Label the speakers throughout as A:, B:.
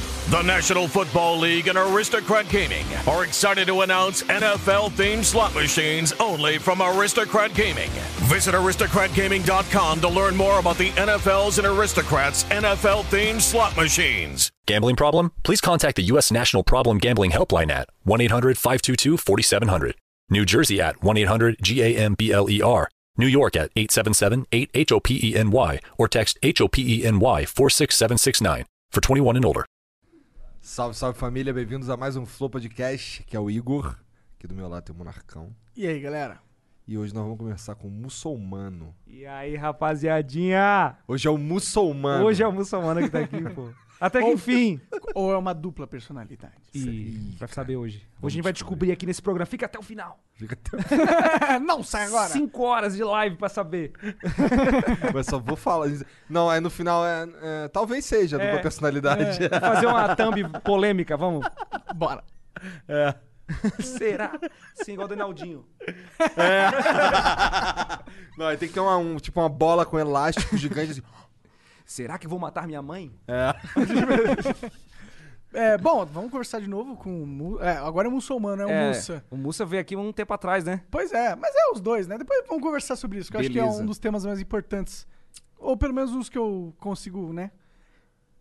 A: The National Football League and Aristocrat Gaming are excited to announce NFL themed slot machines only from Aristocrat Gaming. Visit aristocratgaming.com to learn more about the NFL's and Aristocrats NFL themed slot machines.
B: Gambling problem? Please contact the U.S. National Problem Gambling Helpline at 1 800 522 4700. New Jersey at 1 800 GAMBLER. E New York at 877 8 HOPENY E or text HOPENY 46769 for 21 and older.
C: Salve, salve família, bem-vindos a mais um Flow Podcast, que é o Igor, aqui do meu lado tem o Monarcão.
D: E aí, galera?
C: E hoje nós vamos conversar com o muçulmano.
D: E aí, rapaziadinha?
C: Hoje é o muçulmano.
D: Hoje é o muçulmano que tá aqui, pô. Até que enfim. Ou é uma dupla personalidade.
E: E vai saber hoje.
D: Hoje a gente vai descobrir aqui nesse programa. Fica até o final.
C: Fica até... É,
D: Não
F: Tá
D: sai agora.
E: Cinco horas de live pra saber.
C: Mas só vou falar. Não, aí no final é. é, talvez seja dupla
D: É,
C: personalidade.
D: Vou fazer uma thumb polêmica, vamos?
E: Bora.
C: É.
D: Será? Sim, igual o Donaldinho.
C: Não, aí tem que ter uma, um, tipo uma bola com elástico gigante assim.
D: Será que vou matar minha mãe?
F: É, bom, vamos conversar de novo com o Mu... é, agora é muçulmano, é o Mussa.
E: O Mussa veio aqui um tempo atrás, né?
F: Pois é, mas é os dois, né? Depois vamos conversar sobre isso, que eu acho que é
E: Beleza.
F: um dos temas mais importantes. Ou pelo menos os que eu consigo, né?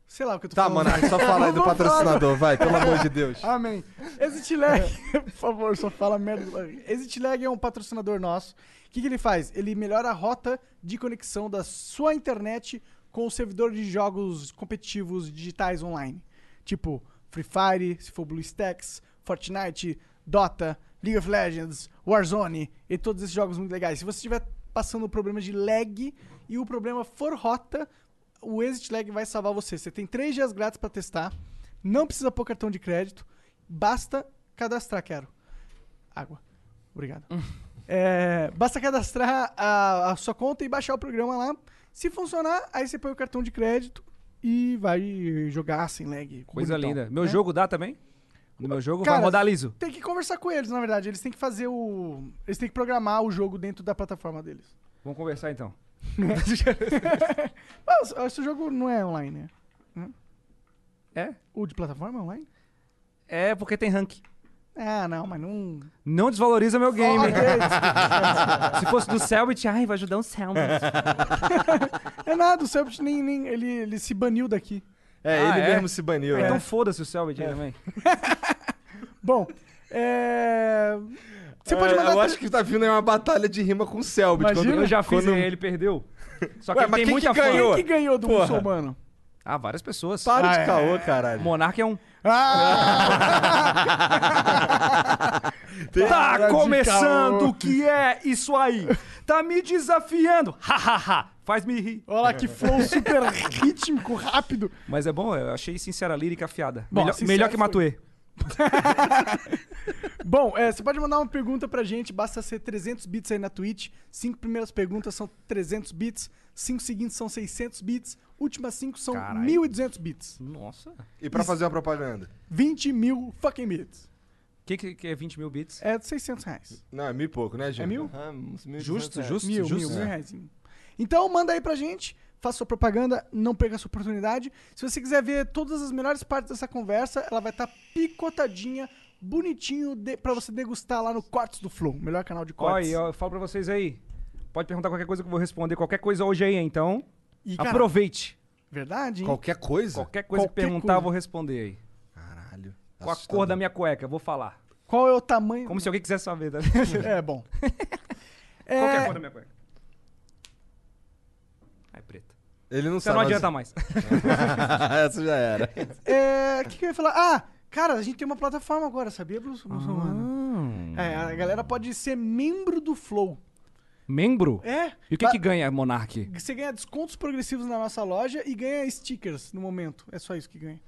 F: Sei lá o que eu tô
C: Tá,
F: falando.
C: mano, só fala aí do
F: Vamos falar Ah,
C: patrocinador, vai, pelo amor de Deus.
F: Amém. Exit Lag, por favor, só fala merda. Exit Lag é um patrocinador nosso. O que, que ele faz? Ele melhora a rota de conexão da sua internet com o servidor de jogos competitivos digitais online. Tipo Free Fire, se for BlueStacks, Fortnite, Dota, League of Legends, Warzone e todos esses jogos muito legais. Se você estiver passando problema de lag e o problema for rota, o Exit Lag vai salvar você. Você tem três dias grátis para testar. Não precisa pôr cartão de crédito. Basta cadastrar, quero. Água. Obrigado.
E: Hum.
F: É, basta cadastrar a, a sua conta e baixar o programa lá. Se funcionar, aí você põe o cartão de crédito e vai jogar sem lag.
E: Coisa
F: bonitão,
E: linda. Meu
F: né?
E: jogo dá também? No meu jogo
F: Cara,
E: vai rodar liso.
F: Tem que conversar com eles, na verdade. Eles têm que fazer o. Eles têm que programar o jogo dentro da plataforma deles.
E: Vamos conversar então.
F: Mas esse jogo não é online, né?
E: É?
F: O de plataforma é online?
E: É porque tem rank.
F: Ah, não, mas não.
E: Não desvaloriza meu game.
F: Ok.
E: Se fosse do Selbit, ai, vai ajudar um Selbit.
F: É nada, o Selbit nem, nem ele, ele se baniu daqui.
C: É,
E: Ah,
C: ele
E: é?
C: mesmo se baniu.
E: Então
C: né?
E: foda-se o Selbit aí também.
F: Bom, é... você pode
C: É,
F: mandar.
C: Eu acho que tá vindo aí uma batalha de rima com o Selbit.
F: Imagina.
C: Quando-
E: Eu já fiz
C: quando-
E: e ele perdeu. Só que
C: Ué,
E: ele
C: mas
E: tem
C: quem
E: muita
C: que
E: fã.
C: ganhou?
F: Quem que ganhou do
C: Porra.
F: muçulmano?
E: Ah, várias pessoas.
C: Para
F: Ah,
C: de
F: é.
C: caô, caralho.
E: Monarca é um.
F: Ah!
C: Tem-
E: Tá
F: de
E: começando
F: caô.
E: o que é isso aí? Tá me desafiando. Ha ha ha. Faz me rir.
F: Olha lá, que flow super rítmico, rápido.
E: Mas é bom, eu achei sincera a lírica afiada.
F: Bom,
E: melhor,
F: sincera
E: melhor que
F: foi.
E: Matuê.
F: Bom, é, você pode mandar uma pergunta pra gente, basta ser 300 bits aí na Twitch. Cinco primeiras perguntas são 300 bits, cinco seguintes são 600 bits, últimas cinco são
E: Caralho.
F: 1.200 bits.
E: Nossa.
C: E pra fazer uma propaganda?
F: 20 mil fucking bits.
E: O que, que que é 20 mil bits?
F: É 600 reais.
C: Não, é mil e pouco, né, gente?
F: É mil?
E: Justo, justo,
F: mil,
E: justo.
F: mil, mil
C: É.
F: reais. Então manda aí pra gente, faça sua propaganda, não perca sua oportunidade. Se você quiser ver todas as melhores partes dessa conversa, ela vai estar picotadinha, bonitinho, de, pra você degustar lá no Cortes do Flow, melhor canal de
E: Ó,
F: cortes.
E: e eu falo pra vocês aí. Pode perguntar qualquer coisa que eu vou responder. Qualquer coisa hoje aí, então.
F: E, cara,
E: aproveite.
F: Verdade, hein?
C: Qualquer coisa?
E: Qualquer coisa
F: Qualquer
E: que perguntar, eu
F: coisa.
E: vou responder aí.
C: Caralho.
E: Com a cor da minha cueca, eu vou falar.
F: Qual é o tamanho...
E: Como se alguém quisesse saber. Tá?
F: É, bom. É,
E: Qual que é a cor da minha cueca? Ah, é preta.
C: Ele não
E: Então
C: sabe.
E: não
C: mas-
E: adianta mais.
C: Essa já era.
F: é, O que, que eu ia falar? Ah, cara, a gente tem uma plataforma agora, sabia, Bruce? Muçulmano?
E: Ah.
F: É, a galera pode ser membro do Flow.
E: Membro?
F: É,
E: E o que,
F: Ba-
E: que ganha Monark?
F: Você ganha descontos progressivos na nossa loja e ganha stickers no momento. É só isso que ganha.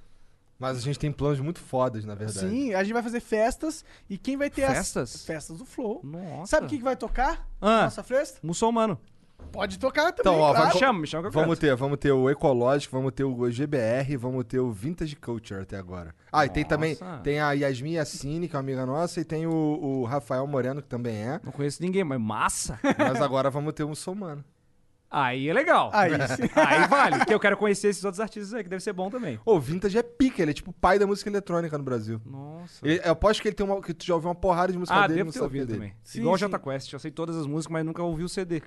C: Mas a gente tem planos muito fodas, na verdade.
F: Sim, a gente vai fazer festas e quem vai ter
E: Festas?
F: as festas do Flow.
E: Nossa.
F: Sabe o que que vai tocar?
E: Ah.
F: Nossa festa?
E: Muçulmano.
F: Pode tocar também.
C: Então, ó,
F: claro.
C: vai-
E: Me chama, me chama que eu
C: Vamos
E: canto.
C: ter, vamos ter o ecológico, vamos ter o GBR, vamos ter o Vintage Culture até agora. Ah, e tem também,
E: Nossa.
C: tem a Yasmin Yassine, que é uma amiga nossa, e tem o, o Rafael Moreno, que também é.
E: Não conheço ninguém, mas massa.
C: Mas agora vamos ter um somano.
E: Aí é legal.
F: Aí sim.
E: Aí vale, porque eu quero conhecer esses outros artistas aí, que deve ser bom também.
C: Ô, o Vintage é pica, ele é tipo o pai da música eletrônica no Brasil.
E: Nossa.
C: Ele- eu aposto que ele tem uma. que tu já ouviu uma porrada de música
E: Ah,
C: dele
E: devo
C: no
E: ter
C: sua vida
E: ouvido
C: dele.
E: também.
F: Sim,
E: Igual o
F: sim.
E: Jota Quest, eu sei todas as músicas, mas nunca ouvi o CD.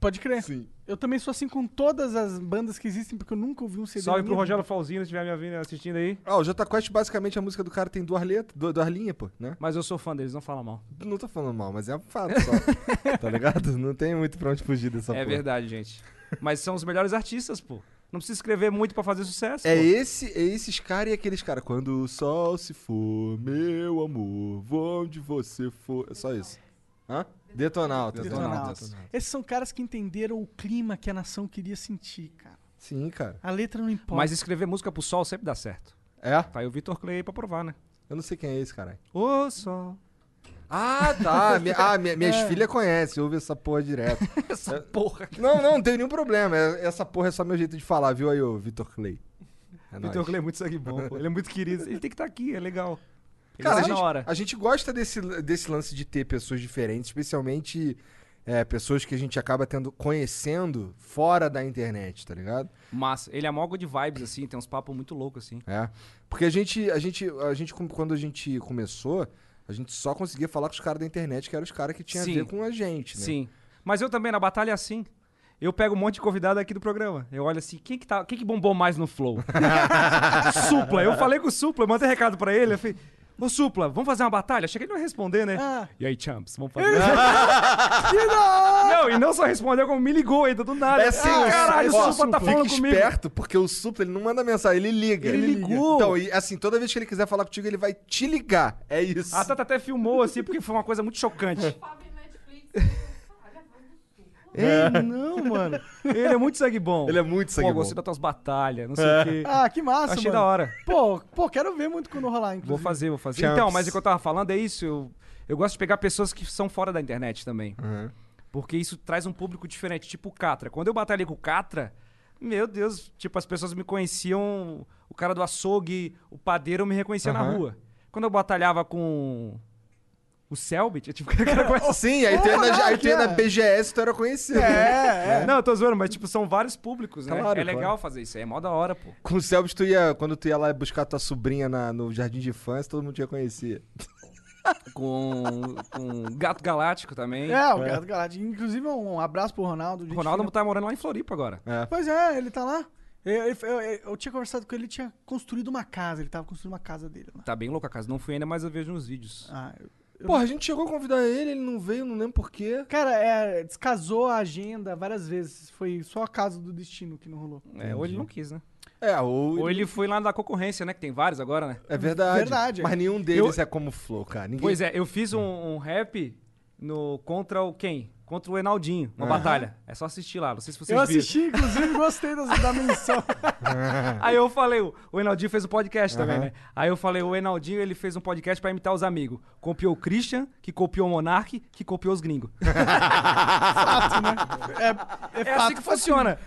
F: Pode crer.
C: Sim.
F: Eu também sou assim com todas as bandas que existem, porque eu nunca ouvi um CD.
E: Salve
F: na
E: pro
F: minha
E: Rogério Falzinho, se estiver me ouvindo, assistindo aí.
C: Ah, o Jota Quest, basicamente, a música do cara tem duas letras, du- duas linhas, pô, né?
E: Mas eu sou fã deles, não fala mal.
C: Não tô falando mal, mas é um fato só. tá ligado? Não tem muito pra onde fugir dessa
E: é
C: porra.
E: verdade, gente. Mas são os melhores artistas, pô. Não precisa escrever muito pra fazer sucesso.
C: É
E: pô.
C: esse, é esses caras e aqueles caras. Quando o sol se for, meu amor, vou onde você for. É só isso. Hã? Detonautas.
F: Detonautas.
C: Detonautas.
F: Esses são caras que entenderam o clima que a nação queria sentir, cara.
C: Sim, cara.
F: A letra não importa.
E: Mas escrever música pro sol sempre dá certo.
C: É?
E: Tá aí o Vitor Clay aí pra provar, né?
C: Eu não sei quem é esse, caralho.
E: Ô, sol.
C: Ah, tá. Mi- ah, mi- minhas filhas conhecem, ouvem essa porra direto.
E: Essa porra.
C: Não, não, não tem nenhum problema. É- Essa porra é só meu jeito de falar, viu aí, ô Vitor Clay. É
E: Vitor
C: nóis.
E: Clay é muito sangue bom, pô. Ele é muito querido. Ele tem que estar aqui, é legal. Ele
C: Cara,
E: tá
C: a gente,
E: na hora.
C: a gente gosta desse, desse lance de ter pessoas diferentes, especialmente é, pessoas que a gente acaba tendo conhecendo fora da internet, tá ligado?
E: Mas ele é mó de vibes, assim, tem uns papos muito loucos, assim.
C: É. Porque a gente, a gente, a gente, com- quando a gente começou, a gente só conseguia falar com os caras da internet, que eram os caras que tinham a
E: Sim.
C: ver com a gente, né?
E: Sim. Mas eu também, na batalha, é assim. Eu pego um monte de convidado aqui do programa. Eu olho assim, quem que, tá, quem que bombou mais no Flow? Supla. Eu falei com o Supla, eu mandei recado pra ele. Eu falei, ô Supla, vamos fazer uma batalha? Achei que ele não ia responder, né?
F: Ah.
E: E aí, champs, vamos fazer. não, e não só respondeu, como me ligou ainda do nada.
C: É assim,
E: ah,
C: o-
E: caralho,
C: ó,
E: o Supla tá
C: fica
E: falando comigo.
C: esperto, porque o Supla, ele não manda mensagem, ele liga.
E: Ele ligou.
C: Então, e, assim, toda vez que ele quiser falar contigo, ele vai te ligar. É isso.
E: A Tata até filmou, assim, porque foi uma coisa muito chocante.
G: Fábio Netflix. Olha, vamos.
C: É.
E: Ei, não, mano. Ele é muito sangue bom.
C: Ele é muito sangue
E: Pô,
C: bom. É.
E: gostei das tuas batalhas, não sei o quê.
F: Ah, que massa,
E: Achei
F: mano.
E: da hora.
F: Pô, pô, quero ver muito quando rolar, inclusive.
E: Vou fazer, vou fazer.
C: Champs.
E: Então, mas o que eu tava falando é isso. Eu, eu gosto de pegar pessoas que são fora da internet também. Porque isso traz um público diferente, tipo o Catra. Quando eu batalhei com o Catra, meu Deus, tipo, as pessoas me conheciam. O cara do açougue, o padeiro me reconhecia na
C: Aham.
E: rua. Quando eu batalhava com o Selbit, eu tipo, o cara conhece
C: Sim, aí tu ia na, aí tu ia na
F: cara.
C: BGS, tu era conhecido.
E: É. Não, eu tô zoando, mas tipo, são vários públicos, né?
C: Claro,
E: é legal
C: claro.
E: fazer isso, aí, é mó da hora, pô.
C: Com o Selbit, tu ia, quando tu ia lá buscar tua sobrinha na- no jardim de infância, todo mundo te reconhecia.
E: Com, com Gato Galáctico também.
F: É, o Gato Galáctico. Inclusive, um abraço pro Ronaldo.
E: O
F: gente
E: Ronaldo
F: fina.
E: tá morando lá em Floripa agora.
F: Pois é, ele tá lá. Eu, eu- eu- eu tinha conversado com ele, ele tinha construído uma casa. Ele tava construindo uma casa dele lá.
E: Tá bem louca a casa, não fui ainda, mas eu vejo uns vídeos.
F: Ah, eu-
C: Porra, a gente chegou a convidar ele, ele não veio, não lembro porquê.
F: Cara, é, descasou a agenda várias vezes. Foi só a casa do destino que não rolou.
E: É, ou ele não quis, né?
C: É, ou.
E: Ou ele foi lá da concorrência, né? Que tem vários agora, né?
C: É verdade.
F: Verdade.
C: Mas nenhum deles é como o Flow, cara. Ninguém...
E: Pois é, eu fiz um, um rap no, contra o quem? Contra o Enaldinho, uma batalha. É só assistir lá, não sei se vocês
F: eu
E: viram.
F: assisti, inclusive, gostei das- da menção.
E: Aí eu falei, o o Enaldinho fez um podcast também, né? Aí eu falei, o Enaldinho, ele fez um podcast pra imitar os amigos. Copiou o Christian, que copiou o Monark, que copiou os gringos.
F: né? É,
E: É assim que funciona.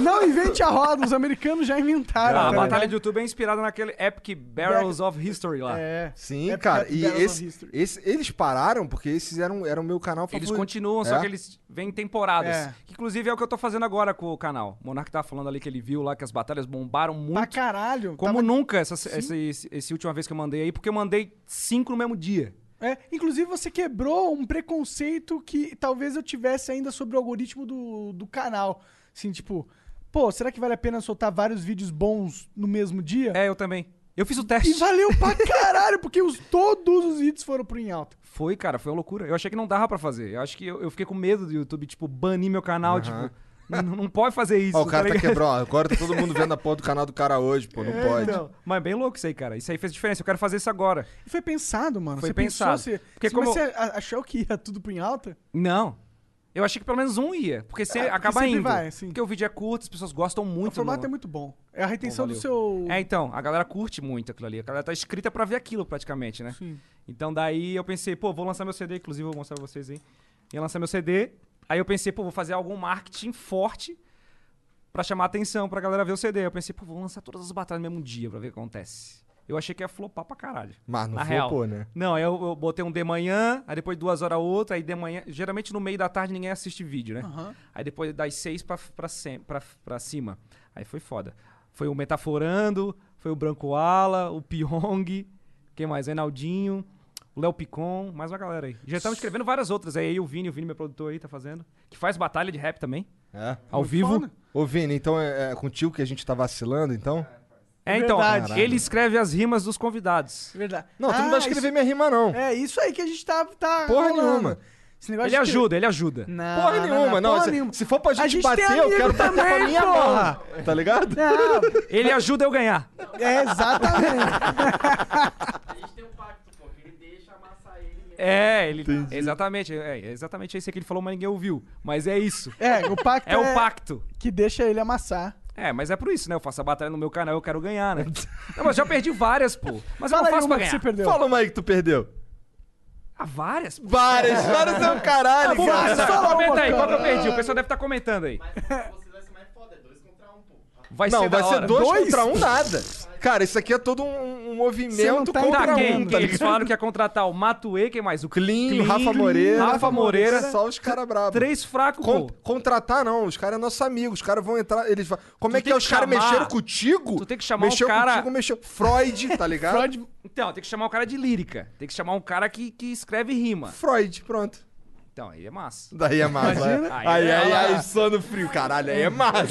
F: Não invente a roda, os americanos já inventaram.
E: Ah,
F: tá
E: a batalha
F: ligado?
E: de YouTube é inspirada naquele Epic Barrels of History lá.
F: É.
C: Sim,
F: Epic
C: cara.
F: Rap
C: E
F: Battles of
C: esse,
F: History.
C: esse- eles pararam porque esses eram, eram o meu canal
E: Eles
C: favorito.
E: continuam, só
C: É?
E: que eles vêm em temporadas.
F: É.
E: Que, inclusive é o que eu tô fazendo agora com o canal. O Monark tava falando ali que ele viu lá que as batalhas bombaram
F: Pra
E: muito.
F: caralho. tá
E: como
F: tava-
E: nunca, essa, essa, esse, esse última vez que eu mandei aí, porque eu mandei cinco no mesmo dia.
F: É, inclusive, você quebrou um preconceito que talvez eu tivesse ainda sobre o algoritmo do, do canal. Assim, tipo, pô, será que vale a pena soltar vários vídeos bons no mesmo dia?
E: É, eu também. Eu fiz o
F: E
E: teste.
F: valeu pra caralho, porque os, todos os vídeos foram pro em alta.
E: Foi, cara, foi uma loucura. Eu achei que não dava pra fazer. Eu acho que eu, eu fiquei com medo do YouTube, tipo, banir meu canal, tipo, "N- não, pode fazer isso.
C: Ó, o cara tá
E: ligado?
C: quebrando. Agora tá todo mundo vendo a porra do canal do cara hoje, pô. Não pode.
E: Então, mas é bem louco isso aí, cara. Isso aí fez diferença. Eu quero fazer isso agora.
F: E Foi pensado, mano.
E: Foi
F: você
E: pensado.
F: Pensou, você,
E: Porque
F: você- Mas
E: como-
F: você a- achou que ia tudo pro em alta?
E: Não. Eu achei que pelo menos um ia, porque você
F: É, porque
E: acaba
F: sempre
E: indo.
F: vai, sim.
E: Porque o vídeo é curto, as pessoas gostam muito.
F: o formato
E: no-
F: é muito bom. É a retenção
E: Bom,
F: do seu...
E: valeu. É, então, a galera curte muito aquilo ali. A galera tá escrita pra ver aquilo praticamente, né? Então daí eu pensei, pô, vou lançar meu CD, inclusive eu vou mostrar pra vocês aí. Ia lançar meu CD. Aí eu pensei, pô, vou fazer algum marketing forte pra chamar atenção, pra galera ver o CD. Eu pensei, pô, vou lançar todas as batalhas no mesmo dia pra ver o que acontece. eu achei que ia flopar pra caralho.
C: Mas não
E: Na
C: flopou,
E: real.
C: né?
E: Não, aí eu, eu botei um de manhã, aí depois duas horas outra, aí de manhã. Geralmente no meio da tarde ninguém assiste vídeo, né? Aí depois das seis pra, pra, cem- pra, pra cima. Aí foi foda. Foi o Metaforando, foi o Branco Ala, o Pyong, quem mais? Reinaldinho, o Léo Picon, mais uma galera aí. Já estamos escrevendo várias outras aí. O Vini, o Vini, meu produtor aí, tá fazendo. Que faz batalha de rap também,
C: É.
E: ao vivo.
C: Ô, Vini, então é, é contigo que a gente tá vacilando, então?
E: É, então,
F: Verdade.
E: ele escreve as rimas dos convidados.
F: Verdade.
C: Não, tu não
F: Ah,
C: vai escrever minha rima, não.
F: isso- É isso aí que a gente tá. tá
C: Porra
F: rolando.
C: nenhuma.
F: Esse negócio de
E: Ele
F: escrever-
E: ajuda, ele ajuda.
F: Ah, Não,
C: Porra nenhuma, não.
F: porra
C: se,
F: nenhuma.
C: se for pra
F: A
C: gente,
F: gente tem
C: bater, eu
F: amigo
C: quero bater com a
F: também,
C: minha
F: porra.
C: mão. Tá ligado?
F: Não,
E: Ele ajuda eu ganhar.
F: é exatamente.
G: A gente tem um pacto, pô, que ele deixa amassar ele mesmo.
E: É, ele. Exatamente, é é exatamente isso que ele falou, mas ninguém ouviu. Mas é isso.
F: É, o pacto
E: É, o pacto.
F: que deixa ele amassar.
E: É, mas é por isso, né? Eu faço a batalha no meu canal, eu quero ganhar, né? Não, mas já perdi várias, pô. Mas eu
F: Fala
E: não
F: aí
E: faço pra
F: uma que
E: ganhar.
F: você perdeu.
C: Fala uma aí que tu perdeu.
E: Ah, várias? Pô,
C: Várias, várias é o caralho, cara.
E: Comenta
F: fala uma,
E: aí, qual que eu
F: cara.
E: perdi? O pessoal deve estar comentando aí.
G: Mas você vai ser mais foda, é dois contra um, pô.
E: Vai
C: não,
E: ser
C: vai
E: da
C: ser
E: hora.
C: dois,
F: Dois?
C: contra um nada. Cara, isso aqui é todo um, um
F: Você não
C: movimento
F: tá
C: contra
E: Tá,
C: um,
E: quem?
C: tá
E: quem? Eles
C: ligado?
E: falaram que ia contratar o Matuê, quem mais? O
C: Clean,
E: Clean,
C: Rafa Moreira.
E: Rafa Moreira.
C: Só os caras bravos.
E: Três fracos,
C: Con-
E: pô.
C: contratar não, os caras são nossos amigos, os caras vão entrar, eles falam, como
E: Tu
C: é que
E: tem
C: é,
E: que
C: os caras
E: chamar-
C: mexeram contigo?
E: tu tem que chamar um
C: mexeu
E: cara-
C: contigo, mexeu, Freud, tá ligado? Freud.
E: Então, tem que chamar o cara de lírica. Tem que chamar um cara que, que escreve rima.
C: pronto.
E: Então, aí é massa.
C: Daí é massa. Aí,
E: Aí
C: aí,
E: é
C: aí,
E: massa.
C: sono frio, caralho, aí é massa.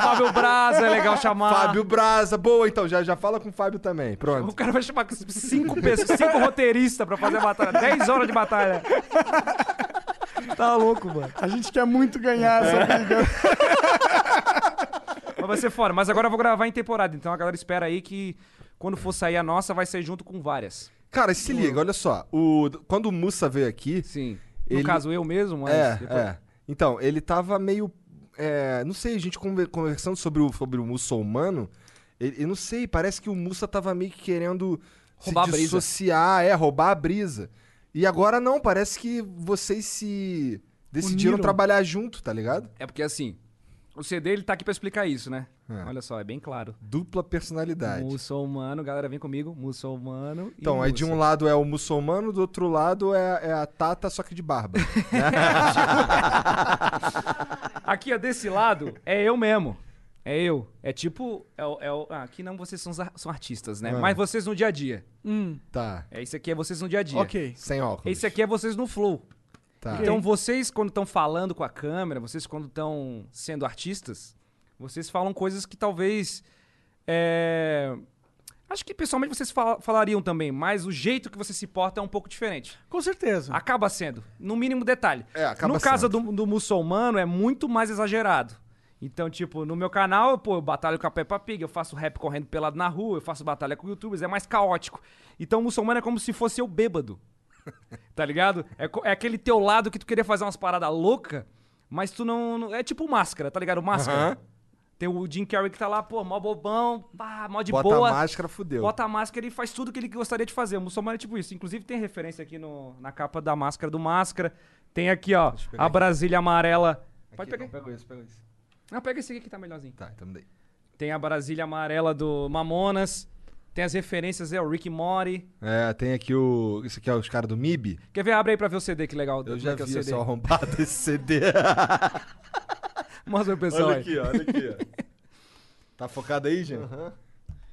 E: Fábio Braza é legal chamar.
C: Fábio Braza, boa então, já, já fala com o Fábio também,
E: O
C: pronto.
E: cara vai chamar cinco pessoas, cinco roteiristas pra fazer a batalha. Dez horas de batalha. Tá louco, mano.
F: A gente quer muito ganhar
E: É,
F: essa briga.
E: Mas vai ser fora. Mas agora eu vou gravar em temporada, então a galera espera aí que quando for sair a nossa, vai ser junto com várias.
C: Cara, se liga, olha só, o, quando o Mussa veio aqui,
E: Sim.
C: Ele-
E: No caso, eu mesmo, mas.
C: É,
E: depois-
C: é. Então, ele tava meio. é, não sei, a gente conver- conversando sobre o, sobre o muçulmano. ele- eu não sei, parece que o Mussa tava meio que querendo
E: Roubar a
C: se
E: brisa.
C: dissociar, é, roubar a brisa. E agora não, parece que vocês se decidiram
F: Uniram.
C: trabalhar junto, tá ligado?
E: É porque assim, o CD ele tá aqui pra explicar isso, né?
C: É.
E: Olha só, é bem claro.
C: Dupla personalidade.
E: Muçulmano, galera, vem comigo. Muçulmano. e
C: então, aí de
E: muça.
C: um lado é o muçulmano, do outro lado é, é a Tata, só que de barba.
E: Aqui, ó, desse lado, é eu mesmo. É eu. É tipo. É, o- é o- ah, aqui não vocês são, os ar- são artistas, né?
C: Ah.
E: Mas vocês no dia a dia.
C: tá,
E: É isso aqui é vocês no dia a dia.
F: ok.
C: sem óculos.
E: Esse aqui é vocês no flow.
C: Tá.
E: Então vocês quando estão falando com a câmera, vocês quando estão sendo artistas, vocês falam coisas que talvez é, acho que pessoalmente vocês fal- falariam também, mas o jeito que você se porta é um pouco diferente.
F: Com certeza. Ah,
E: Acaba sendo, no mínimo detalhe.
C: É, acaba
E: no caso do, do muçulmano é muito mais exagerado. Então, tipo, no meu canal, pô, eu batalho com a Peppa Pig, eu faço rap correndo pelado na rua, eu faço batalha com youtubers, é mais caótico. Então, o muçulmano é como se fosse eu bêbado. Tá ligado? É, co- é aquele teu lado que tu queria fazer umas paradas louca, mas tu não, não- É tipo máscara, tá ligado? Máscara. Tem o Jim Carrey que tá lá, pô, mó bobão, pá, mó de
C: Bota
E: boa.
C: a máscara, fudeu.
E: Bota a máscara e faz tudo que ele gostaria de fazer. O muçulmano é tipo isso. Inclusive tem referência aqui no- na capa da máscara do Máscara. Tem aqui, ó, a Brasília amarela. Pode pegar.
C: Pega isso, pega isso.
E: Não, pega esse aqui que tá melhorzinho.
C: Tá, então daí.
E: Tem a Brasília amarela do Mamonas. Tem as referências, é o Rick Mori.
C: É, tem aqui o. Isso aqui é os caras do MIB.
E: Quer ver? Abre aí pra ver o CD, que legal. Como
C: Eu
E: é
C: já
E: que é o
C: vi
E: CD.
C: esse arrombado esse CD.
E: Mostra pro pessoal aí.
C: olha aqui, ó. Tá focado aí, gente?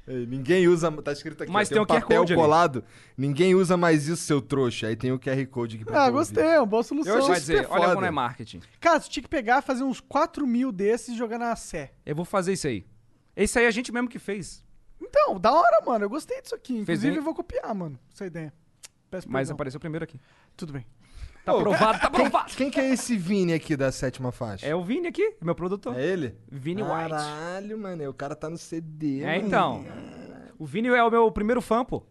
C: Ei, ninguém usa. Tá escrito aqui,
E: Mas
C: ó,
E: tem
C: um
E: o QR
C: papel
E: Code ali.
C: colado. Ninguém usa mais isso, seu trouxa. Aí tem o QR Code aqui pra tu
F: Ah,
C: ouvir.
F: gostei, é uma boa solução.
C: Eu achei
E: Vai
C: super
E: dizer, olha como
C: foda.
E: é marketing.
F: Cara, você tinha que pegar, fazer uns 4 mil desses e jogar na Sé.
E: Eu vou fazer isso aí. Esse aí é a gente mesmo que fez.
F: Então, da hora, mano. Eu gostei disso aqui. Inclusive,
E: bem.
F: eu vou copiar, mano, essa ideia. Peço
E: Mas
F: perdão.
E: apareceu primeiro aqui.
F: Tudo bem.
E: Tá aprovado, tá aprovado.
C: Quem que é esse Vini aqui da sétima faixa?
E: É o Vini aqui, meu produtor.
C: É ele?
E: Vini White.
C: Caralho, mano. O cara tá no CD.
E: É,
C: mano.
E: então. O Vini é o meu primeiro fã, pô.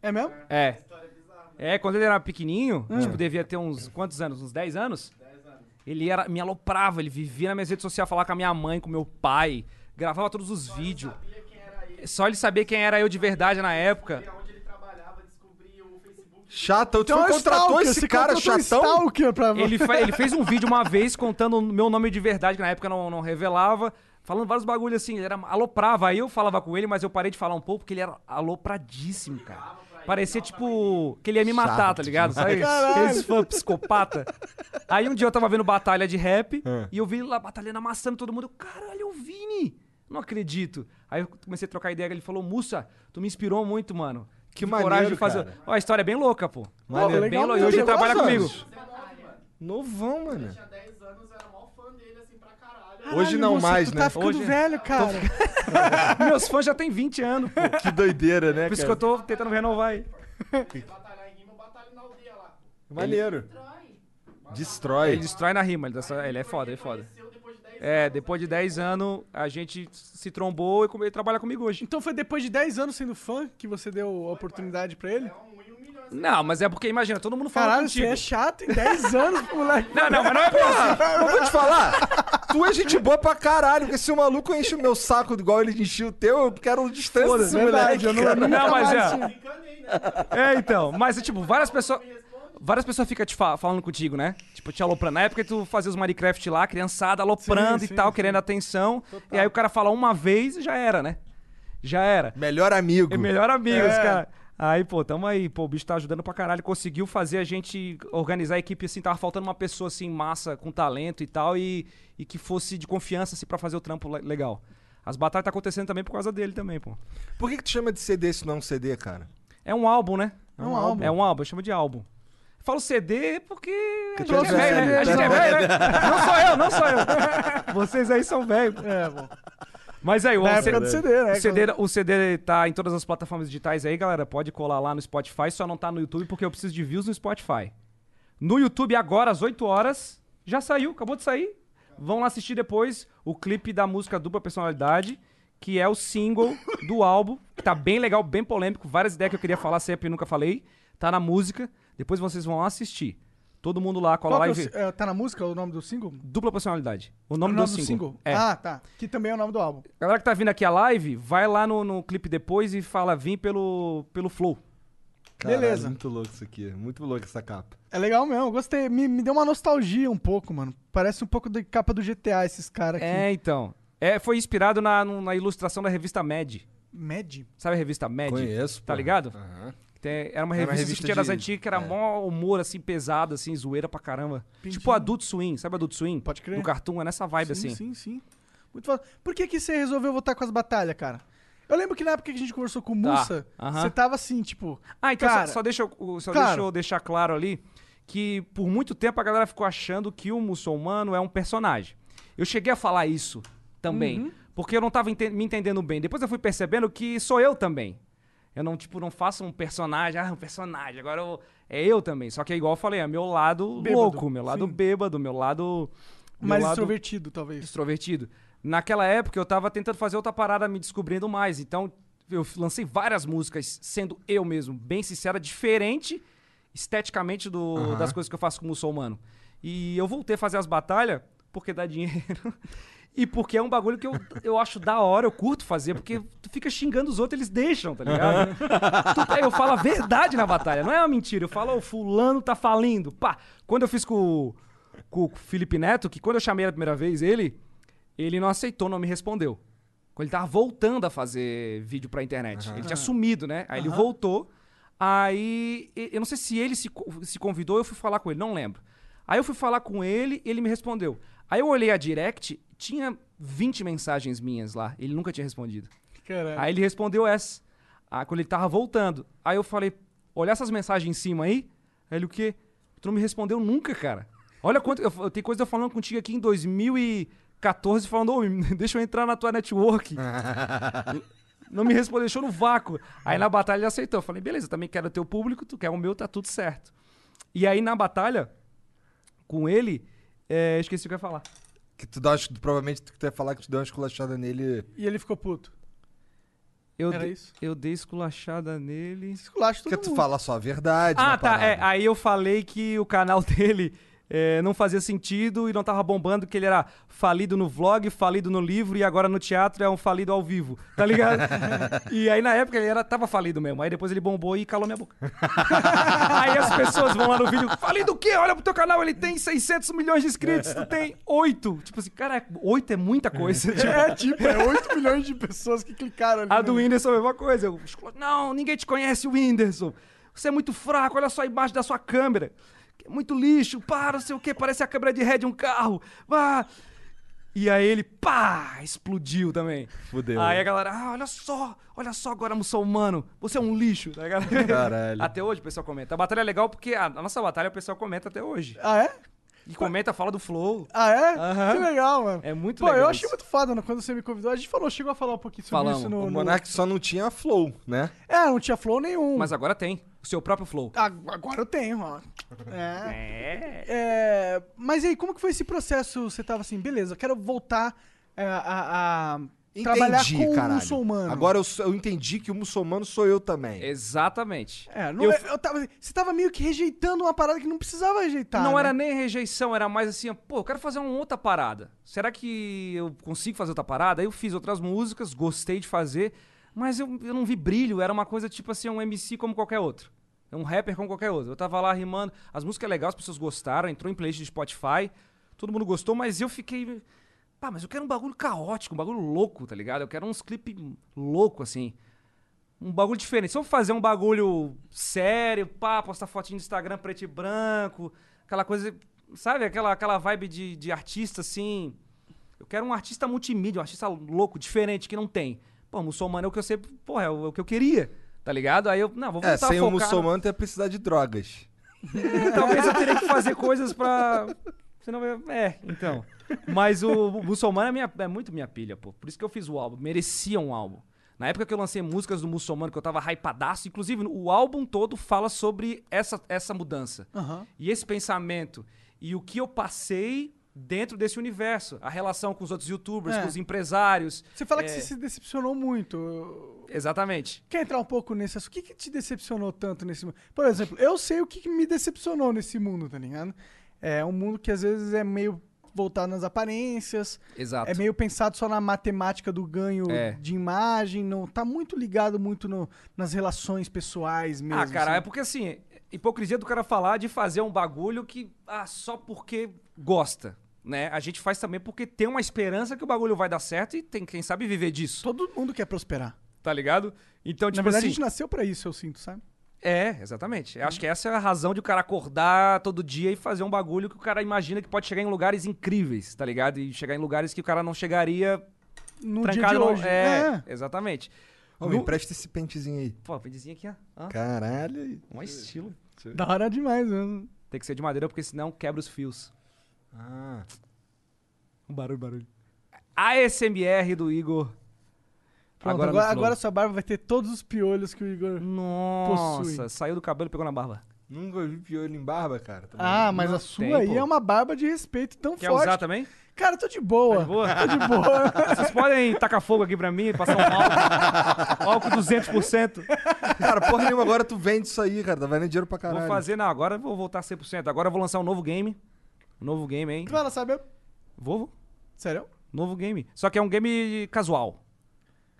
F: É mesmo?
E: É. É, quando ele era pequenininho,
C: Hum.
E: tipo, devia ter uns quantos anos? Uns 10 anos? 10 anos. Ele era, me aloprava, ele vivia na minha rede social, falava com a minha mãe, com meu pai, gravava todos os vídeos. Só ele sabia quem era eu de verdade na época.
G: Onde ele trabalhava, descobri o Facebook.
C: Chato, tu
F: é
E: Então
F: um
C: tipo, contratou
F: stalker,
C: esse
F: você
C: cara
F: contratou um
C: chatão?
F: stalker pra...
E: Ele, fe- ele fez um vídeo uma vez contando o meu nome de verdade, que na época eu não, não revelava. falando vários bagulhos assim, ele era, aloprava. Aí eu falava com ele, mas eu parei de falar um pouco porque ele era alopradíssimo, cara. Parecia tipo que ele ia me matar, tá ligado? Sabe? Esse fã psicopata. Aí um dia eu tava vendo batalha de rap
C: É.
E: e eu vi ele lá batalhando, amassando todo mundo. Eu, Caralho, é o Vini! Não acredito. Aí eu comecei a trocar ideia, ele falou: Mussa, tu me inspirou muito, mano. Que
C: maneiro,
E: coragem de fazer.
C: cara.
E: Ó, a história é bem louca, pô.
C: Maneiro.
E: bem
F: legal
E: louca. E
F: mesmo.
E: hoje ele
F: Tem
E: trabalha
F: quantos
E: comigo.
F: anos?
C: Novão, mano.
G: Tinha 10 anos, eu era maior fã dele, assim, pra caralho.
C: Hoje não
F: moço,
C: mais,
F: tu
C: né?
F: tá ficando
E: Hoje-
F: velho, cara.
E: Meus fãs já tem 20 anos, pô.
F: É,
C: Que doideira, né,
E: Por isso que eu
C: cara?
E: tô tentando renovar aí.
G: Batalhar em rima, eu batalho na aldeia lá.
C: Maneiro.
E: Ele
C: Destrói.
E: destrói na rima, ele, dessa- ele é foda, ele é foda.
G: Eu, depois de 10
E: É, depois de 10 anos, a gente se trombou e come- ele trabalha comigo hoje.
F: Então foi depois de 10 anos sendo fã que você deu a oportunidade pra ele?
E: Não, mas é porque, imagina, todo mundo fala
F: Caralho, você
E: contigo.
F: é chato em 10 anos, moleque.
E: Não, não, mas não é por isso.
C: Eu vou te falar. Tu é gente boa pra caralho, porque se o maluco enche o meu saco igual ele encheu o teu, eu quero distância desse moleque.
F: Verdade, eu não, nunca
E: Não, mas
F: mais
E: é.
F: tinha.
G: né?
E: É, então. Mas, tipo, várias pessoas. Várias pessoas ficam te fa- falando contigo, né? Tipo, te aloprando. Na época tu fazia os Minecraft lá, criançada, aloprando
F: Sim,
E: e
F: sim,
E: tal, querendo atenção. E aí o cara fala uma vez e já era, né? Já era.
C: Melhor amigo.
E: É melhor amigos, cara. Aí, pô, tamo aí, pô, o bicho tá ajudando pra caralho. Conseguiu fazer a gente organizar a equipe assim, tava faltando uma pessoa assim, massa, com talento e tal, e, e que fosse de confiança, assim, pra fazer o trampo le- legal. As batalhas tá acontecendo também por causa dele também, pô.
C: Por que, que tu chama de CD se não é um CD, cara?
E: É um álbum, né?
F: É um álbum.
E: É um álbum, eu chamo de álbum. Eu Falo CD porque. A
C: tu
E: gente
C: é
E: é velho,
C: velho,
E: né? A gente
C: tá
E: é velho, né? Não sou eu, não sou eu. Vocês aí são velhos.
F: É, bom.
E: Mas aí, o
F: Na
E: o
F: época do CD, né?
E: O CD, o CD tá em todas as plataformas digitais aí, galera. Pode colar lá no Spotify, só não tá no YouTube porque eu preciso de views no Spotify. No YouTube, agora, às 8 horas, já saiu, acabou de sair. Vão lá assistir depois o clipe da música Dupla Personalidade, que é o single do álbum, que tá bem legal, bem polêmico. Várias ideias que eu queria falar sempre e nunca falei. Tá na música. Depois vocês vão lá assistir. Todo mundo lá, cola
F: Qual
E: lá
F: que
E: e
F: é o si-
E: vê.
F: é, tá na música o nome do single?
E: Dupla Personalidade. O nome,
F: o nome
E: do, single. É.
F: Ah, tá. Que também é o nome do álbum.
E: Galera que tá vindo aqui a live, vai lá no, no clipe depois e fala vim pelo, pelo flow.
C: Caralho,
F: Beleza.
C: Muito louco isso aqui. Muito louco essa capa.
F: É legal mesmo, gostei. Me, me deu uma nostalgia um pouco, mano. Parece um pouco da capa do GTA esses caras aqui.
E: É, então. É, foi inspirado na, no- na ilustração da revista Mad.
F: Med?
E: Sabe a revista Mad?
C: Conheço,
E: Tá
C: pô.
F: Ah.
E: ligado?
C: Aham.
E: Tem- era uma
C: Era
E: revista,
C: uma
E: que
C: revista
E: tinha das
C: de-
E: antigas, que era
C: é.
E: mó humor, assim, pesado, assim, zoeira pra caramba. Tipo Adult Swim, sabe Adult Swim?
F: Pode crer.
E: Do cartoon, é nessa vibe,
F: sim,
E: assim.
F: sim, sim. Muito foda. Por que, que você resolveu voltar com as batalhas, cara? Eu lembro que na época que a gente conversou com o
E: Tá.
F: Mussa,
E: Aham.
F: você tava assim, tipo.
E: Ah, então
F: Cara,
E: só, só deixa, eu, só
F: claro.
E: deixa eu deixar claro ali que por muito tempo a galera ficou achando que o muçulmano é um personagem. Eu cheguei a falar isso também,
F: Uhum.
E: porque eu não tava enten- me entendendo bem. Depois eu fui percebendo que sou eu também. Eu não, tipo, não faço um personagem, ah, um personagem, agora eu, é eu também. Só que é igual eu falei, é meu lado
F: Bêbado,
E: louco, meu lado
F: sim.
E: bêbado, meu lado... meu
F: mais
E: lado-
F: extrovertido, talvez.
E: extrovertido. Naquela época eu tava tentando fazer outra parada, me descobrindo mais. Então eu f- lancei várias músicas sendo eu mesmo, bem sincera, diferente esteticamente do- das coisas que eu faço com o muçulmano. E eu voltei a fazer as batalhas porque dá dinheiro. E porque é um bagulho que eu, eu acho da hora, eu curto fazer, porque tu fica xingando os outros, eles deixam, tá ligado? Tu- eu falo a verdade na batalha, não é uma mentira. Eu falo, ô, fulano tá falindo. Pá, quando eu fiz com, o- com o Felipe Neto, que quando eu chamei a primeira vez ele, ele não aceitou, não me respondeu. Quando ele tava voltando a fazer vídeo pra internet. Ele tinha sumido, né? Aí ele voltou. Aí, e- eu não sei se ele se, co- se convidou, eu fui falar com ele, não lembro. Aí eu fui falar com ele ele me respondeu. Aí eu olhei a direct, tinha 20 mensagens minhas lá. Ele nunca tinha respondido.
F: Caralho.
E: Aí ele respondeu essa. Ah, quando ele tava voltando. Aí eu falei, olha essas mensagens em cima aí. Aí ele, o quê? Tu não me respondeu nunca, cara. Olha quanto... Eu, eu, tem coisa eu falando contigo aqui em 2014, falando, ô, deixa eu entrar na tua network. não me respondeu, deixou no vácuo. Aí na batalha ele aceitou. Eu falei, beleza, eu também quero o teu público, tu quer o meu, tá tudo certo. E aí na batalha, com ele, é, esqueci o que eu ia falar.
C: Que tu dá, uma- provavelmente tu quer falar que tu deu uma esculachada nele.
F: E ele ficou puto.
E: Eu,
F: Era
E: de-
F: isso?
E: eu dei esculachada nele.
F: Esculacho todo
C: Porque tu
F: mundo.
C: fala só a verdade.
E: Ah,
C: na
E: tá.
C: parada.
E: É, aí eu falei que o canal dele é, não fazia sentido e não tava bombando, que ele era falido no vlog, falido no livro e agora no teatro é um falido ao vivo, tá ligado? e aí na época ele era, tava falido mesmo, aí depois ele bombou e calou minha boca. aí as pessoas vão lá no vídeo, falido o quê? Olha pro teu canal, ele tem 600 milhões de inscritos, tu tem 8. Tipo assim, cara, 8 é muita coisa. tipo,
F: É, tipo, é 8 milhões de pessoas que clicaram ali.
E: a
F: no-
E: do Whindersson é a mesma coisa. Eu, não, ninguém te conhece, Whindersson. Você é muito fraco, olha só a imagem da sua câmera. É muito lixo, pá, não sei o que, parece a câmera de ré de um carro. Pá. E aí ele, pá, explodiu também.
C: Fudeu. né?
E: Aí a galera, ah, olha só, olha só agora muçulmano, você é um lixo. Tá ligado?
C: Caralho.
E: Até hoje o pessoal comenta. A batalha é legal porque a, a nossa batalha o pessoal comenta até hoje.
F: Ah, é?
E: E comenta, fala do flow.
F: Ah, é?
E: Aham.
F: Que legal, mano.
E: É muito
F: Pô,
E: legal.
F: eu achei
E: isso.
F: muito foda né? quando você me convidou. A gente falou, chegou a falar um pouquinho sobre
E: Falamos.
F: isso no.
C: O
F: no-
C: Monark só não tinha flow, né?
F: É, não tinha flow nenhum.
E: Mas agora tem, o seu próprio flow.
C: Tá.
F: Ah, Agora eu tenho, ó. É. É, Mas e aí, como que foi esse processo? Você tava assim, beleza, eu quero voltar é, a, a trabalhar com um o muçulmano.
C: Agora eu, sou- eu entendi que o muçulmano sou eu também.
E: Exatamente.
F: É, não,
E: Eu-
F: é- eu tava, você tava meio que rejeitando uma parada que não precisava rejeitar.
E: não
F: né?
E: era nem rejeição, era mais assim, pô, eu quero fazer uma outra parada. Será que eu consigo fazer outra parada? Aí eu fiz outras músicas, gostei de fazer, mas eu, eu não vi brilho, era uma coisa tipo assim, um MC como qualquer outro. Um rapper como qualquer outro. Eu tava lá rimando, as músicas legais, as pessoas gostaram, entrou em playlist de Spotify, todo mundo gostou, mas eu fiquei. Pá, mas eu quero um bagulho caótico, um bagulho louco, tá ligado? Eu quero uns clipes louco, assim. Um bagulho diferente. Se eu fazer um bagulho sério, pá, postar fotinho no Instagram preto e branco, aquela coisa, sabe? Aquela, aquela vibe de, de artista, assim. Eu quero um artista multimídia, um artista louco, diferente, que não tem. Pô, muçulmano é o que eu sempre, porra, é o, é o que eu queria, tá ligado? Aí eu, não, vou voltar
C: É,
E: a
C: sem o
E: focar.
C: muçulmano ia precisar de drogas.
E: Talvez eu teria que fazer coisas pra. Senão eu... É, então. Mas o, o muçulmano é, minha- é muito minha pilha, pô. Por isso que eu fiz o álbum. Merecia um álbum. Na época que eu lancei músicas do muçulmano, que eu tava hypadaço, inclusive o álbum todo fala sobre essa, essa mudança.
F: Aham.
E: E esse pensamento. E o que eu passei dentro desse universo. A relação com os outros youtubers,
F: É.
E: com os empresários.
F: Você fala
E: É.
F: que você se decepcionou muito.
E: Exatamente.
F: Quer entrar um pouco nesse assunto? O que, que te decepcionou tanto nesse mundo? Por exemplo, eu sei o que, que me decepcionou nesse mundo, tá ligado? É um mundo que às vezes é meio voltado nas aparências,
E: Exato.
F: é meio pensado só na matemática do ganho
E: É.
F: de imagem, não tá muito ligado muito no- nas relações pessoais mesmo.
E: Ah, cara, é
F: assim.
E: porque assim, hipocrisia do cara falar de fazer um bagulho que ah, só porque gosta, né? A gente faz também porque tem uma esperança que o bagulho vai dar certo e tem quem sabe viver disso,
F: todo mundo quer prosperar.
E: tá ligado? Então, tipo
F: na verdade,
E: assim,
F: a gente nasceu pra isso, eu sinto, sabe?
E: é, exatamente. Eu Acho que essa é a razão de o cara acordar todo dia e fazer um bagulho que o cara imagina que pode chegar em lugares incríveis, tá ligado? E chegar em lugares que o cara não chegaria
F: No
E: trancado
F: dia de
E: no-
F: hoje. né?
E: É, exatamente.
C: Ô,
E: No-
C: me empresta esse pentezinho aí.
E: Pô, pentezinha aqui, ó. ó.
C: Caralho.
E: Um estilo.
F: é. Da hora demais mesmo.
E: Tem que ser de madeira porque senão quebra os fios.
C: Ah,
E: Um barulho, barulho. ASMR do Igor.
F: Pronto,
E: Agora
F: agora,
E: no
F: agora,
E: flow.
F: sua barba vai ter todos os piolhos que o Igor.
E: Nossa,
F: Possui.
E: saiu do cabelo e pegou na barba.
C: nunca vi piolho em barba, cara. Tá
F: Ah, mas
E: Não
F: a sua
E: tem,
F: aí
E: pô. é
F: é uma barba de respeito tão
E: Quer
F: forte.
E: usar também?
F: Cara, eu tô de boa.
E: Tá Boa.
F: Tô de boa.
E: Vocês podem tacar fogo aqui pra mim e passar um álcool, álcool 200%.
C: Cara, porra nenhuma, agora tu vende isso aí, cara. Tá vendendo dinheiro pra caralho.
E: Vou fazer, não, agora eu vou voltar 100%. Agora eu vou lançar um novo game. Um novo game, hein?
F: Mano, sabe?
E: Vou, vou.
F: Sério?
E: Novo game. Só que é um game casual.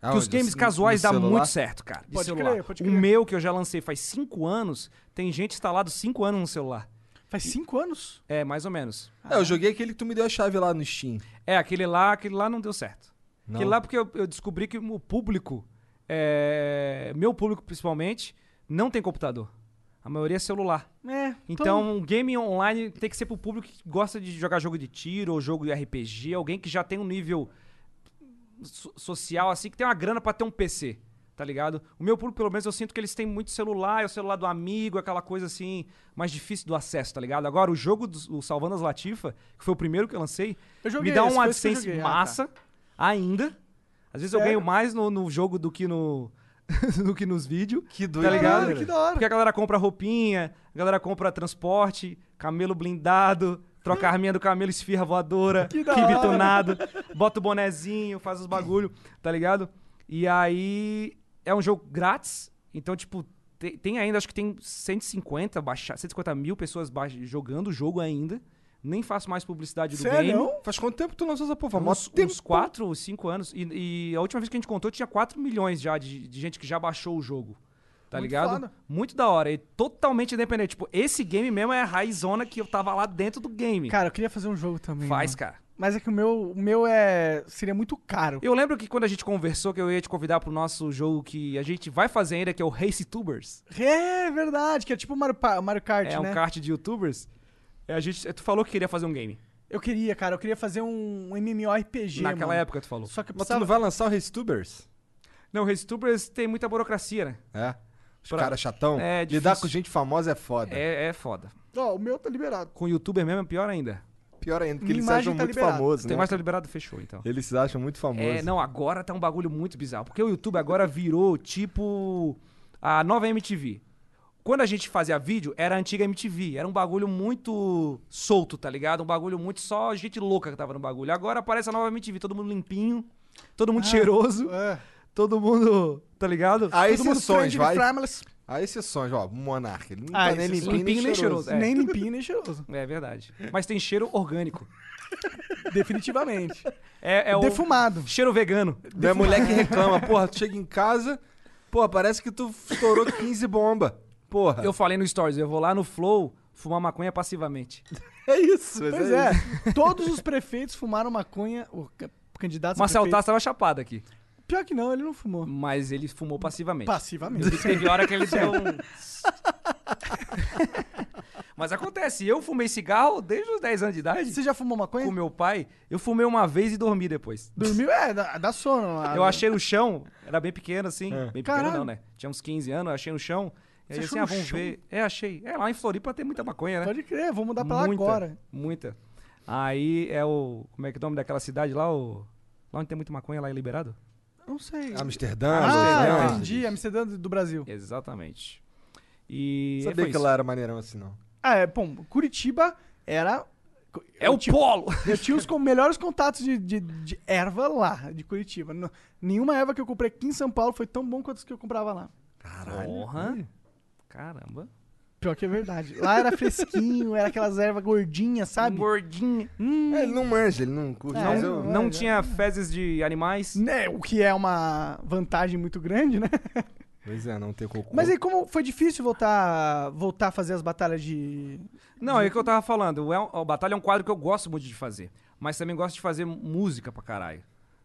C: Ah,
E: Que os
C: onde?
E: games
C: No-
E: casuais
C: no
E: dá
C: celular?
E: muito certo, cara. De
F: Pode
E: celular.
F: crer, pode
E: O
F: crer.
E: meu, que eu já lancei faz 5 anos, tem gente instalado 5 anos no celular.
F: Faz cinco anos?
E: É, mais ou menos.
C: É, eu joguei aquele que tu me deu a chave lá no Steam.
E: É, aquele lá, aquele lá não deu certo.
C: Não.
E: Aquele lá porque eu, eu descobri que o público, é, meu público principalmente, não tem computador. A maioria é celular.
F: É.
E: Então, um game online tem que ser pro público que gosta de jogar jogo de tiro ou jogo de RPG, alguém que já tem um nível so- social, assim, que tem uma grana pra ter um PC, tá ligado? O meu público, pelo menos, eu sinto que eles têm muito celular, é o celular do amigo, aquela coisa assim, mais difícil do acesso, tá ligado? Agora, o jogo do o Salvando as Latifa, que foi o primeiro que eu lancei,
F: Eu joguei
E: me dá
F: esse,
E: uma
F: foi esse que eu
E: AdSense
F: joguei. Ah, tá.
E: massa ainda. Às vezes eu
F: Sério?
E: ganho mais no, no jogo do que no. do que nos vídeos.
C: Que
E: Tá
C: doido,
E: ligado?
F: Caralho, Ah, que da hora.
E: Porque a galera compra roupinha, a galera compra transporte, camelo blindado, troca a arminha do camelo, esfirra voadora,
F: Que da
E: kibe
F: hora.
E: tunado, bota o bonezinho, faz os bagulho, tá ligado? E aí é um jogo grátis, então, tipo, te- tem, ainda, acho que tem 150, baixa, 150 mil pessoas baixa- jogando o jogo ainda. nem faço mais publicidade do
F: Sério?
E: game.
C: Faz quanto tempo tu lançou essa porra? Mó
E: Uns,
C: tempo.
E: uns 4 ou 5 anos. E, e a última vez que a gente contou tinha 4 milhões já de, de gente que já baixou o jogo. Tá
F: Muito
E: ligado?
F: foda.
E: Muito da hora. E totalmente independente. Tipo, esse game mesmo é a raizona que eu tava lá dentro do game.
F: Cara, eu queria fazer um jogo também.
E: Faz,
F: mano.
E: cara.
F: Mas é que o meu, o meu é. Seria muito caro.
E: Eu lembro que quando a gente conversou que eu ia te convidar pro nosso jogo que a gente vai fazer ainda, que é o Race Tubers.
F: É verdade, que é tipo Mario, Pa- Mario Kart,
E: é um
F: né?
E: kart de youtubers. É, a gente, tu falou que queria fazer um game.
F: Eu queria, cara, eu queria fazer um, um MMORPG.
E: Naquela
F: mano.
E: época tu falou.
F: Só que eu
C: Mas tu
F: precisava...
C: não vai lançar o RaceTubers?
E: Não, Race Tubers tem muita burocracia, né?
C: É. Os
E: Pra-
C: caras chatão.
E: É
C: Lidar
E: difícil.
C: com gente famosa é foda.
E: É, é foda.
F: Ó, o meu tá liberado.
E: Com youtuber mesmo é pior ainda.
C: Pior ainda, porque
F: Minha
C: eles se
F: imagem
C: acham
F: tá
C: muito
F: liberada.
C: famosos,
E: Tem
C: né?
E: mais tá liberado, fechou então.
C: Eles se acham muito famosos.
E: É, não, agora tá um bagulho muito bizarro. Porque o YouTube agora virou tipo a nova MTV. Quando a gente fazia vídeo, era a antiga MTV. Era um bagulho muito solto, tá ligado? Um bagulho muito só gente louca que tava no bagulho. Agora aparece a nova MTV, todo mundo limpinho, todo mundo cheiroso,
F: É.
E: todo mundo, tá ligado?
C: Há
F: Todo mundo
C: exceções,
F: friend,
C: vai.
F: frameless.
C: Há exceções, é ó. Monarca. Ele não
F: Ah,
C: tá nem
F: exceções.
C: limpinho,
E: Limpinho nem cheiroso. É.
F: Nem limpinho, nem cheiroso.
E: É verdade. Mas tem cheiro orgânico.
F: Definitivamente.
E: É, é o
F: Defumado.
E: cheiro vegano.
C: Não é mulher que reclama. Porra, tu chega em casa, porra, parece que tu estourou 15 bomba. Porra.
E: Eu falei no Stories, eu vou lá no Flow fumar maconha passivamente.
C: É isso. mas
F: Pois é. Todos os prefeitos fumaram maconha. O ca- candidatos a
E: Marcel
F: prefeito.
E: Tassi tava chapado aqui.
F: Pior que não, ele não fumou.
E: Mas ele fumou passivamente.
F: Passivamente.
E: Teve hora que ele deu um. Mas acontece, eu fumei cigarro desde os 10 anos de idade
F: Você já fumou maconha?
E: com meu pai. Eu fumei uma vez e dormi depois.
F: Dormiu? É, dá, dá sono. né?
E: Eu achei no chão, era bem pequeno assim. Bem pequeno
F: É. Caralho.
E: não, né? Tinha uns 15 anos, eu achei no chão. E aí
F: Você achou
E: assim, ah,
F: no
E: vamos
F: chão?
E: ver. É, achei. É, lá em Floripa tem muita maconha, né?
F: Pode crer, vou mudar pra lá
E: muita,
F: agora.
E: Muita. Aí é o. Como é que é o nome daquela cidade lá? O, lá onde tem muita maconha, lá é liberado?
F: Não sei.
C: É Amsterdã,
F: Ah,
C: Amsterdã.
F: entendi. Amsterdã do do Brasil.
E: É. Exatamente. E.
C: Sabia
E: foi
C: que
E: isso.
C: ela era maneirão assim, não.
F: Ah, é, bom, Curitiba era. tipo
E: É o
F: eu tinha,
E: polo!
F: eu tinha os com- melhores contatos de, de, de erva lá, de Curitiba. N- Nenhuma erva que eu comprei aqui em São Paulo foi tão bom quanto as que eu comprava lá.
E: Porra! Caramba.
F: Pior que é verdade. Lá era fresquinho, era aquelas ervas gordinhas, sabe?
E: Um
F: Hum,
E: Gordinho.
C: É, ele não manja, ele não curte.
F: É,
C: mas
F: não-
C: eu...
E: Não
F: Olha.
E: tinha fezes de animais.
F: Né, o que é uma vantagem muito grande, né?
C: Pois é, não ter cocô.
F: Mas aí como foi difícil voltar, voltar a fazer as batalhas de...
E: Não, é o que eu tava falando. O, El- o Batalha é um quadro que eu gosto muito de fazer. Mas também gosto de fazer música pra caralho.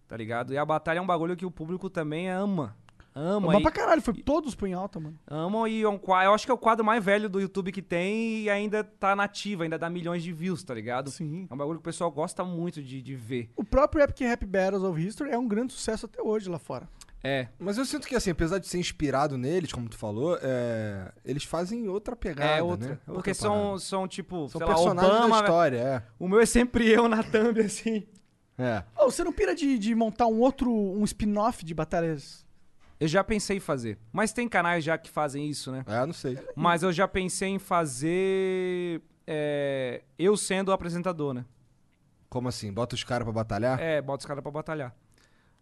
E: Tá ligado? E a batalha é um bagulho que o público também ama. Ama.
F: Mas
E: e-
F: pra caralho, foi todos pro em alta, mano.
E: Amam e é um quadro. Eu acho que é o quadro mais velho do YouTube que tem e ainda tá nativo, ainda dá milhões de views, tá ligado?
F: Sim.
E: É um bagulho que o pessoal gosta muito de, de ver.
F: O próprio Epic Rap Battles of History é um grande sucesso até hoje lá fora.
E: É.
C: Mas eu sinto que, assim, apesar de ser inspirado neles, como tu falou, é, eles fazem outra pegada,
E: é outra.
C: né?
E: Porque
C: Outra
E: são,
C: parada.
E: são tipo,
C: São
E: sei lá,
C: personagens
E: Obama.
C: da história,
E: O meu é sempre eu na thumb, assim.
C: é. é.
F: Ô, você não pira de, de montar um outro, um spin-off de batalhas?
E: Eu já pensei em fazer. Mas tem canais já que fazem isso, né?
C: É, não sei.
E: Mas eu já pensei em fazer. é, eu sendo o apresentador, né?
C: Como assim? Bota os caras pra
F: Ah.
C: batalhar?
E: É, bota os caras pra batalhar.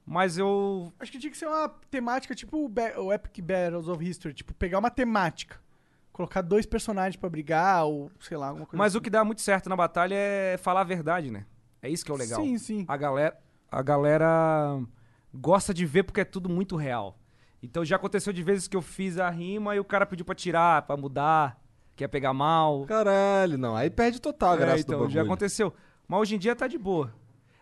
E: Mas eu
F: Acho que tinha que ser uma temática tipo o, Ba- o Epic Battles of History, tipo, pegar uma temática. Colocar dois personagens pra brigar, ou sei lá, alguma coisa assim.
E: Mas o que dá muito certo na batalha é falar a verdade, né? É isso que é o legal.
F: assim. Sim, sim.
E: A galera, a galera gosta de ver porque é tudo muito real. Então já aconteceu de vezes que eu fiz a rima e o cara pediu pra tirar, pra mudar, quer pegar mal.
C: Caralho, não. Aí perde total a graça
E: É, então,
C: do bagulho.
E: já aconteceu. Mas hoje em dia tá de boa.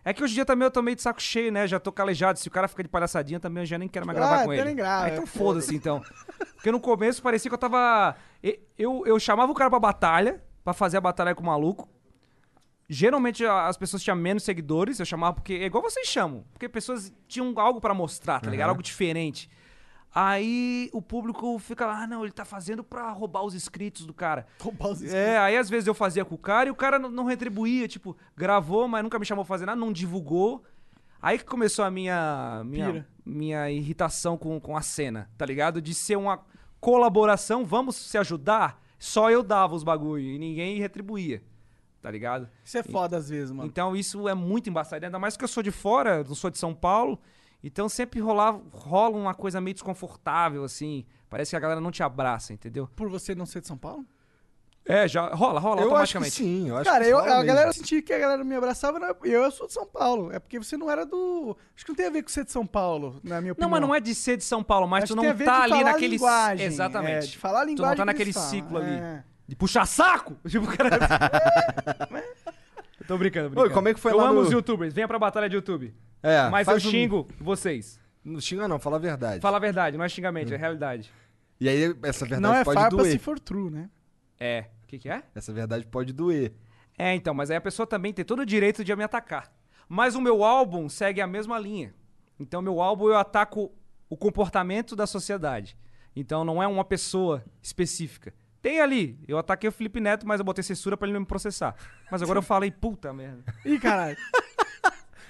E: É que hoje em dia também eu tô meio de saco cheio, né? Já tô calejado. Se o cara fica de palhaçadinha também, eu já nem quero mais
F: Ah,
E: gravar
C: tá
E: com
F: até
E: ele.
F: nem grava,
E: Ah,
F: é,
E: então foda-se, então. Porque no começo parecia que eu tava... e- Eu, eu chamava o cara pra batalha, pra fazer a batalha com o maluco. Geralmente a- as pessoas tinham menos seguidores, eu chamava porque... É igual vocês chamam. Porque pessoas tinham algo pra mostrar, tá ligado? Algo diferente. Aí o público fica lá, ah, não, ele tá fazendo pra roubar os inscritos do cara.
F: Roubar os
E: É, aí às vezes eu fazia com o cara e o cara não, não retribuía, tipo, gravou, mas nunca me chamou pra fazer nada, não divulgou. Aí que começou a minha minha,
F: Pira.
E: minha irritação com, com a cena, tá ligado? De ser uma colaboração, vamos se ajudar, só eu dava os bagulho e ninguém retribuía, tá ligado?
F: Isso é foda às vezes, mano.
E: Então isso é muito embaçado, ainda mais que eu sou de fora, não sou de São Paulo, então sempre rolava, rola uma coisa meio desconfortável, assim, parece que a galera não te abraça, entendeu?
F: Por você não ser de São Paulo?
E: É, já rola, rola
C: Eu acho que
E: automaticamente.
C: sim, eu acho
F: Cara,
C: que
F: eu,
C: rola
F: a
C: mesmo.
F: galera eu senti que a galera me abraçava, não é- e eu sou de São Paulo. É porque você não era do. Acho que não tem a ver com ser de São Paulo, na minha opinião.
E: Não, mas não é de ser de São Paulo, mas
F: Acho
E: tu
F: que tem a
E: não
F: ver
E: tá
F: de
E: ali
F: falar a
E: naquele.
F: linguagem,
E: Exatamente.
F: é, de falar a
E: Tu não
F: linguagem
E: tá
F: que
E: naquele
F: eles falam,
E: ciclo ali.
F: é.
E: De puxar saco? Tipo, o cara. Eu tô brincando, brincando.
C: Oi, como é que foi
E: Eu
C: lá
E: amo
C: no-
E: os youtubers, venha pra batalha de YouTube.
C: É,
F: Ah,
E: mas eu
C: faz um-
E: xingo vocês.
C: Não xinga não, fala a verdade.
E: Fala a verdade, não é xingamento, é realidade.
C: E aí essa verdade
F: Não é
C: pode
F: farpa
C: doer.
F: se for true, né?
E: É. O que, que é?
C: Essa verdade pode doer.
E: É, então, mas aí a pessoa também tem todo o direito de me atacar. Mas o meu álbum segue a mesma linha. Então, meu álbum eu ataco o comportamento da sociedade. Então, não é uma pessoa específica. Tem ali, eu ataquei o Felipe Neto, mas eu botei censura pra ele não me processar. Mas agora eu falei, puta merda.
F: Ih, caralho.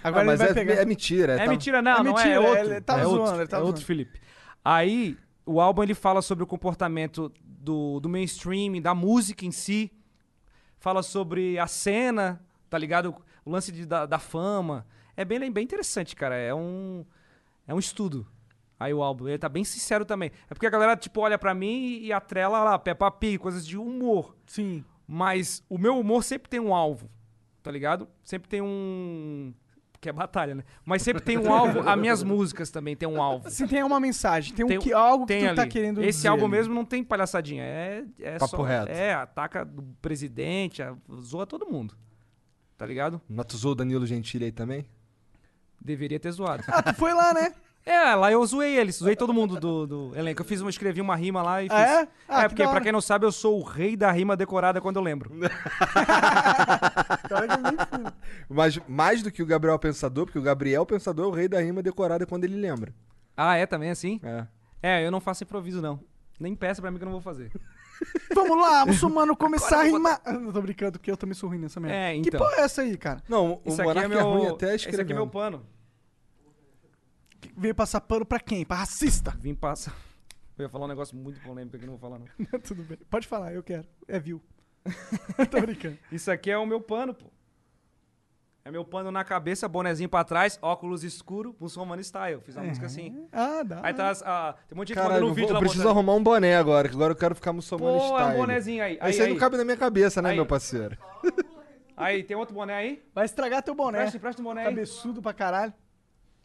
C: Ah,
F: Agora ele
C: mas
F: vai
C: é,
F: pegar.
C: é mentira.
E: É
C: tá-
E: mentira, não,
F: é
E: não é, é
F: mentira,
E: outro.
F: ele tava
E: é outro,
F: zoando, ele tava
E: é outro
F: zoando.
E: Felipe. Aí, o álbum ele fala sobre o comportamento do, do mainstream, da música em si. Fala sobre a cena, tá ligado? O lance de- da, da fama. É bem, bem interessante, cara. É um, é um estudo. Aí o álbum, ele tá bem sincero também. É porque a galera, tipo, olha pra mim e atrela lá, Peppa Pig, coisas de humor.
C: é
F: Sim.
E: Mas o meu humor sempre tem um alvo, tá ligado? Sempre tem um. Que é batalha, né? Mas sempre tem um alvo. As minhas músicas também tem um alvo.
F: Assim, tem uma mensagem, tem, um
E: Tem-
F: que, algo que
E: tem
F: tu tá
E: ali.
F: querendo
E: Esse
F: dizer
E: álbum
F: ali.
E: mesmo não tem palhaçadinha. É, é
C: Papo
E: só.
C: reto.
E: É, ataca do presidente, a- zoa todo mundo. Tá ligado?
C: Não tu zoou o Danilo Gentili aí também?
E: Deveria ter zoado.
F: Ah, tu foi lá, né?
E: é, lá eu zoei ele, zoei todo mundo do, do elenco. Eu fiz uma, escrevi uma rima lá e fiz.
F: Ah, é? Ah,
E: é,
F: que
E: porque
F: da hora.
E: pra quem não sabe, eu sou o rei da rima decorada quando eu lembro.
C: Mas mais do que o Gabriel Pensador, porque o Gabriel Pensador é o rei da rima decorada quando ele lembra.
E: Ah, é também assim?
C: É.
E: É, eu não faço improviso, não. Nem peça pra mim que eu não vou fazer.
F: Vamos lá, muçulmano, começar a rimar. Ah, Não tô brincando, porque eu também sou ruim nessa merda.
E: É,
F: Que
E: então.
F: porra é essa aí, cara?
C: Não, o
E: Isso aqui
C: Monarca
E: é
C: é,
E: meu.
C: ruim até
E: esse aqui é meu
C: escrevendo.
E: pano.
F: Que Veio passar pano pra quem? Pra racista.
E: Vim passar. Eu ia falar um negócio muito polêmico aqui, não vou falar não.
F: Tudo bem. Pode falar, eu quero. É view. tô brincando.
E: Isso aqui é o meu pano, pô. É meu pano na cabeça, bonezinho pra trás, óculos escuro, muçulmano style. Fiz uma música assim.
F: Ah, dá.
E: Aí tá. as- a- tem um monte de gente
C: Caralho,
E: mandando um
C: eu, vou,
E: vídeo
C: eu
E: lá
C: preciso
E: botando.
C: arrumar um boné agora, que agora eu quero ficar muçulmano
E: Pô, é um
C: style.
E: bonezinho aí. Aí,
C: Esse aí,
E: aí,
C: não cabe na minha cabeça, né,
E: Aí.
C: meu parceiro?
E: Aí, tem outro boné aí?
F: Vai estragar teu boné.
E: Empresta, empresta um boné aí.
F: Cabeçudo pra caralho.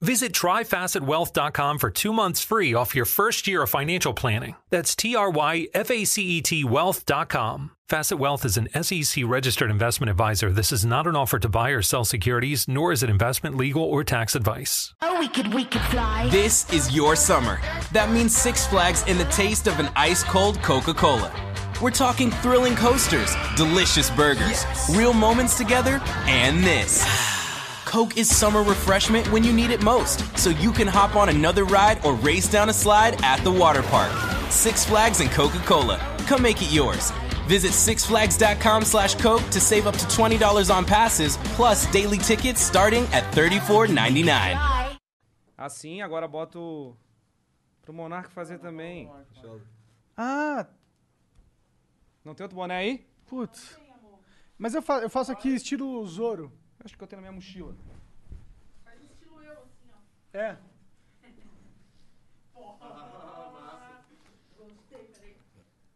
H: Visit tryfacetwealth.com for two months free off your first year of financial planning. That's T R Y F A C E T wealth.com. Facet Wealth is an SEC registered investment advisor. This is not an offer to buy or sell securities, nor is it investment, legal, or tax advice.
I: Oh, we could, we could fly.
J: This is your summer. That means Six Flags and the taste of an ice cold Coca Cola. We're talking thrilling coasters, delicious burgers, real moments together, and this. Coke is summer refreshment when you need it most, so you can hop on another ride or race down a slide at the water park. Six Flags and Coca Cola. Come make it yours. Visit sixflags.com slash Coke to save up to $20 on passes, plus daily tickets starting at $34.99.
I: Fly.
E: Assim, agora boto. Pro Monarca fazer também.
F: Ah,
E: Não tem outro boné aí?
F: putz. Mas eu, fa- eu faço aqui estilo Zoro.
E: Acho que eu tenho na minha mochila.
F: É.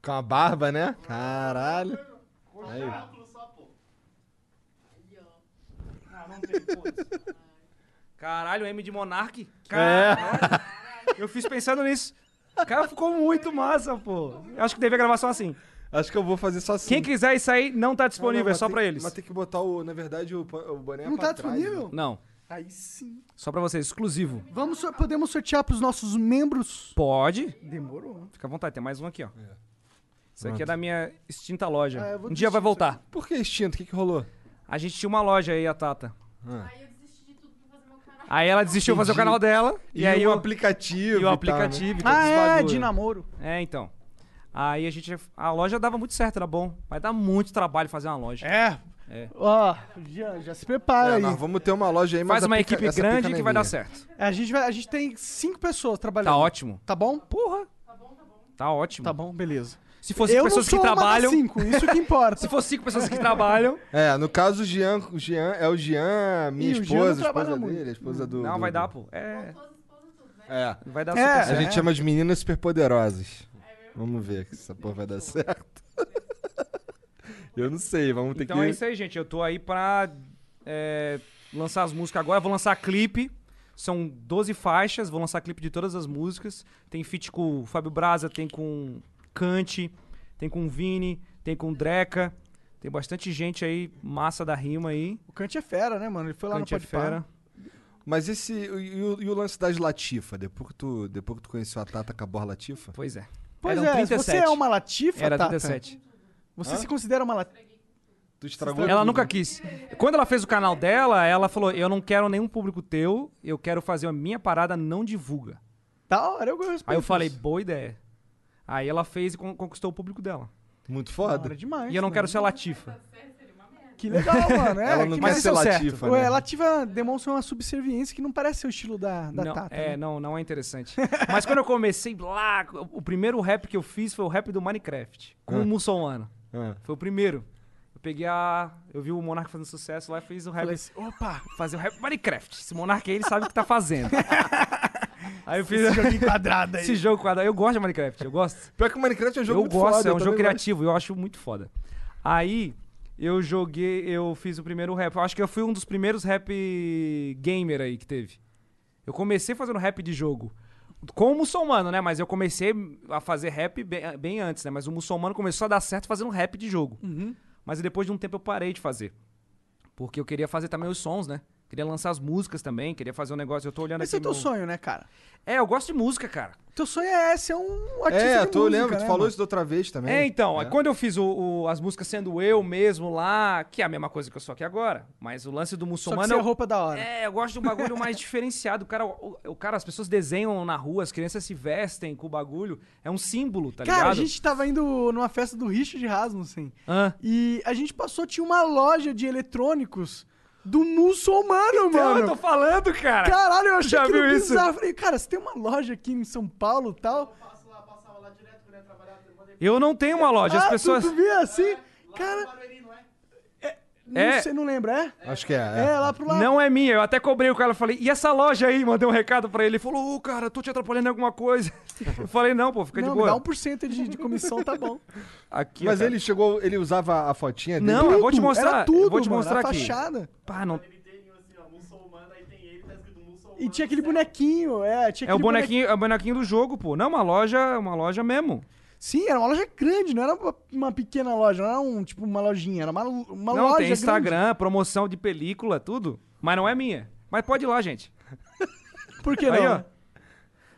C: Com a barba, né? Caralho. Aí.
E: Caralho, M de Monark?
C: É.
E: Caralho. Eu fiz pensando nisso. Cara, ficou muito massa, pô. Eu acho que devia gravar só assim.
C: Acho que eu vou fazer só assim.
E: Quem quiser isso aí, não tá
C: Ah, não,
E: disponível, é
C: mas
E: só
C: tem-
E: pra eles.
C: Mas tem que botar, o, na verdade, o, pan- o boné
F: Não
C: pra
F: tá
C: trás, né?
F: disponível?
E: Não.
F: Aí sim.
E: Só pra vocês, exclusivo.
F: Vamos, sor- podemos sortear pros nossos membros?
E: Pode.
F: Demorou.
E: Fica à vontade, tem mais um aqui, ó. Isso aqui é da minha extinta loja.
F: Ah, eu vou
E: um dia
F: desistir
E: vai
F: disso
E: voltar.
C: Por que extinto? O que, que rolou?
E: A gente tinha uma loja aí, a Tata.
C: Ah.
G: Aí eu desisti de tudo pra fazer meu canal.
E: Aí ela desistiu de fazer o canal dela. E, aí
C: o
E: eu
C: aplicativo. né?
E: e o aplicativo. e todos
F: Ah,
E: os
F: é,
E: bagulho.
F: de namoro.
E: É, então. Aí a gente. A loja dava muito certo, era bom. Mas dá muito trabalho fazer uma loja.
F: É.
E: É.
F: Ó, já, já se
C: Tá,
F: prepara
C: né? É,
F: aí.
C: nós vamos ter uma loja aí, mas
E: Faz
C: a
E: uma
C: pica-
E: equipe
C: essa
E: grande
C: pica
E: que
C: não
E: vai
C: é
E: dar
C: minha.
E: certo.
F: A gente, vai, a gente tem cinco pessoas trabalhando.
E: Tá ótimo.
F: Tá bom? Porra.
E: Tá ótimo.
F: Tá bom, beleza.
E: Se fosse pessoas que
F: uma das
E: trabalham.
F: cinco, isso que importa.
E: Se fosse cinco pessoas que trabalham.
C: É, no caso o Jean, o Jean é o Jean, minha
F: Ih, o Jean
C: esposa,
F: não
C: a
F: trabalha
C: esposa
F: muito.
C: dele, a esposa do.
E: Não,
C: do-
E: vai dar,
C: do-
E: pô. É.
C: É.
E: Vai dar
F: É.
E: super
C: A
E: certo.
C: gente chama de meninas superpoderosas. Vamos ver se essa porra vai dar certo. Eu não sei, vamos ter
E: Então
C: que.
E: é isso aí, gente. Eu tô aí pra é, lançar as músicas agora. Vou lançar clipe. São 12 faixas. Vou lançar clipe de todas as músicas. Tem feat com o Fábio Braza, tem com Kant, tem com Vini, tem com Dreca. Tem bastante gente aí, massa da rima aí.
F: O Kant é fera, né, mano? Ele foi lá
E: Kant
F: no
E: é
F: Podpah.
E: fera.
C: Mas esse. E o, e o lance das Latifa? Depois que, tu, depois que tu conheceu a Tata Cabor Latifa?
E: Pois é.
F: Pois
E: Eram
F: é,
E: 37.
F: você é uma latifa,
E: Era
F: Tata?
E: 37.
F: Você se considera uma latifa?
C: Tu estragou.
E: Ela nunca quis. Quando ela fez o canal dela, ela falou: Eu não quero nenhum público teu, eu quero fazer a minha parada, não divulga.
F: Da hora, eu respeito.
E: Aí eu falei:
F: isso.
E: Boa ideia. Aí ela fez e con- conquistou o público dela.
C: Muito
F: Da
C: foda.
F: hora demais.
E: E eu não
F: mano.
E: quero ser latifa.
F: Que legal, mano. É,
C: Ela não
F: que
C: quer
F: mais
C: ser
F: deu certo.
C: latifa,
F: Ué,
C: né?
F: latifa demonstra uma subserviência que não parece ser o estilo da, da
E: não,
F: Tata.
E: é,
F: né?
E: não, não é interessante. Mas quando eu comecei lá, o primeiro rap que eu fiz foi o rap do Minecraft, com o muçulmano.
C: Ah.
E: Foi o primeiro. Eu peguei a. Eu vi o Monark fazendo sucesso lá e fiz o rap.
F: Falei assim, opa,
E: Fazer o rap Minecraft. Esse Monark aí, ele sabe o que tá fazendo. aí eu fiz
F: esse joguinho quadrado aí.
E: esse jogo quadrado. Eu gosto de Minecraft, eu gosto.
C: Pior que o Minecraft é um jogo
E: eu
C: muito
E: gosto,
C: foda,
E: é
C: eu
E: um jogo
C: também gosto.
E: criativo, eu acho muito foda. Aí eu joguei, eu fiz o primeiro rap. Eu acho que eu fui um dos primeiros rap gamer aí que teve. Eu comecei fazendo rap de jogo. Com o muçulmano, né? Mas eu comecei a fazer rap bem, bem antes, né? Mas o muçulmano começou a dar certo fazendo rap de jogo.
C: Uhum.
E: Mas depois de um tempo eu parei de fazer. Porque eu queria fazer também os sons, né? Queria lançar as músicas também, queria fazer um negócio. Eu tô olhando
F: Esse é
E: aqui.
F: teu
E: meu-
F: sonho, né, cara?
E: É, eu gosto de música, cara.
F: Teu sonho é ser um artista
C: É,
F: de
C: tu
F: música,
C: lembra,
F: né,
C: tu falou
F: mano?
C: isso da outra vez também.
E: É, então,
C: É.
E: quando eu fiz o- o- as músicas sendo eu mesmo lá, que é a mesma coisa que eu sou aqui agora, mas o lance
F: Só
E: do
F: que
E: muçulmano.
F: você é
E: eu-
F: roupa da hora.
E: É, eu gosto de um bagulho mais diferenciado. O cara, o, o cara, as pessoas desenham na rua, as crianças se vestem com o bagulho. É um símbolo, tá
F: Cara, a
E: ligado?
F: gente tava indo numa festa do Richard Rasmussen.
E: Hã?
F: E a gente passou, tinha uma loja de eletrônicos do muçulmano,
E: Então,
F: mano.
E: eu tô falando, cara.
F: Caralho, eu achei
E: Já
F: aquilo
E: viu isso?
F: bizarro. Eu Falei, cara, você tem uma loja aqui em São Paulo e tal?
G: Passo lá, passava lá direto quando eu ia trabalhar. Eu mandei
E: Eu não tenho uma loja, as
F: ah,
E: pessoas.
F: tu, tu via assim? Cara,
G: Barueri, não é?
E: É.
F: você não lembra, é?
C: Acho que é.
F: É,
C: é.
F: lá pro lado.
E: Não é minha, eu até cobrei o cara, eu falei, e essa loja aí? Mandei um recado pra ele, ele falou, ô cara, tô te atrapalhando em alguma coisa. Eu falei, não, pô, fica
F: Não,
E: de
F: me
E: boa.
F: dá 1% de, de comissão, tá bom.
E: Aqui,
C: Mas
E: cara.
C: ele chegou, ele usava a fotinha dele.
E: Não, eu vou te
F: Tudo,
E: mostrar,
F: Era tudo,
E: eu vou te
F: mano,
E: mostrar
F: a
E: aqui.
F: fachada.
E: Pá, não,
G: Ele tem assim, ó, muçulmano, aí tem ele, tá escrito muçulmano.
F: E tinha aquele bonequinho, é. Tinha
E: É o
F: aquele
E: bonequinho, é o bonequinho do jogo, pô. Não, uma loja, uma loja mesmo.
F: Sim, era uma loja grande, não era uma- uma pequena loja, não era um, tipo uma lojinha, era uma, uma
E: não,
F: loja
E: tem
F: grande.
E: Instagram, promoção de película, tudo. Mas não é minha. Mas pode ir lá, gente.
F: Por que
E: Aí,
F: não?
E: ó.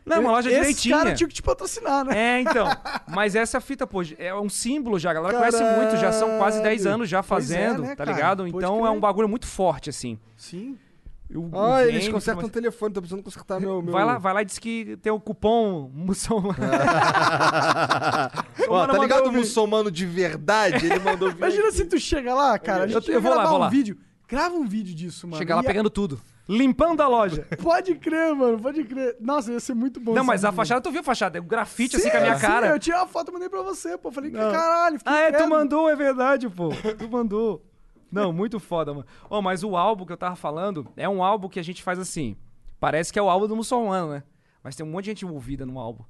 E: Não, é uma loja
F: Esse
E: direitinha.
F: cara tinha que te patrocinar, né?
E: É, então. Mas essa fita, pô, é um símbolo já. A galera conhece muito, já são quase 10 anos já
F: Pois é,
E: fazendo,
F: né,
E: tá
F: cara?
E: ligado?
F: Pode
E: Então
F: crer.
E: é um bagulho muito forte, assim.
F: Sim.
E: Eu,
C: Ah, eles consertam o telefone, tô precisando consertar meu. meu...
E: é Vai lá, vai lá e diz que tem o cupom muçulmano.
C: Ó,
E: Mano,
C: tá ligado
E: mandou um
C: o
E: vir.
C: muçulmano de verdade? Ele mandou vir.
F: Imagina se tu chega lá, cara. A gente
E: Eu- eu
F: vai
E: vou lá,
F: gravar
E: vou
F: um
E: lá.
F: vídeo. Grava um vídeo disso, mano.
E: Chegar lá
F: E-
E: pegando tudo. Limpando a loja.
F: Pode crer, mano, pode crer. Nossa, ia ser muito bom.
E: Não,
F: esse
E: mas a
F: vídeo.
E: fachada, tu viu a fachada? É um grafite assim
F: Sim,
E: com a minha
F: sim,
E: cara.
F: Eu tirei uma foto e mandei pra você, pô. Falei, caralho, fiquei
E: Ah, é, tu
F: credo.
E: mandou, é verdade, pô. Tu mandou. Não, muito foda, mano. Ó, mas o álbum que eu tava falando é um álbum que a gente faz assim. Parece que é o álbum do muçulmano, né? Mas tem um monte de gente envolvida no álbum.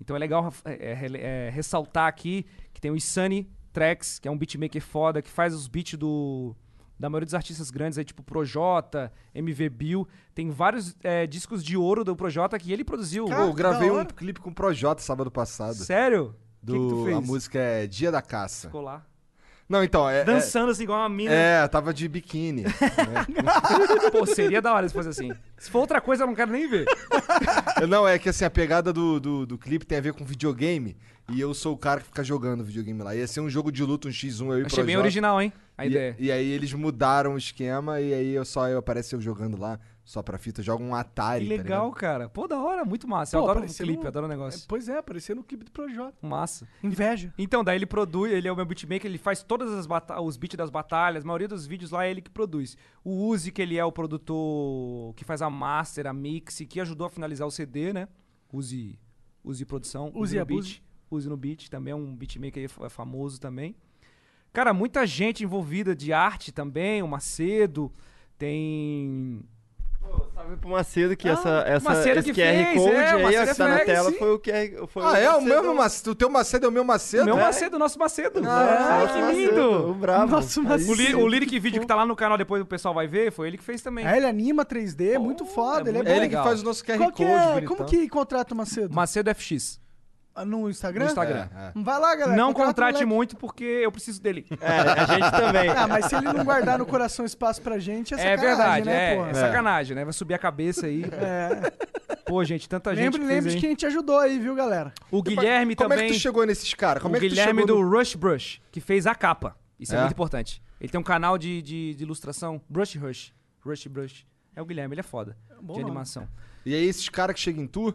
E: Então é legal é, é, é, ressaltar aqui que tem o Insane Tracks, que é um beatmaker foda, que faz os beats do. Da maioria dos artistas grandes aí, tipo Projota, MV Bill. Tem vários é, discos de ouro do Projota que ele produziu.
C: Pô, eu gravei
F: da
C: um
F: hora.
C: clipe com o Projota sábado passado.
E: Sério? O
C: Do,
E: que, que tu
C: A
E: fez?
C: música é Dia da Caça.
E: Ficou lá.
C: Não, então, é. é-
E: Dançando assim, igual uma mina.
C: É, tava de biquíni.
E: Pô, seria da hora se fosse assim. Se for outra coisa, eu não quero nem ver.
C: Não, é que assim, a pegada do, do, do clipe tem a ver com videogame. E eu sou o cara que fica jogando videogame lá. Ia ser um jogo de luta, um X1 eu e
E: Achei bem
C: Projota.
E: original, hein? A
C: E- é
E: ideia.
C: E, aí eles mudaram o esquema e aí eu só eu aparece eu jogando lá, só pra fita, joga um Atari.
E: Que
C: tá
E: legal, cara. Pô, da hora, muito massa. Eu
F: Pô,
E: adoro o
F: parecendo-
E: clipe, eu adoro o negócio.
F: Pois é, parecia no clipe do Projota.
E: Massa.
F: Inveja.
E: Então, daí ele produz, ele é o meu beatmaker, ele faz todos os beats das batalhas, a maioria dos vídeos lá é ele que produz. O Uzi, que ele é o produtor que faz a master, a mix, que ajudou a finalizar o CD, né? Uzi, Uzi Produção,
F: Uzi
E: Uzi, no
F: Abuse.
E: Beat. Uzi no Beat, também é um beatmaker aí fa- famoso também. Cara, muita gente envolvida de arte também, o Macedo, tem...
I: Salve pro Macedo, que essa,
E: o
I: essa,
E: Macedo
I: esse
E: que
I: QR
E: fez,
I: Code
E: é, o
I: aí, ó,
E: Macedo
I: que tá na
E: fez,
I: tela,
E: sim.
I: foi o QR foi
C: Ah, é? O
I: Macedo.
C: mesmo Macedo? O teu Macedo é o meu Macedo?
E: Meu
C: É.
E: Macedo, nosso Macedo.
C: Ah,
E: Ai,
I: Nossa,
E: que
I: Macedo,
E: lindo.
I: O bravo.
F: Nossa,
I: Aí
F: mas-
E: O, li, o lyric vídeo que tá lá no canal, depois o pessoal vai ver, foi ele que fez também.
F: É, ele anima 3D, é muito
E: Pô,
F: foda,
E: é
F: ele é
E: muito
C: É ele
E: legal.
C: que faz o nosso QR
F: Qual que
C: Code,
F: é?
C: bonitão.
F: Como que contrata o Macedo?
E: Macedo FX.
F: Ah, No Instagram?
E: No Instagram.
C: É, é.
F: Vai lá, galera.
E: não
F: contrata o
E: contrate
F: moleque.
E: muito porque eu preciso dele.
I: É, a gente também.
F: Ah, mas se ele não guardar no coração espaço pra gente, é
E: É,
F: sacanagem,
E: verdade,
F: né,
E: é,
F: porra? É.
E: é sacanagem, né? Vai subir a cabeça aí. Pô, gente, tanta gente.
F: Lembre,
E: que
F: lembre
E: fez,
F: de
E: hein?
F: quem te ajudou aí, viu, galera?
E: O Guilherme
C: Como é
E: também.
C: que tu chegou nesses caras? Como
E: o
C: é que
E: Guilherme
C: tu chegou
E: do
C: no-
E: Rush Brush, que fez a capa. Isso é,
C: É?
E: muito importante. Ele tem um canal de, de, de ilustração, Brush Rush. Rush Brush. É o Guilherme, ele é foda. de animação.
C: E aí esses caras que chegam em tu?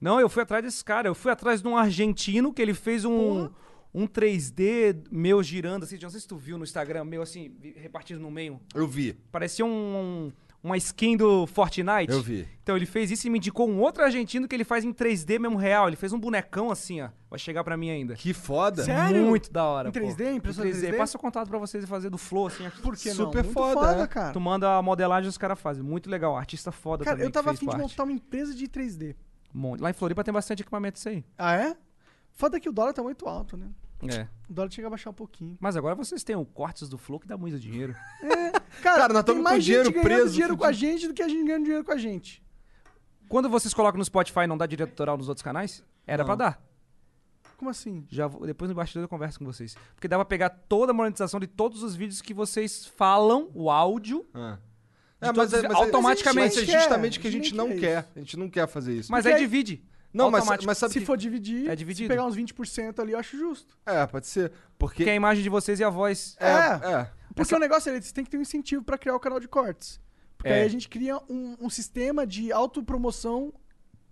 E: Não, eu fui atrás desses caras. Eu fui atrás de um argentino que ele fez um, um 3D meu girando, assim. Não sei se tu viu no Instagram, meu assim, vi- repartido no meio.
C: Eu vi,
E: Parecia um, uma skin do Fortnite.
C: eu vi.
E: Então ele fez isso e me indicou um outro argentino que ele faz em 3D mesmo real. Ele fez um bonecão assim, ó. Vai chegar pra mim ainda.
C: Que foda.
F: Sério?
E: Muito da hora.
F: Em
E: pô.
F: 3D, impressora 3D?
E: Passa o contato pra vocês e fazer do flow assim. ó.
F: Por que não?
C: Super
F: Muito
C: foda,
F: foda
C: é.
F: cara.
E: Tu manda a modelagem e os caras fazem. Muito legal. Artista foda
F: Cara,
E: também.
F: eu
E: que
F: tava
E: fez
F: afim de
E: parte.
F: montar um uma empresa de 3D.
E: Monte. Lá em Floripa tem bastante equipamento isso aí.
F: Ah, é? Foda que o dólar tá muito alto, né?
E: É.
F: O dólar chega a baixar um pouquinho.
E: Mas agora vocês têm o Cortes do Flow que dá muito dinheiro.
F: Cara,
C: Cara, nós
F: tem
C: estamos com
F: mais gente
C: dinheiro
F: ganhando
C: preso.
F: dinheiro com a gente do que a gente ganhando dinheiro com a gente.
E: Quando vocês colocam no Spotify não dá diretoral nos outros canais? Era pra dar.
F: Como assim?
E: Já vou- depois no bastidor eu converso com vocês. Porque dá pra pegar toda a monetização de todos os vídeos que vocês falam, o áudio.
C: Ah.
E: De todos- automaticamente.
C: Mas é
F: Quer,
C: justamente o que a gente
F: nem
C: não
F: quer
C: quer. A gente não quer fazer isso.
E: é Mas
F: Porque
E: aí
F: aí-
E: divide.
C: não, mas,
E: automático.
C: mas sabe
F: Se
C: que... um
F: for dividir,
E: É
F: se
E: dividido.
F: pegar uns 20% ali, eu acho justo.
C: É, pode ser. Porque...
E: Porque é a imagem de vocês e a voz.
C: É,
F: É.
C: é.
F: Porque o negócio é, você tem que ter um incentivo pra criar o canal de cortes. Porque
E: É.
F: aí a gente cria um, um sistema de autopromoção,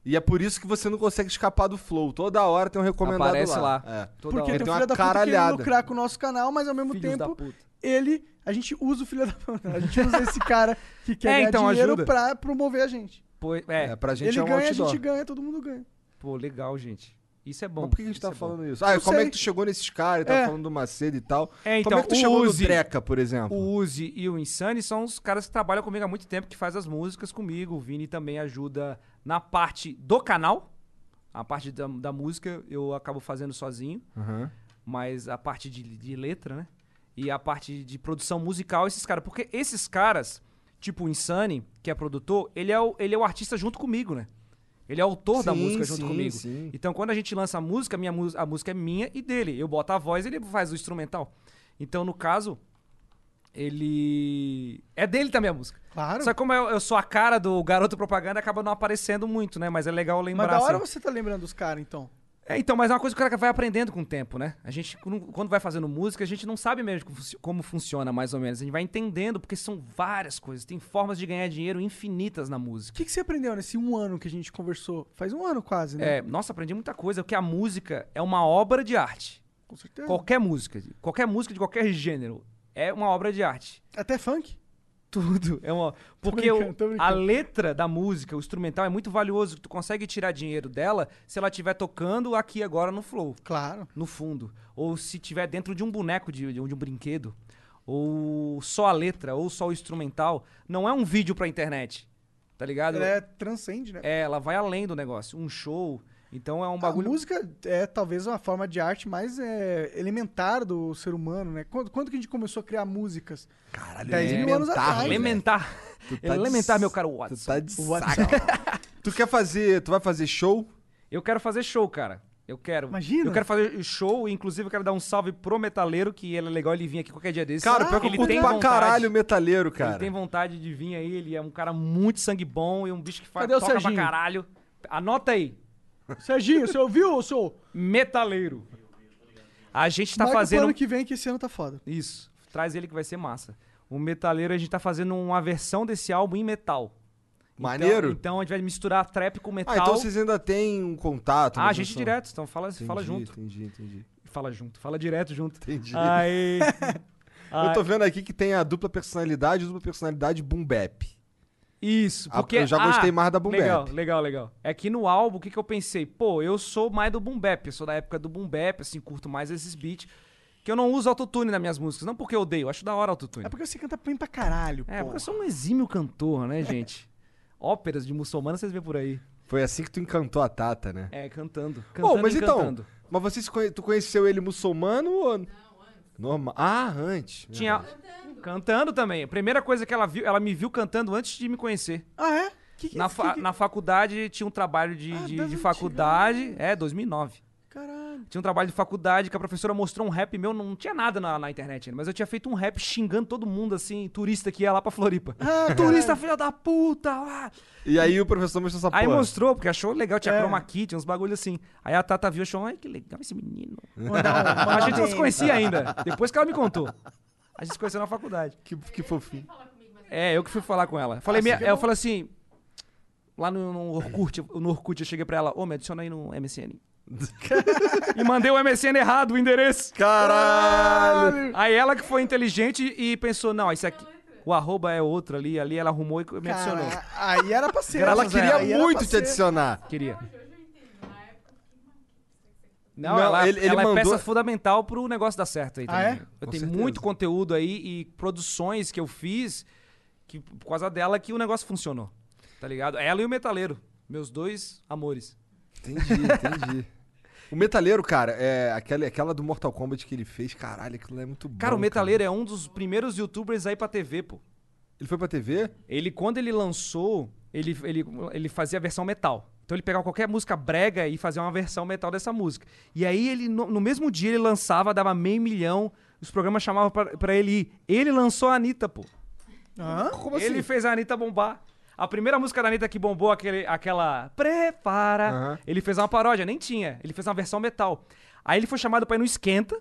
C: E é por isso que você não consegue escapar do flow. Toda hora tem um recomendado
E: Aparece lá.
C: É.
E: Toda
F: porque
E: hora. Então,
F: tem
C: Tem
F: o
C: uma
F: filho da puta querendo
C: caralhada.
F: lucrar com o nosso canal, mas ao mesmo
E: Filhos da
F: tempo,
E: puta.
F: ele... A gente usa o filho da puta. A gente usa esse cara que quer
E: É,
F: ganhar
E: então,
F: dinheiro
E: ajuda.
F: pra promover a gente.
E: Pô, é,
C: É, pra gente
F: ele
C: é um
F: ganha,
C: outdoor.
F: a gente ganha, todo mundo ganha.
E: pô, legal, gente. Isso é bom.
C: Mas por que a gente
E: Isso
C: tá
E: é bom.
C: falando isso? Ah, como é
F: sei.
C: que tu chegou nesses caras? Tá
F: É.
C: falando do Macedo e tal.
E: É, então,
C: como é que tu
E: o
C: chegou
E: Uzi-
C: no Dreca, por exemplo?
E: O Uzi e o Insani são os caras que trabalham comigo há muito tempo, que faz as músicas comigo. O Vini também ajuda na parte do canal. A parte da, da música eu acabo fazendo sozinho,
C: Aham.
E: mas a parte de, de letra, né? E a parte de produção musical, esses caras. Porque esses caras, tipo o Insani, que é produtor, ele é o, ele é o artista junto comigo, né? Ele é autor da
C: Sim,
E: música junto
C: sim,
E: comigo.
C: sim.
E: Então, quando a gente lança a música, minha mus- a música é minha e dele. Eu boto a voz, ele faz o instrumental. Então, no caso, ele. É dele também a música.
F: Claro.
E: Só que como eu, eu sou a cara do garoto propaganda, acaba não aparecendo muito, né? Mas é legal lembrar.
F: Mas da hora
E: assim.
F: você tá lembrando dos caras, então.
E: É, então, mas é uma coisa que o cara vai aprendendo com o tempo, né? A gente, quando quando vai fazendo música, a gente não sabe mesmo como funci- como funciona, mais ou menos. A gente vai entendendo, porque são várias coisas. Tem formas de ganhar dinheiro infinitas na
F: O
E: música.
F: que, que você aprendeu nesse um ano que a gente conversou? Faz um ano quase, né?
E: É, nossa, aprendi muita coisa, porque a música é uma obra de arte.
F: Com certeza.
E: Qualquer música, qualquer música de qualquer gênero é uma obra de arte.
F: Até funk.
E: Tudo. É uma... Porque
F: brincando,
E: o-
F: tô
E: a
F: brincando.
E: letra da música, o instrumental, é muito valioso. Tu consegue tirar dinheiro dela se ela estiver tocando aqui agora no flow,
F: Claro.
E: no fundo. Ou se tiver dentro de um boneco, de, de um de um brinquedo. Ou só a letra, ou só o instrumental. Não é um vídeo pra internet, tá ligado?
F: Ela é transcende, né?
E: É, ela vai além do negócio. Um show. Então é um bagulho...
F: A música é talvez uma forma de arte mais é, elementar do ser humano, né? Quando, quando que a gente começou a criar músicas?
C: Caralho,
F: 10 mil anos atrás. né?
E: Elementar.
C: Tu tá de
E: elementar,
C: s-
E: meu caro
C: Tu
E: Watson.
C: tá de saca. tu quer fazer... Tu vai fazer show?
E: Eu quero fazer show, cara. Eu quero.
D: Imagina.
E: Eu quero fazer show, inclusive eu quero dar um salve pro metaleiro, que ele é legal ele vir aqui qualquer dia desse. Ah,
C: Cara, pior que eu
E: Ele
C: curto
E: tem
C: pra
E: vontade.
C: caralho o metaleiro,
E: Ele
C: cara.
E: tem vontade de vir aí, ele é um cara muito sangue bom e um bicho que faz
F: Cadê o
E: toca pra
F: Serginho?
E: caralho. Anota aí.
F: Serginho, você ouviu, seu?
E: Metaleiro. A gente tá
F: Marca
E: fazendo.
F: pro
E: um-
F: ano que vem, que esse ano tá foda.
E: Isso. Traz ele que vai ser massa. O metaleiro, a gente tá fazendo uma versão desse álbum em metal. Então-
C: Maneiro.
E: Então, a gente vai misturar trap com metal.
C: Ah, então vocês ainda têm um contato.
E: Ah,
C: uma
E: a gente
C: junção.
E: direto, então fala, fala
C: Entendi,
E: junto.
C: Entendi, entendi.
E: Fala junto, fala direto junto.
C: Entendi.
E: Aí.
C: Eu
E: aí-
C: tô vendo aqui que tem a dupla personalidade, dupla personalidade boom bap.
E: Isso,
C: Ah,
E: porque.
C: eu já gostei mais da boom
E: Legal,
C: bap.
E: legal, legal. É que no álbum, o que, que eu pensei? Pô, eu sou mais do boom bap, eu sou da época do boom bap, assim, curto mais esses beats. Que eu não uso autotune nas minhas músicas. Não porque eu odeio, eu acho da hora autotune.
F: É porque você canta bem pra caralho,
E: É,
F: pô.
E: porque eu sou um exímio cantor, né, gente? Óperas de muçulmano vocês vê por aí.
C: Foi assim que tu encantou a Tata, né?
E: É, cantando. cantando
C: Bom, mas
E: e
C: então,
E: cantando.
C: mas você se conhe- tu conheceu ele muçulmano ou... Não, Normal. Ah, antes.
E: Tinha... Cantando. também. A primeira coisa que ela viu, ela me viu cantando antes de me conhecer.
F: Ah, é? Que que
E: Na, fa-
F: que- Ah,
E: na faculdade tinha um trabalho de, de-
F: das
E: de
F: antigas.
E: faculdade. É, 2009.
F: Caralho.
E: Tinha um trabalho de faculdade que a professora mostrou um rap meu, não tinha nada na, na internet ainda, mas eu tinha feito um rap xingando todo mundo, assim, turista que ia lá pra Floripa.
F: Ah,
E: turista, filha da puta! Ah!
C: E aí o professor mostrou essa
E: Aí
C: porra.
E: mostrou, porque achou legal, tinha
F: É.
E: chroma key, tinha uns bagulho assim. Aí a Tata viu e achou, ai, que legal esse menino.
F: Mandar um- mandar
E: Mas a gente não se
F: bem.
E: conhecia ainda, depois que ela me contou. A gente se conheceu na faculdade.
C: Que, que fofinho.
E: É, eu que fui falar com ela.
F: Ah,
E: Falei, minha- eu falei assim, lá no, no Orkut, no Orkut eu cheguei pra ela, ô, me adiciona aí no MSN. e mandei o MSN errado, o endereço.
C: Caralho!
E: Aí ela que foi inteligente e pensou, não, esse aqui, o arroba é outro ali, ali ela arrumou e me adicionou.
F: Cara, aí era pra ser.
C: Ela
E: Graças a
C: queria
E: ela.
F: E era
C: muito
F: pra
C: te
F: ser-
C: adicionar.
E: Queria. Não,
C: Não,
E: ela,
C: ele- ele
E: ela
C: mandou-
E: é peça fundamental pro negócio dar certo aí
F: Ah,
E: também.
F: é?
E: Eu
C: Com
E: tenho
C: certeza.
E: muito conteúdo aí e produções que eu fiz que, por causa dela que o negócio funcionou. Tá ligado? Ela e o Metaleiro. Meus dois amores.
C: Entendi, entendi. O Metaleiro, cara, é aquela, aquela do Mortal Kombat que ele fez, caralho, aquilo lá é muito bom.
E: Cara, o Metaleiro é um dos primeiros youtubers aí pra TV, pô.
C: Ele foi pra TV?
E: Ele, quando ele lançou, ele, ele, ele fazia a versão metal. Então ele pegava qualquer música brega e fazia uma versão metal dessa música. E aí ele, no, no mesmo dia, ele lançava, dava meio milhão, os programas chamavam pra, pra ele ir. Ele lançou a Anitta, pô.
F: Hã?
C: Como assim?
E: Ele fez a Anitta bombar. A primeira música da Anitta que bombou, aquele, aquela Prepara,
C: Aham.
E: ele fez uma paródia, nem tinha. Ele fez uma versão metal. Aí ele foi chamado pra ir no Esquenta.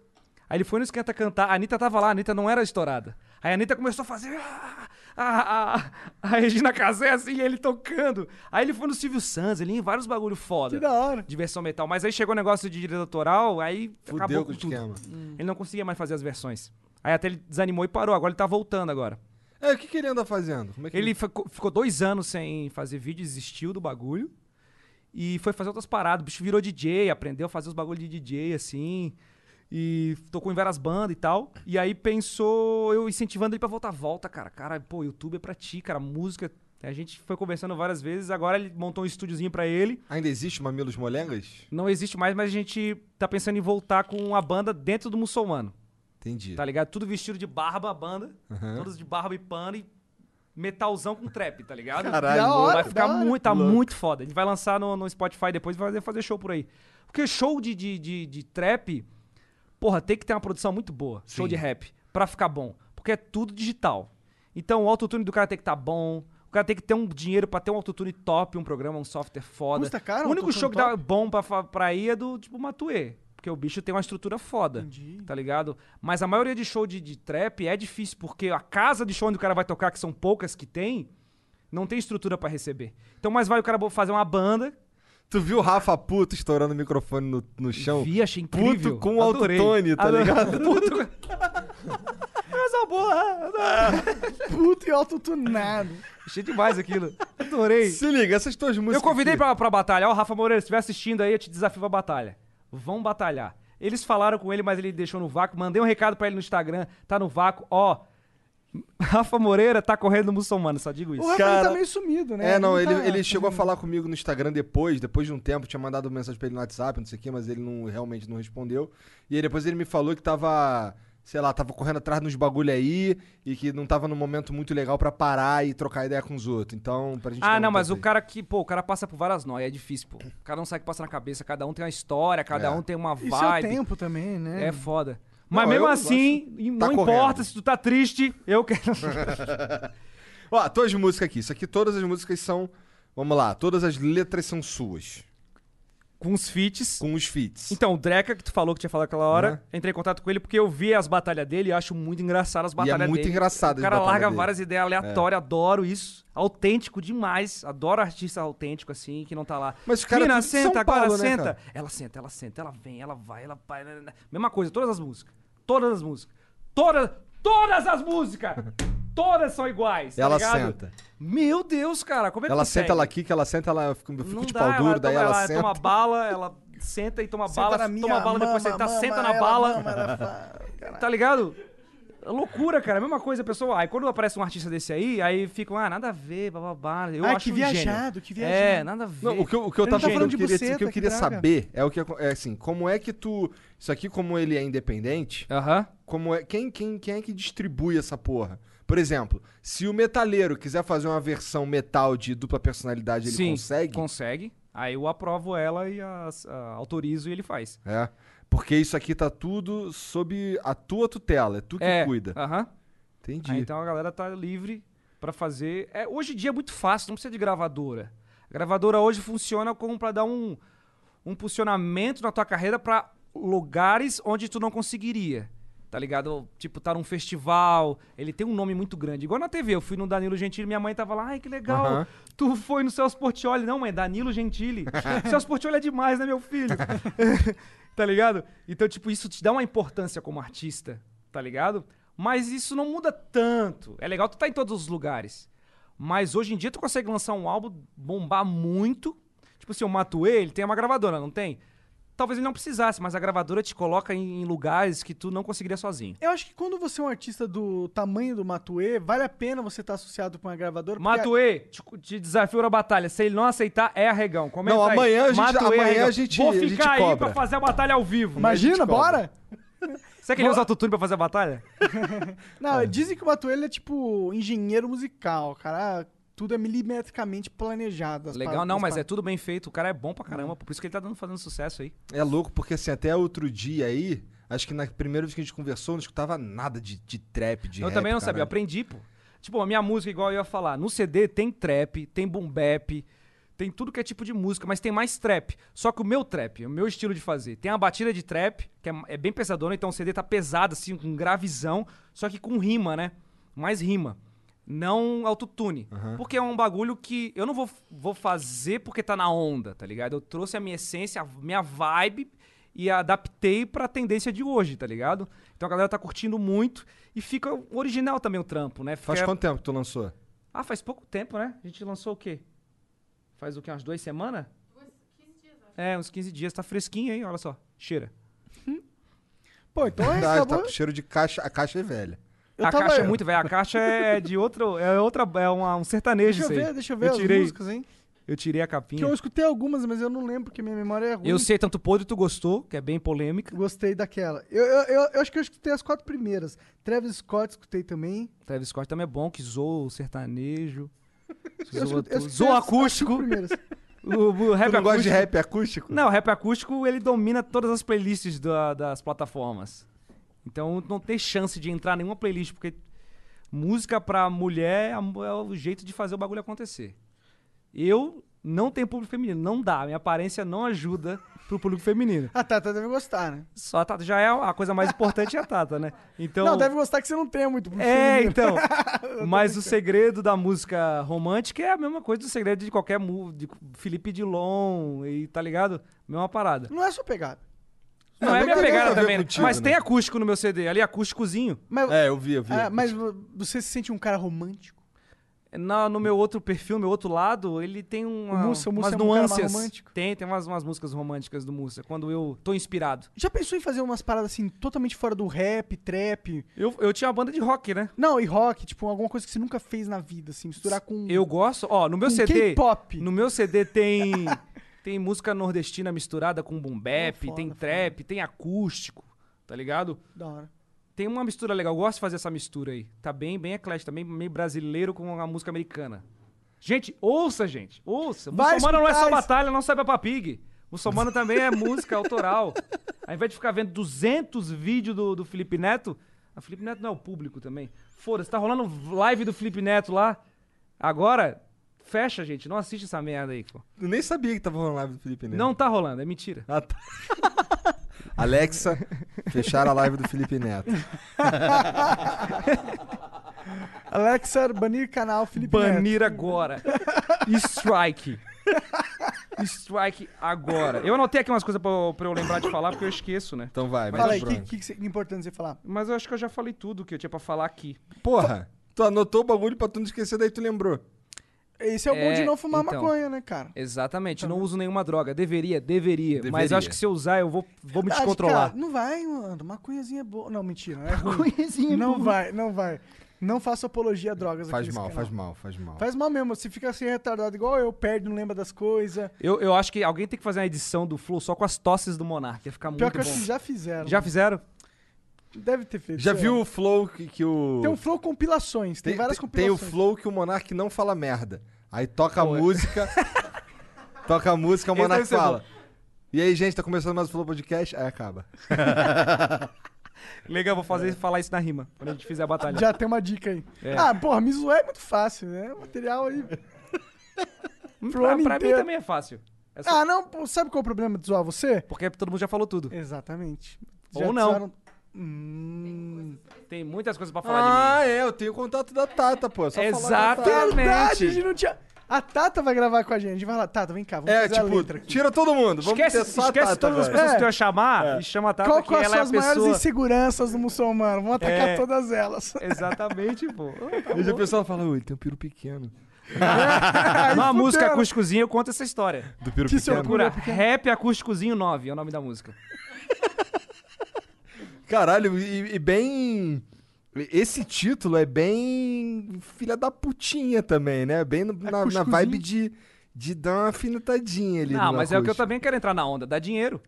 E: Aí ele foi no Esquenta cantar. A Anitta tava lá, a Anitta não era estourada. Aí a Anitta começou a fazer ah, a, a, a Regina Casé assim, e ele tocando. Aí ele foi no Silvio Santos, ele ia em vários bagulho foda.
F: Que da hora.
E: De versão metal. Mas aí chegou o negócio de direito autoral, aí
C: Fudeu
E: acabou
C: com o
E: com tudo.
C: esquema.
E: Ele não conseguia mais fazer as versões. Aí até ele desanimou e parou. Agora ele tá voltando agora.
C: É, o que, que ele anda fazendo? Como é que
E: Ele ficou, ficou dois anos sem fazer vídeo, desistiu do bagulho. E foi fazer outras paradas. O bicho virou DJ, aprendeu a fazer os bagulhos de DJ, assim. E tocou em várias bandas e tal. E aí pensou, eu incentivando ele pra voltar. Volta, cara. Cara, pô, YouTube é pra ti, cara. Música. A gente foi conversando várias vezes. Agora ele montou um estúdiozinho pra ele.
C: Ainda existe o Mamilos Molengas?
E: Não existe mais, mas a gente tá pensando em voltar com a banda dentro do muçulmano.
C: Entendi.
E: Tá ligado? Tudo vestido de barba, a banda.
C: Aham.
E: Todos de barba e pano e metalzão com trap, tá ligado?
C: Caralho,
F: Da hora. né?
E: Vai ficar
F: da
E: muito, tá muito foda. Ele vai lançar no, no Spotify depois e vai fazer- fazer show por aí. Porque show de, de, de, de trap, porra, tem que ter uma produção muito boa. Show de rap, pra ficar bom. Porque é tudo digital. Então o autotune do cara tem que estar bom. O cara tem que ter um dinheiro pra ter um autotune top, um programa, um software foda.
F: Custa caro um
E: o único
F: autotune
E: show que dá bom pra, fa- pra ir é do tipo Matuê. Porque o bicho tem uma estrutura foda.
F: Entendi.
E: Tá ligado? Mas a maioria de show de, de trap é difícil, porque a casa de show onde o cara vai tocar, que são poucas que tem, não tem estrutura pra receber. Então, mais vale o cara bo- fazer uma banda.
C: Tu viu o Rafa puto estourando o microfone no, no chão?
E: Vi, achei incrível.
C: Puto com autotune, tá
E: Adorei.
C: ligado?
E: Puto com... Essa boa.
F: Puto e autotunado.
E: Achei demais aquilo. Adorei.
C: Se liga, essas tuas músicas.
E: Eu convidei
C: aqui.
E: pra, pra batalha. Ó, Rafa Moreira, se estiver assistindo aí, eu te desafio pra batalha. Vão batalhar. Eles falaram com ele, mas ele deixou no vácuo. Mandei um recado pra ele no Instagram. Tá no vácuo. Ó, Rafa Moreira tá correndo no muçulmano, só digo
F: O
E: isso.
F: Rafa
C: Cara-
F: tá meio sumido, né?
C: É, não, ele,
F: tá-
C: ele chegou a falar comigo no Instagram depois, depois de um tempo, tinha mandado mensagem pra ele no WhatsApp, não sei o quê, mas ele não, realmente não respondeu. E aí depois ele me falou que tava sei lá, tava correndo atrás nos bagulho aí e que não tava num momento muito legal pra parar e trocar ideia com os outros. Então, pra gente.
E: Ah,
C: dar
E: não,
C: um
E: mas o
C: tempo
E: cara que, pô, o cara passa por várias noias, é difícil, pô. Cada um sai que passa na cabeça, cada um tem uma história, cada
C: É.
E: um tem uma
F: E
E: vibe.
F: seu tempo também, né?
E: É foda. Mas
C: Não,
E: mesmo
C: eu
E: assim,
C: acho-
E: não
C: tá
E: importa
C: correndo.
E: se tu tá triste, eu quero.
C: Ó, tuas músicas aqui. Isso aqui, todas as músicas são. Vamos lá, todas as letras são suas.
E: Com os feats.
C: Com os feats.
E: Então, o Dreca, que tu falou que tinha falado aquela hora, entrei em contato com ele porque eu vi as batalhas dele e acho muito engraçado as batalhas
C: é muito
E: dele.
C: engraçado
E: O
C: as
E: cara
C: batalhas
E: larga
C: dele. É.
E: várias ideias aleatórias, adoro isso. Autêntico demais. Adoro artista autêntico, assim, que não tá lá.
C: Mas o cara
E: Mina,
C: é tudo de São
E: senta, agora
C: Paulo, né,
E: senta.
C: cara?
E: Ela senta, ela senta, ela vem, ela vai, ela vai. né, né, né. Mesma coisa, todas as músicas. Todas as músicas. Todas, todas as músicas! Todas são iguais. tá
C: Ela
E: ligado?
C: senta.
E: Meu Deus, cara, como é que
C: Ela
E: consegue?
C: senta, ela quica, ela senta, ela fica, fica
E: Não
C: de
E: dá,
C: pau duro,
E: ela
C: daí
E: toma,
C: ela,
E: ela
C: senta.
E: toma bala, ela senta e toma
F: Senta
E: bala,
F: na minha,
E: toma bala, depois
F: mama,
E: senta,
F: mama,
E: senta na
F: ela
E: bala.
F: mama, ela fa-
E: Tá ligado? É Loucura, cara. A mesma coisa, a pessoa. Aí quando aparece um artista desse aí, aí ficam, ah, nada a ver, bababá. Eu
F: Ah,
E: acho
F: que
E: um
F: viajado,
E: gênio.
F: que viajado.
E: É, nada a ver.
C: Não, o que eu, o que eu
F: Ele não
C: tava
F: tá
C: falando,
F: falando
C: eu
F: de
C: queria,
F: buceta,
C: o que eu
F: que
C: queria
F: droga.
C: saber é o que acon- é assim, como é que tu isso aqui como ele é independente? Como é quem quem quem é que distribui essa porra? Por exemplo, se o metaleiro quiser fazer uma versão metal de dupla personalidade, ele
E: Sim,
C: consegue?
E: Consegue. Aí eu aprovo ela e as- a- autorizo e ele faz.
C: É. Porque isso aqui tá tudo sob a tua tutela, é tu que
E: é,
C: cuida.
E: Aham.
C: Entendi.
E: Aí, então a galera tá livre pra fazer. É, hoje em dia é muito fácil, não precisa de gravadora. A gravadora hoje funciona como pra dar um, um posicionamento na tua carreira pra lugares onde tu não conseguiria. Tá ligado? Tipo, tá num festival. Ele tem um nome muito grande. Igual na TV. Eu fui no Danilo Gentili, minha mãe tava lá. Ai, que legal.
C: Aham.
E: Tu foi no Celso Portioli. Não, mãe, Danilo Gentili. Celso Portioli é demais, né, meu filho? tá ligado? Então, tipo, isso te dá uma importância como artista, tá ligado? Mas isso não muda tanto. É legal tu tá em todos os lugares. Mas hoje em dia tu consegue lançar um álbum, bombar muito. Tipo assim, o Matuê, ele tem uma gravadora, não tem? Talvez ele não precisasse, mas a gravadora te coloca em, em lugares que tu não conseguiria sozinho.
F: Eu acho que quando você é um artista do tamanho do Matuê, vale a pena você estar associado com uma gravadora. porque
E: Matuê, te, te desafio na batalha. Se ele não aceitar, é arregão. Comenta
C: Não,
E: aí.
C: amanhã a gente- amanhã
E: arregão.
C: a gente-
E: Vou
C: a gente
E: ficar aí
C: cobra.
E: pra fazer a batalha ao vivo.
C: Imagina,
F: Imagina, bora!
E: Será que ele usa autotune pra fazer a batalha? Ah.
F: Não, dizem que o Matuê ele é tipo engenheiro musical, cara. Tudo é milimetricamente planejado. as
E: Legal,
F: paradas-
E: não,
F: as
E: mas é
F: paradas.
E: tudo bem feito. O cara é bom pra caramba, por isso que ele tá dando, fazendo sucesso aí.
C: É louco, porque assim, até outro dia aí, acho que na primeira vez que a gente conversou, eu não escutava nada de, de trap, de
E: eu
C: rap,
E: também não sabia, eu
C: caralho.
E: aprendi, pô. Tipo, a minha música, igual eu ia falar, no CD tem trap, tem boom bap, tem tudo que é tipo de música, mas tem mais trap. Só que o meu trap, o meu estilo de fazer, tem a batida de trap, que é, é bem pesadona, então o CD tá pesado, assim, com gravizão, só que com rima, né? Mais rima. Não autotune. Porque é um bagulho que eu não vou, vou fazer porque tá na onda, tá ligado? Eu trouxe a minha essência, a minha vibe e adaptei pra tendência de hoje, tá ligado? Então a galera tá curtindo muito e fica original também o trampo, né?
C: Faz
E: Fica-
C: quanto tempo que tu lançou?
E: Ah, faz pouco tempo, né? A gente lançou o quê? Faz o quê? Umas duas semanas? É, uns 15 dias. Tá fresquinho, hein? Olha só. Cheira.
F: Pô, então é,
C: Tá, tá
F: acabou.
C: com cheiro de caixa, a caixa é velha.
F: Eu
E: a
F: tava-
E: caixa é muito velha. A caixa é de outro... É, outra, é uma- um sertanejo
F: Deixa eu
E: isso aí.
F: ver, deixa eu ver as
E: tirei,
F: músicas, hein?
E: Eu tirei a
F: Porque
E: capinha.
F: eu
E: Eu,
F: escutei algumas, mas eu não lembro, porque minha memória é ruim.
E: sei tanto podre tu gostou, que é bem polêmica.
F: Gostei daquela. Eu, eu, eu- eu acho que eu escutei as quatro primeiras. Travis Scott escutei também.
E: Travis Scott também é bom, que zoa o sertanejo.
F: Eu escutei-
E: Zoa,
F: eu
E: tu-
F: escutei
E: zoa
F: as- as cinco
E: acústico.
F: primeiras.
E: O, o rap
C: Tu não gosta de
E: É acústico-
C: rap acústico?
E: Não, o rap acústico ele domina todas as playlists da- das plataformas. Então não tem chance de entrar nenhuma playlist, porque música pra mulher é mo- é o jeito de fazer o bagulho acontecer. Eu não tenho público feminino, não dá. Minha aparência não ajuda pro público feminino.
F: A Tata Ah, deve gostar, né?
E: Só a Tata já é a coisa mais importante é a Tata, né? Então
F: Não, deve gostar que você não tenha muito. pro
E: é,
F: feminino.
E: então. Mas o segredo da música romântica é a mesma coisa do segredo de qualquer mu- de Felipe Dilon e tá ligado? Mesma parada.
F: Não é sua pegada.
E: Não, é
C: mas
E: minha
C: tem nada
E: pegada
C: a ver
E: também. né?
C: contigo,
E: mas
C: né?
E: tem acústico no meu CD, ali acústicozinho.
F: Mas,
C: É, eu vi, eu vi.
F: ah, mas vo- você se sente um cara romântico?
E: Na, no meu outro perfil, meu outro lado, ele tem uma,
F: O Mussa- o Mussa
E: umas
F: é um cara mais
E: nuances.
F: romântico.
E: tem, tem umas, umas músicas românticas do Mussa, quando eu tô inspirado.
F: Já pensou em fazer umas paradas assim, totalmente fora do rap, trap?
E: Eu, eu tinha uma banda de rock, né?
F: Não, e rock, tipo, alguma coisa que você nunca fez na vida, assim, misturar com.
E: Eu gosto, ó, no meu
F: Com
E: CD,
F: K-pop.
E: no meu CD tem tem música nordestina misturada com boom bap,
F: É, foda,
E: tem
F: foda.
E: trap, tem acústico, tá ligado?
F: Da hora.
E: Tem uma mistura legal, eu gosto de fazer essa mistura aí. Tá bem, bem eclético, também meio brasileiro com a música americana. Gente, ouça, gente, ouça.
D: Vai
E: Muçulmano não é só
D: escutar isso.
E: batalha, não sabe a papig. Muçulmano também é música autoral. Ao invés de ficar vendo 200 vídeos do, do Felipe Neto, a Felipe Neto não é o público também. Foda-se, tá rolando live do Felipe Neto lá. Agora, fecha, gente, não assiste essa merda aí, pô.
C: Eu nem sabia que tava rolando live do Felipe Neto.
E: Não tá rolando, é mentira.
C: Ah, tá. Alexa, fechar a live do Felipe Neto.
F: Alexa, banir canal Felipe
E: Banir
F: Neto.
E: agora. E Strike. Strike agora. Eu anotei aqui umas coisas pra, eu- pra eu lembrar de falar, porque eu esqueço, né?
C: Então vai,
F: Fala aí, o que, que, que cê- que é importante você falar?
E: Mas eu acho que eu já falei tudo que eu tinha pra falar aqui.
C: Porra, tu anotou o bagulho pra tu não esquecer, daí tu lembrou.
F: Esse é o bom
E: É,
F: de não fumar
E: então.
F: maconha, né, cara?
E: Exatamente, não uso nenhuma droga. Deveria, deveria. Mas
C: Deveria.
E: acho que se eu usar, eu vou, vou me
F: Verdade,
E: descontrolar.
F: Ah, cara, não vai, mano. Maconhazinha é boa. Não, mentira. É maconhazinha Não vai, não vai. Não faça apologia a drogas
C: Faz
F: aqui nesse
C: mal,
F: canal.
C: faz mal, faz mal.
F: Faz mal mesmo. Se fica assim retardado igual eu, perde, não lembra das coisas.
E: Eu, eu acho que alguém tem que fazer uma edição do Flow só com as tosses do Monark. Ia ficar muito
F: Pior que
E: bom.
F: assim, já fizeram.
E: Já fizeram?
F: Deve ter feito.
C: Já
F: sei
C: viu
F: lá.
C: o flow que, que o...
F: né? Tem um o Flow Compilações. Tem, várias
C: tem o
F: compilações.
C: flow que o Monark não fala merda. Aí toca a música. toca a música, o
E: Esse é
C: Monark
E: deve ser
C: fala. E aí, gente, tá começando mais o Flow Podcast? Aí acaba.
E: Legal, vou fazer, falar isso na rima, quando a gente fizer a batalha.
F: Já tem uma dica aí.
E: É.
F: Ah, porra, me zoar é muito fácil, né? Material aí. pro
E: É. pra
F: ano
E: pra mim
F: inteiro.
E: também é fácil. É só-
F: Ah, não, pô, sabe qual é o problema de zoar você?
E: Porque todo mundo já falou tudo.
F: Exatamente.
E: Ou
F: Já te
E: não.
F: zoaram- Hum.
E: Tem muitas coisas pra falar
C: Ah, é, eu tenho contato da Tata, pô. é Só
E: Exato.
C: Falar
E: Exatamente.
F: Verdade, a gente não tinha. A Tata vai gravar com a gente. A gente vai lá, Tata, vem cá,
C: da
F: vamos
C: Tata. É,
F: fazer a letra
C: tipo,
F: aqui.
C: tira todo mundo. Vamos
E: Esquece,
C: ter só a
E: esquece
C: Tata
E: todas as
C: agora.
E: pessoas
F: É.
E: que eu ia chamar e chama a Tata
F: Qual
E: que
F: que é as
E: ela é a
F: suas maiores
E: pessoa.
F: inseguranças do muçulmano? Vamos atacar
E: É.
F: todas elas.
E: Exatamente, pô. é
C: E a pessoa fala, ui, tem um piro pequeno.
E: Numa música acústicozinho eu conto essa história.
C: Do piro
F: Que seu
C: pequeno.
F: cu-
E: Procura Rap Acústicozinho 9, é o nome da música.
C: Caralho, e, e bem... Esse título é bem filha da putinha também, né? Bem no-
E: É
C: na, na vibe de, de dar uma afinetadinha ali
E: Não,
C: no
E: mas é o que eu
C: acústico.
E: também quero entrar na onda, dá dinheiro.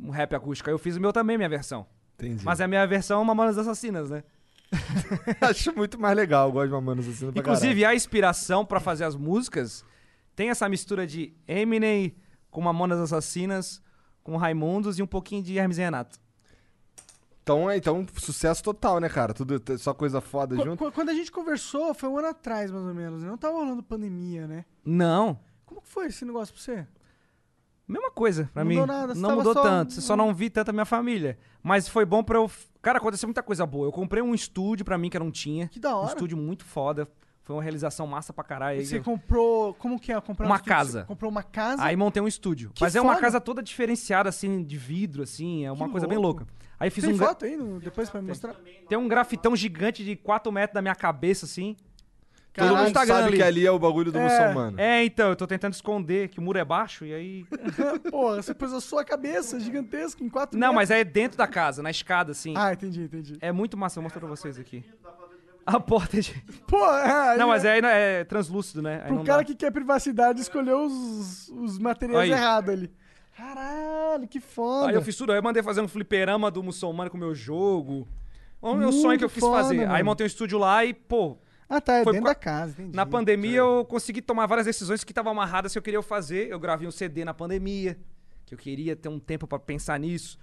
E: Um rap acústico. Aí Eu fiz o meu também, minha versão.
C: Entendi.
E: Mas a minha versão é Mamonas Assassinas, né?
C: Acho muito mais legal, eu gosto de Mamonas Assassinas pra caralho.
E: Inclusive, a inspiração pra fazer as músicas tem essa mistura de Eminem com Mamonas Assassinas, com Raimundos e um pouquinho de Hermes e Renato.
C: Então, é, então, sucesso total, né, cara? Tudo t- só coisa foda
F: Qu-
C: junto.
F: qu- Quando a gente conversou, foi um ano atrás, mais ou menos. né? Não tava rolando pandemia, né?
E: Não.
F: Como que foi esse negócio pra você?
E: Mesma coisa pra
F: Não
E: mim.
F: mudou nada, você
E: não
F: tava
E: mudou
F: só- um-
E: tanto. Só não vi tanto a minha família. Mas foi bom pra eu. Cara, aconteceu muita coisa boa. Eu comprei um estúdio pra mim que eu não tinha.
F: Que da
E: Um
F: hora.
E: estúdio muito foda. Foi uma realização massa pra caralho. Aí,
F: Você
E: eu-
F: comprou. Como que é? Comprar
E: É, Uma
F: um estúdio?
E: casa.
F: Você comprou uma casa.
E: aí montei um estúdio.
F: Que
E: Mas é uma
F: foda.
E: casa toda diferenciada, assim, de vidro, assim. É uma
F: Que
E: coisa bem
F: louco.
E: louca. Aí fiz
F: Tem
E: um. gra-
F: foto aí no- depois pra me mostrar?
E: Tem um grafitão gigante de 4 metros da minha cabeça, assim.
C: Todo
E: no
C: mundo
E: Instagram
C: sabe
E: ali.
C: que ali é o bagulho do
F: É,
C: muçulmano.
E: É, então, eu tô tentando esconder que o muro é baixo e aí.
F: Porra, você pôs a sua cabeça gigantesca em quatro
E: Não,
F: metros.
E: mas é dentro da casa, na escada, assim.
F: Ah, entendi, entendi.
E: É muito massa, eu mostro pra vocês aqui. A porta é de.
F: Pô, é,
E: Não,
F: aí
E: mas aí não- é, translúcido, né? Aí
F: Pro
E: não
F: cara
E: dá.
F: que quer privacidade escolheu os, os materiais
E: Aí.
F: errados ali. Caralho, que foda.
E: Aí eu fiz tudo, aí eu mandei fazer um fliperama do muçulmano com o meu jogo. Olha o meu
F: Muito
E: sonho que eu quis
F: foda,
E: fazer. Aí
F: mano.
E: montei um estúdio lá e, pô,
F: Ah, tá, é
E: Foi
F: dentro da
E: qua-
F: casa, entendi.
E: na pandemia eu consegui tomar várias decisões que estavam amarradas que eu queria fazer. Eu gravei um CD na pandemia, que eu queria ter um tempo pra pensar nisso.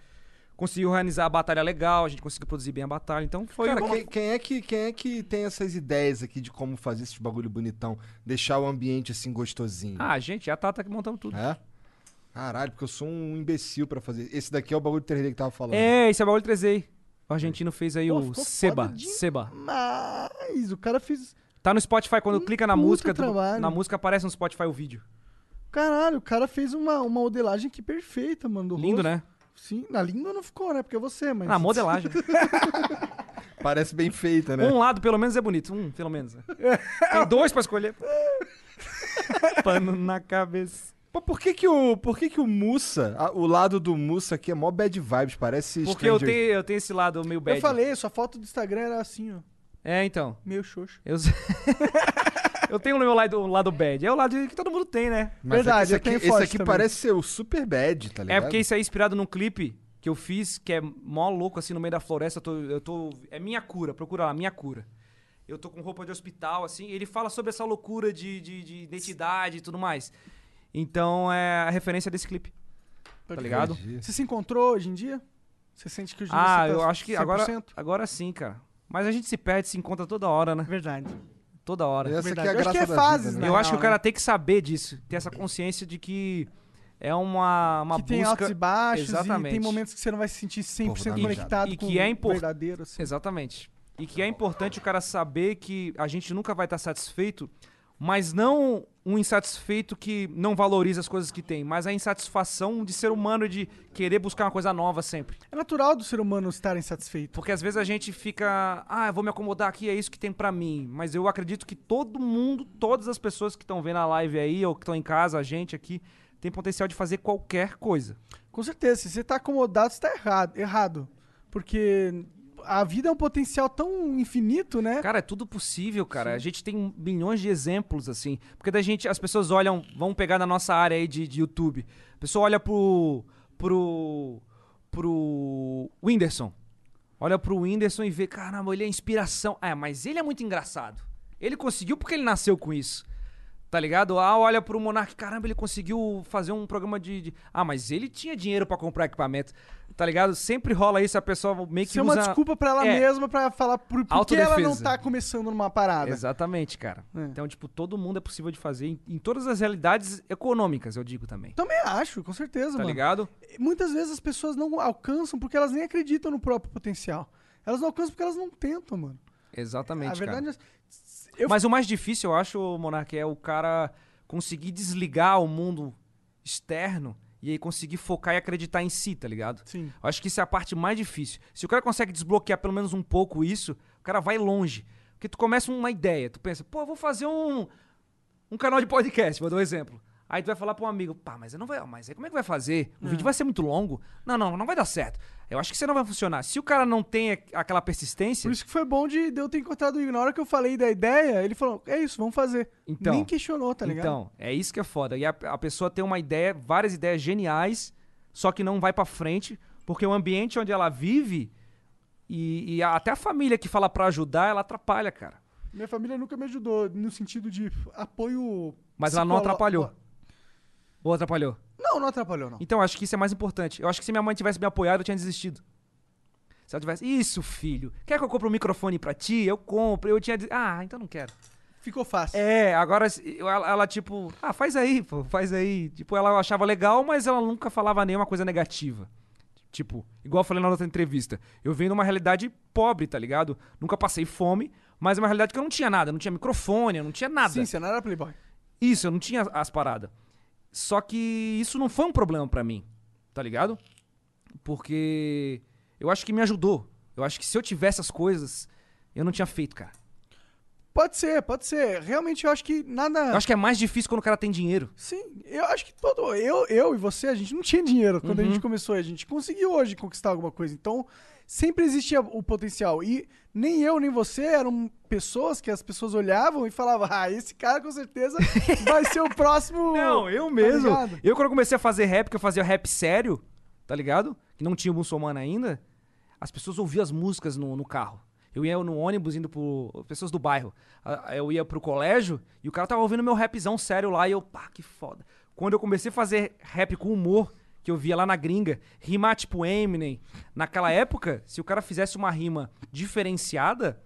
E: Consegui organizar a batalha legal, a gente conseguiu produzir bem a batalha, então foi
C: Cara,
E: uma-
C: quem, quem é que, quem é que tem essas ideias aqui de como fazer esse bagulho bonitão? Deixar o ambiente assim gostosinho.
E: Ah, gente, a Tata que montamos
F: Ah,
E: tudo.
C: É? Caralho, porque eu sou um imbecil pra fazer. Esse daqui é o bagulho 3D que tava falando.
E: É, esse é o bagulho 3D. O argentino fez aí
F: Pô,
E: o
F: ficou foda
E: Seba.
F: de-
E: Seba.
F: Mas o cara fez.
E: Tá no Spotify, quando clica na
F: Hum, puta
E: música, tu-
F: trabalho.
E: na música aparece no Spotify o vídeo.
F: Caralho, o cara fez uma, uma modelagem que perfeita, mano. do
E: Lindo,
F: rosto.
E: né?
F: Sim, na linda não ficou, né? Porque é você, mas.
E: Na modelagem.
C: Parece bem feita, né?
E: Um lado, pelo menos, é bonito. Um, pelo menos. né? Tem dois pra escolher. Pano na cabeça.
C: Pô, por que que o, por que que o Mussa, a- o lado do Mussa aqui é mó bad vibes, parece
E: Porque eu
C: Stranger-
E: tenho, eu tenho esse lado meio bad.
F: Eu falei, sua foto do Instagram era assim, ó.
E: É, então.
F: Meio xoxo.
E: Eu, eu tenho o meu lado, o lado bad. É o lado que todo mundo tem, né?
C: Mas é que
F: Verdade,
C: esse
F: eu
C: aqui,
F: tenho
C: esse
F: forte
C: aqui
F: também.
C: parece ser o super bad, tá ligado?
E: É porque isso é inspirado num clipe que eu fiz, que é mó louco, assim, no meio da floresta. Eu tô, eu tô- é minha cura, procura lá, minha cura. Eu tô com roupa de hospital, assim. Ele fala sobre essa loucura de, de, de identidade e tudo mais. Então é a referência desse clipe. Tá ligado?
F: Você se encontrou hoje em dia? Você sente que hoje em dia
E: Ah,
F: você tá
E: eu acho que agora,
F: 100%?
E: agora sim, cara. Mas a gente se perde, se encontra toda hora, né?
F: É Verdade.
E: Toda hora.
F: Essa que é a Verdade. Eu acho graça que é da fases, vida, né?
E: Eu
F: na
E: acho que
F: real,
E: o cara
F: né?
E: tem que saber disso. Ter essa consciência de que é uma, uma
F: que
E: busca...
F: tem altos e baixos
E: Exatamente.
F: e tem momentos que você não vai se sentir 100%
E: E-
F: conectado
E: e
F: com
E: que é
F: o
E: impor-
F: verdadeiro. assim.
E: Exatamente. E que é importante o cara saber que a gente nunca vai estar satisfeito, mas não um insatisfeito que não valoriza as coisas que tem, mas a insatisfação de ser humano de querer buscar uma coisa nova sempre.
F: É natural do ser humano estar insatisfeito.
E: Porque às vezes a gente fica, ah, eu vou me acomodar aqui, é isso que tem pra mim. Mas eu acredito que todo mundo, todas as pessoas que estão vendo a live aí ou que estão em casa, a gente aqui, tem potencial de fazer qualquer coisa.
F: Com certeza, se você tá acomodado, você tá errado. errado. Porque a vida é um potencial tão infinito, né?
E: Cara, é tudo possível, cara. A gente tem milhões de exemplos, assim. Porque da gente, as pessoas olham, vamos pegar na nossa área aí de, de YouTube. A pessoa olha pro. pro. pro. Whindersson. Olha pro Whindersson e vê, caramba, ele é inspiração. É, mas ele é muito engraçado. Ele conseguiu porque ele nasceu com isso. Tá ligado? Ah, olha pro Monark, caramba, ele conseguiu fazer um programa de. de- Ah, mas ele tinha dinheiro pra comprar equipamento. Tá ligado? Sempre rola isso, a pessoa meio que
F: Isso é uma
E: usa...
F: desculpa pra ela
E: É,
F: mesma pra falar por, por que ela não
E: Autodefesa.
F: tá começando numa parada.
E: Exatamente, cara. Então, tipo, todo mundo é possível de fazer em, em todas as realidades econômicas, eu digo também.
F: Também acho, com certeza,
E: tá
F: mano.
E: ligado?
F: Muitas vezes as pessoas não alcançam porque elas nem acreditam no próprio potencial. Elas não alcançam porque elas não tentam, mano. É,
E: Exatamente,
F: A verdade
E: cara.
F: é- eu-
E: Mas o mais difícil, eu acho, Monark, é o cara conseguir desligar o mundo externo e aí conseguir focar e acreditar em si, tá ligado?
F: Sim.
E: Eu acho que isso é a parte mais difícil. Se o cara consegue desbloquear pelo menos um pouco isso, o cara vai longe. Porque tu começa uma ideia, tu pensa, pô, eu vou fazer um, um canal de podcast, vou dar um exemplo. Aí tu vai falar pra um amigo, pá, mas eu não vai, mas aí como é que vai fazer? O vídeo vai ser muito longo? Não, não, não vai dar certo. Eu acho que isso não vai funcionar. Se o cara não tem a- aquela persistência,
F: Por isso que foi bom de, de eu ter encontrado o Igor. Na hora que eu falei da ideia, ele falou: é isso, vamos fazer.
E: Então.
F: Nem questionou, tá ligado?
E: Então, é isso que é foda. E a, a pessoa tem uma ideia, várias ideias geniais, só que não vai pra frente, porque o ambiente onde ela vive e, e a- até a família que fala pra ajudar, ela atrapalha, cara.
F: Minha família nunca me ajudou no sentido de apoio.
E: Mas ela não
F: psicolo-
E: atrapalhou. Ou atrapalhou?
F: Não, não atrapalhou, não.
E: Então, acho que isso é mais importante. Eu acho que se minha mãe tivesse me apoiado, eu tinha desistido. Se ela tivesse, isso, filho, quer que eu compre um microfone pra ti? Eu compro. Eu tinha. des- Ah, então não quero.
F: Ficou fácil.
E: É, agora se- ela, ela, tipo, ah, faz aí, pô, faz aí. Tipo, ela achava legal, mas ela nunca falava nenhuma coisa negativa. Tipo, igual eu falei na outra entrevista, eu venho de uma realidade pobre, tá ligado? Nunca passei fome, mas é uma realidade que eu não tinha nada, não tinha microfone, eu não tinha nada.
F: Sim, você não era Playboy.
E: Isso, eu não tinha as- as paradas. Só que isso não foi um problema pra mim, tá ligado? Porque eu acho que me ajudou. Eu acho que se eu tivesse as coisas, eu não tinha feito, cara.
F: Pode ser, pode ser. Realmente eu acho que nada.
E: Eu acho que é mais difícil quando o cara tem dinheiro.
F: Sim, eu acho que todo. Eu, eu e você, a gente não tinha dinheiro quando a
E: Uhum.
F: gente começou. A gente conseguiu hoje conquistar alguma coisa. Então, sempre existia o potencial. E nem eu, nem você eram pessoas que as pessoas olhavam e falavam: Ah, esse cara com certeza vai ser o próximo.
E: Não, eu
F: Tá
E: mesmo.
F: ligado?
E: eu, quando comecei a fazer rap, que eu fazia rap sério, tá ligado? Que não tinha muçulmano ainda, as pessoas ouviam as músicas no, no carro. Eu ia no ônibus indo pro. Pessoas do bairro. Ah, Eu ia pro colégio e o cara tava ouvindo meu rapzão sério lá e eu, pá, que foda. Quando eu comecei a fazer rap com humor, que eu via lá na gringa, rimar tipo Eminem, naquela época, se o cara fizesse uma rima diferenciada,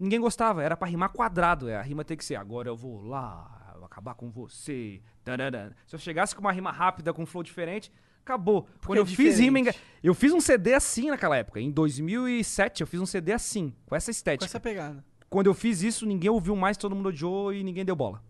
E: ninguém gostava. Era pra rimar quadrado. é, A rima tem que ser agora eu vou lá, eu vou acabar com você. tarará. Se eu chegasse com uma rima rápida, com um flow diferente, acabou. Quando
F: é
E: eu fiz rima.
F: diferente.
E: enga- Eu fiz um CD assim naquela época. Em 2007, eu fiz um CD assim, com essa
F: Com
E: estética.
F: essa pegada.
E: Quando eu fiz isso, ninguém ouviu mais, todo mundo odiou e ninguém deu bola.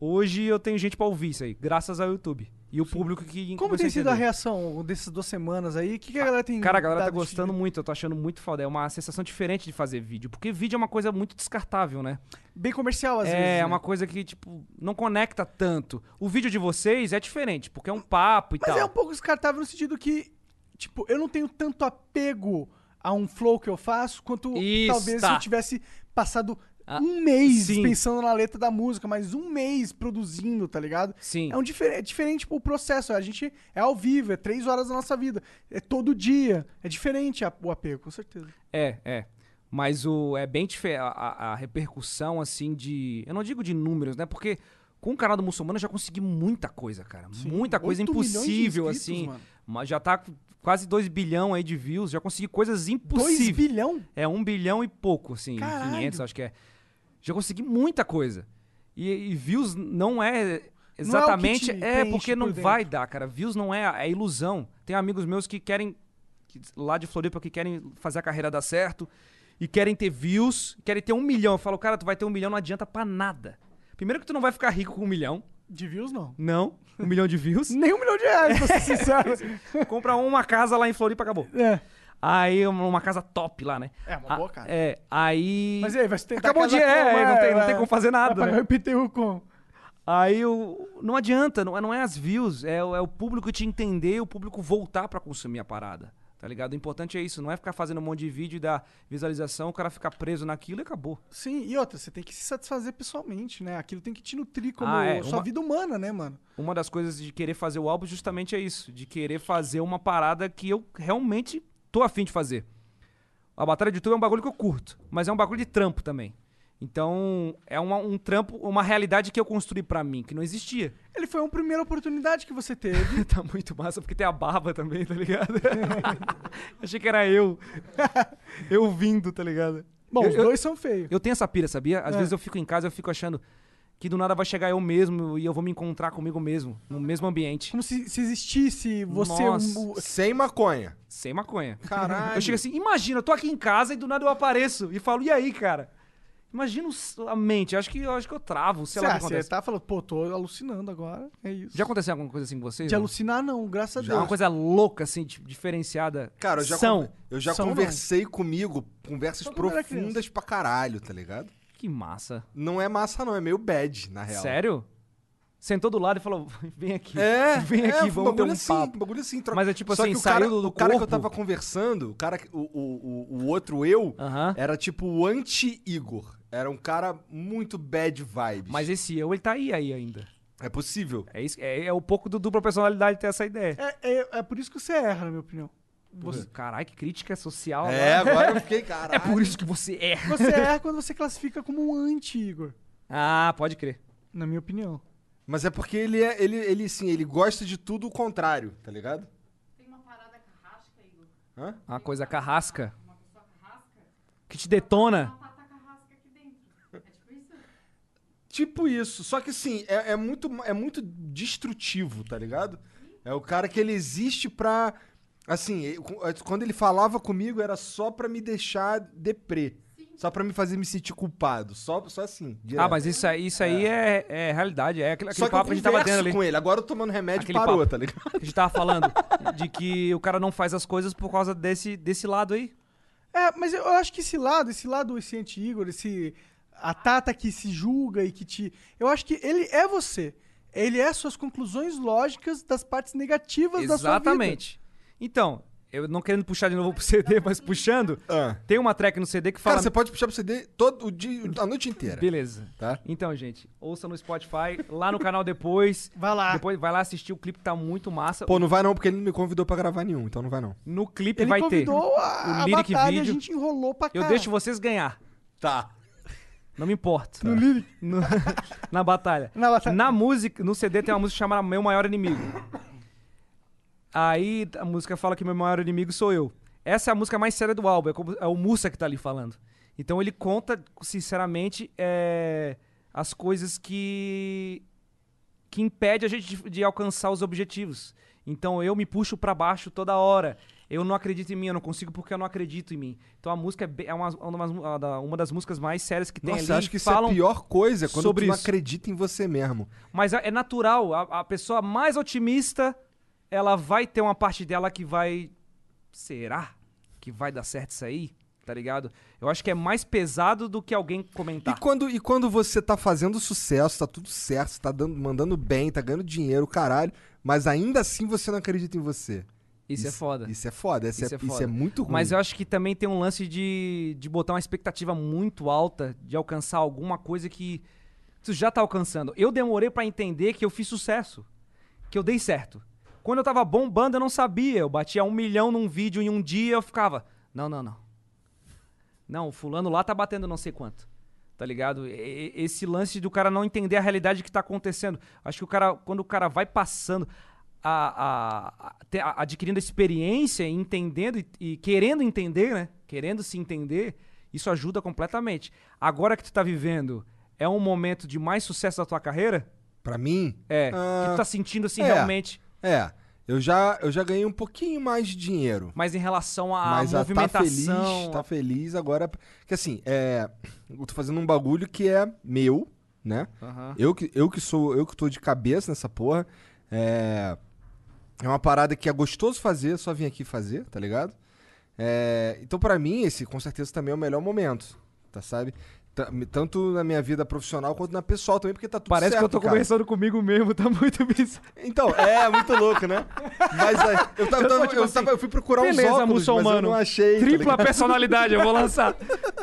E: Hoje eu tenho gente pra ouvir isso aí, graças ao YouTube. E o público que.
F: Como
E: começou
F: tem sido a
E: entender.
F: reação dessas duas semanas aí? O que, que a galera tem.
E: Cara, a galera tá
F: dado de
E: gostando muito, eu tô achando muito foda. É uma sensação diferente de fazer vídeo, porque vídeo é uma coisa muito descartável, né?
F: Bem comercial, às
E: é,
F: vezes.
E: É
F: né?
E: uma coisa que, tipo, não conecta tanto. O vídeo de vocês é diferente, porque é um papo e
F: Mas
E: tal.
F: é um pouco descartável no sentido que, tipo, eu não tenho tanto apego a um flow que eu faço quanto
E: Isso,
F: talvez
E: tá. Ah,
F: se eu tivesse passado um mês
E: sim.
F: pensando na letra da música, mas um mês produzindo, tá ligado?
E: Sim.
F: É um difer é diferente o processo. A gente é ao vivo, é três horas da nossa vida. É todo dia. É diferente a- o apego, com certeza.
E: É, é. Mas o, é bem diferente. A, a repercussão, assim, de. Eu não digo de números, né? Porque com o canal do muçulmano eu já consegui muita coisa, cara. muita coisa
F: Oito milhões de
E: impossível,
F: inscritos,
E: assim.
F: mano.
E: Mas já tá com quase 2 bilhão aí de views. Já consegui coisas impossíveis.
F: Dois bilhão?
E: É, um bilhão e pouco, assim.
F: Caralho.
E: 500, acho que é. Já consegui muita coisa. E, e views não é exatamente.
F: te
E: é,
F: preenche
E: porque
F: por
E: não
F: dentro.
E: vai dar, cara. Views não é. É ilusão. Tem amigos meus que querem. que- lá de Floripa que querem fazer a carreira dar certo. E querem ter views. Querem ter um milhão. Eu falo, cara, tu vai ter um milhão, não adianta pra nada. Primeiro que tu não vai ficar rico com um milhão.
F: De views, não.
E: Não. Um milhão de views.
F: Nem um milhão de reais, pra ser sincero.
E: Compra uma casa lá em Floripa, acabou.
F: É.
E: Aí uma uma casa top lá, né?
F: É, uma boa casa.
E: É, aí.
F: Mas e aí, vai se tentar
E: Acabou o
F: casar
E: dia,
F: com-
E: é,
F: é,
E: não, tem, não
F: é.
E: tem como fazer
F: Vai
E: nada.
F: pagar
E: né?
F: o IPTU com.
E: Aí o- não adianta, não é, não é as views, é, o- é o público te entender, o público voltar pra consumir a parada. Tá ligado? O importante é isso, não é ficar fazendo um monte de vídeo e dar visualização, o cara ficar preso naquilo e acabou.
F: Sim, e outra, você tem que se satisfazer pessoalmente, né? Aquilo tem que te nutrir como
E: Ah, é,
F: sua
E: uma-
F: vida humana, né, mano?
E: Uma das coisas de querer fazer o álbum justamente é isso, de querer fazer uma parada que eu realmente tô afim de fazer. A Batalha de Tuba é um bagulho que eu curto, mas é um bagulho de trampo também. Então, é uma- um trampo, uma realidade que eu construí pra mim, que não existia.
F: Ele foi uma primeira oportunidade que você teve.
E: tá muito massa, porque tem a barba também, tá ligado? Achei que era eu. Eu vindo, tá ligado?
F: Bom,
E: eu,
F: os
E: eu-
F: dois são feios.
E: eu tenho essa pira, sabia? Às
F: É.
E: vezes eu fico em casa, eu fico achando que do nada vai chegar eu mesmo e eu vou me encontrar comigo mesmo, no mesmo ambiente.
F: Como se, se existisse você.
E: Nossa.
F: um-
C: Sem maconha.
E: Sem maconha.
C: Caralho.
E: Eu chego assim, imagina, eu tô aqui em casa e do nada eu apareço e falo, e aí, cara? Imagina os- a mente, acho que, eu acho que eu travo, sei
F: Cê-
E: lá
C: é,
E: o que
F: ah, você
E: acontece.
F: tá falando, pô, tô alucinando agora. É isso.
E: Já aconteceu alguma coisa assim com vocês?
F: De
E: não?
F: alucinar, não, graças a
E: Já. Uma
F: Deus.
E: coisa louca, assim, tipo, diferenciada.
C: Cara, eu já,
E: São.
C: con- eu já
F: São
C: conversei comigo, conversas
F: quando era
C: profundas pra caralho, tá ligado?
E: Que massa.
C: Não é massa, não, é meio bad, na real.
E: Sério? Sentou do lado e falou: vem aqui.
C: É,
E: vem
C: é,
E: aqui,
C: um
E: vamos ter
C: bagulho
E: um
C: assim,
E: papo.
C: um bagulho assim, troca.
E: Mas é tipo
C: Só
E: assim,
C: que o
E: saiu
C: cara,
E: do- do
C: O cara que eu
E: corpo?
C: tava conversando, o, cara, que- o, o, o, o outro eu,
E: Aham.
C: era tipo o anti-Igor. Era um cara muito bad vibes.
E: Mas esse eu, ele tá aí, aí ainda.
C: É possível.
E: É, isso, é, é um pouco do dupla personalidade ter essa ideia.
F: É, é, é por isso que você erra, na minha opinião.
E: Você- Caralho, que crítica social.
C: É,
E: né?
C: agora tá. eu fiquei,
E: É
C: caralho.
E: por isso que você é.
F: Você erra quando você classifica como um anti-Igor,
E: Ah, pode crer.
F: na minha opinião.
C: Mas é porque ele é, ele, ele sim, ele gosta de tudo o contrário, tá ligado?
G: Tem uma parada carrasca, Igor.
C: Hã?
E: Uma coisa carrasca. Que te detona.
G: Uma pata carrasca aqui dentro. É tipo isso?
C: Tipo isso, só que assim, é, é muito, é muito destrutivo, tá ligado? É o cara que ele existe pra. Assim, eu- quando ele falava comigo era só pra me deixar deprê. Só pra me fazer me sentir culpado. Só, só assim.
E: Ah,
C: direto.
E: mas isso aí, isso aí é, é realidade. É aquele,
C: só
E: aquele
C: que eu
E: papo que a gente tava
C: converso
E: tendo ali.
C: com ele. Agora eu tomando remédio
E: Aquele
C: parou,
E: papo.
C: tá ligado?
E: A gente tava falando de que o cara não faz as coisas por causa desse, desse lado aí.
F: É, mas eu acho que esse lado, esse lado, esse anti-Igor, esse. A Tata que se julga e que te. Eu acho que ele é você. Ele é suas conclusões lógicas das partes negativas da
E: Exatamente. Então, eu não querendo puxar de novo pro CD, mas puxando,
C: Ah.
E: tem uma track no CD que fala.
C: Cara, você pode puxar pro CD todo o dia, a noite inteira.
E: Beleza.
C: Tá?
E: Então, gente, ouça no Spotify, lá no canal depois.
F: sua vida. Vai lá.
E: Depois vai lá assistir o clipe, tá muito massa.
C: Pô, não vai não, porque ele não me convidou pra gravar nenhum, então não vai não.
E: No clipe
F: Ele
E: vai ter.
F: convidou a,
E: o
F: a
E: lyric
F: batalha,
E: vídeo.
F: a gente enrolou pra
E: Eu
F: caralho.
E: deixo vocês ganhar.
C: Tá.
E: Não me importa. No lyric? na batalha.
F: Na batalha.
E: Na música, no CD tem uma música chamada Meu Maior Inimigo. Aí a música fala que meu maior inimigo sou eu. Essa é a música mais séria do álbum, é, como- é o Musa que tá ali falando. Então ele conta, sinceramente, é, as coisas que que impede a gente de, de alcançar os objetivos. Então eu me puxo pra baixo toda hora. Eu não acredito em mim, eu não consigo porque eu não acredito em mim. Então a música é, bem- é uma, uma- uma- uma das músicas mais sérias que tem ali.
C: Nossa, eu acho que isso é
E: falam
C: a pior coisa, é quando
E: sobre
C: tu não
E: isso.
C: acredita em você mesmo.
E: mas é é natural. A, a pessoa mais otimista, ela vai ter uma parte dela que vai. Será que vai dar certo isso aí? Tá ligado? Eu acho que é mais pesado do que alguém
C: E
E: comentar.
C: quando, e quando você tá fazendo sucesso, tá tudo certo, você tá dando, mandando bem, tá ganhando dinheiro, caralho, mas ainda assim você não acredita em você.
E: Isso, é foda.
C: Isso é foda, isso, é, isso é muito ruim.
E: Mas eu acho que também tem um lance de, de botar uma expectativa muito alta de alcançar alguma coisa que tu já tá alcançando. Eu demorei pra entender que eu fiz sucesso, que eu dei certo. Quando eu tava bombando, eu não sabia. Eu batia um milhão num vídeo em um dia, eu ficava, não, não, não. Não, o fulano lá tá batendo não sei quanto. Tá ligado? E- e- Esse lance do cara não entender a realidade que tá acontecendo. Acho que o cara, quando o cara vai passando, a, a- a- te- a- adquirindo experiência, e entendendo e, e querendo entender, né? Querendo se entender, isso ajuda completamente. Agora que tu tá vivendo, é um momento de mais sucesso da tua carreira?
C: Pra mim?
E: É.
C: Ah,
E: que tu tá sentindo assim
C: é.
E: realmente.
C: É. Eu já, eu já ganhei um pouquinho mais de dinheiro.
E: Mas em relação à
C: mas a tá
E: movimentação.
C: feliz, tá feliz agora. Que assim, é, eu tô fazendo um bagulho que é meu, né?
E: Aham.
C: Eu, que, eu que sou, eu que tô de cabeça nessa porra. É, é uma parada que é gostoso fazer, é só vim aqui fazer, tá ligado? É, então pra mim esse com certeza também é o melhor momento, tá sabe? Tá- me- Tanto na minha vida profissional quanto na pessoal também, porque tá tudo
E: Parece
C: certo,
E: que eu tô
C: cara.
E: conversando comigo mesmo, tá muito bizarro.
C: Então, é muito louco, né? Mas aí, eu, tava,
E: Eu tô,
C: eu,
E: tipo
C: eu
E: assim,
C: tava- eu fui procurar um
E: beleza,
C: óculos, mas eu
E: muçulmano.
C: não achei. tá
E: Tripla
C: ligado?
E: personalidade, eu vou lançar.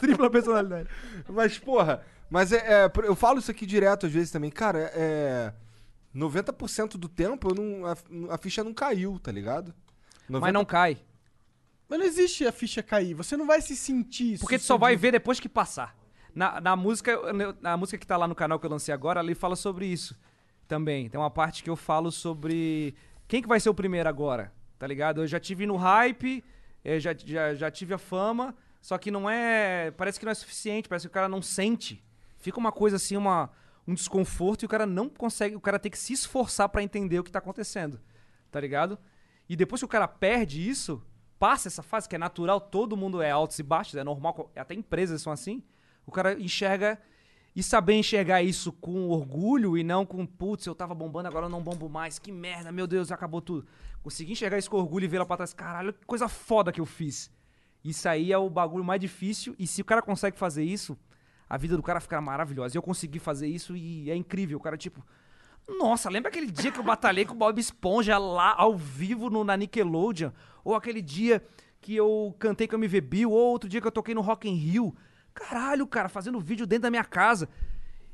E: Tripla personalidade.
C: Mas, porra, mas é, é, por- eu falo isso aqui direto às vezes também. Cara, é. 90% do tempo eu não, a, a ficha não caiu, tá ligado?
E: Mas não cai.
F: Mas não existe a ficha cair. Você não vai se sentir.
E: Porque tu só vai ver depois que passar. Na, na música, eu- na música que tá lá no canal que eu lancei agora, ali fala sobre isso também. Tem uma parte que eu falo sobre quem que vai ser o primeiro agora, tá ligado? Eu já tive no hype, eh, já, já, já tive a fama, só que não é. Parece que não é suficiente, parece que o cara não sente. Fica uma coisa assim, uma, um desconforto e o cara não consegue. O cara tem que se esforçar pra entender o que tá acontecendo, tá ligado? E depois que o cara perde isso, passa essa fase que é natural, todo mundo é altos e baixos, é normal, até empresas são assim. O cara enxerga e saber enxergar isso com orgulho e não com putz, eu tava bombando, agora eu não bombo mais, que merda, meu Deus, acabou tudo. Conseguir enxergar isso com orgulho e ver lá pra trás, caralho, que coisa foda que eu fiz. Isso aí é o bagulho mais difícil e se o cara consegue fazer isso, a vida do cara fica maravilhosa. E Eu consegui fazer isso e é incrível. O cara, tipo, nossa, lembra aquele dia que eu batalhei com o Bob Esponja lá ao vivo no, na Nickelodeon? Ou aquele dia que eu cantei com a MV Bill? Ou outro dia que eu toquei no Rock in Rio? Caralho, cara, fazendo vídeo dentro da minha casa.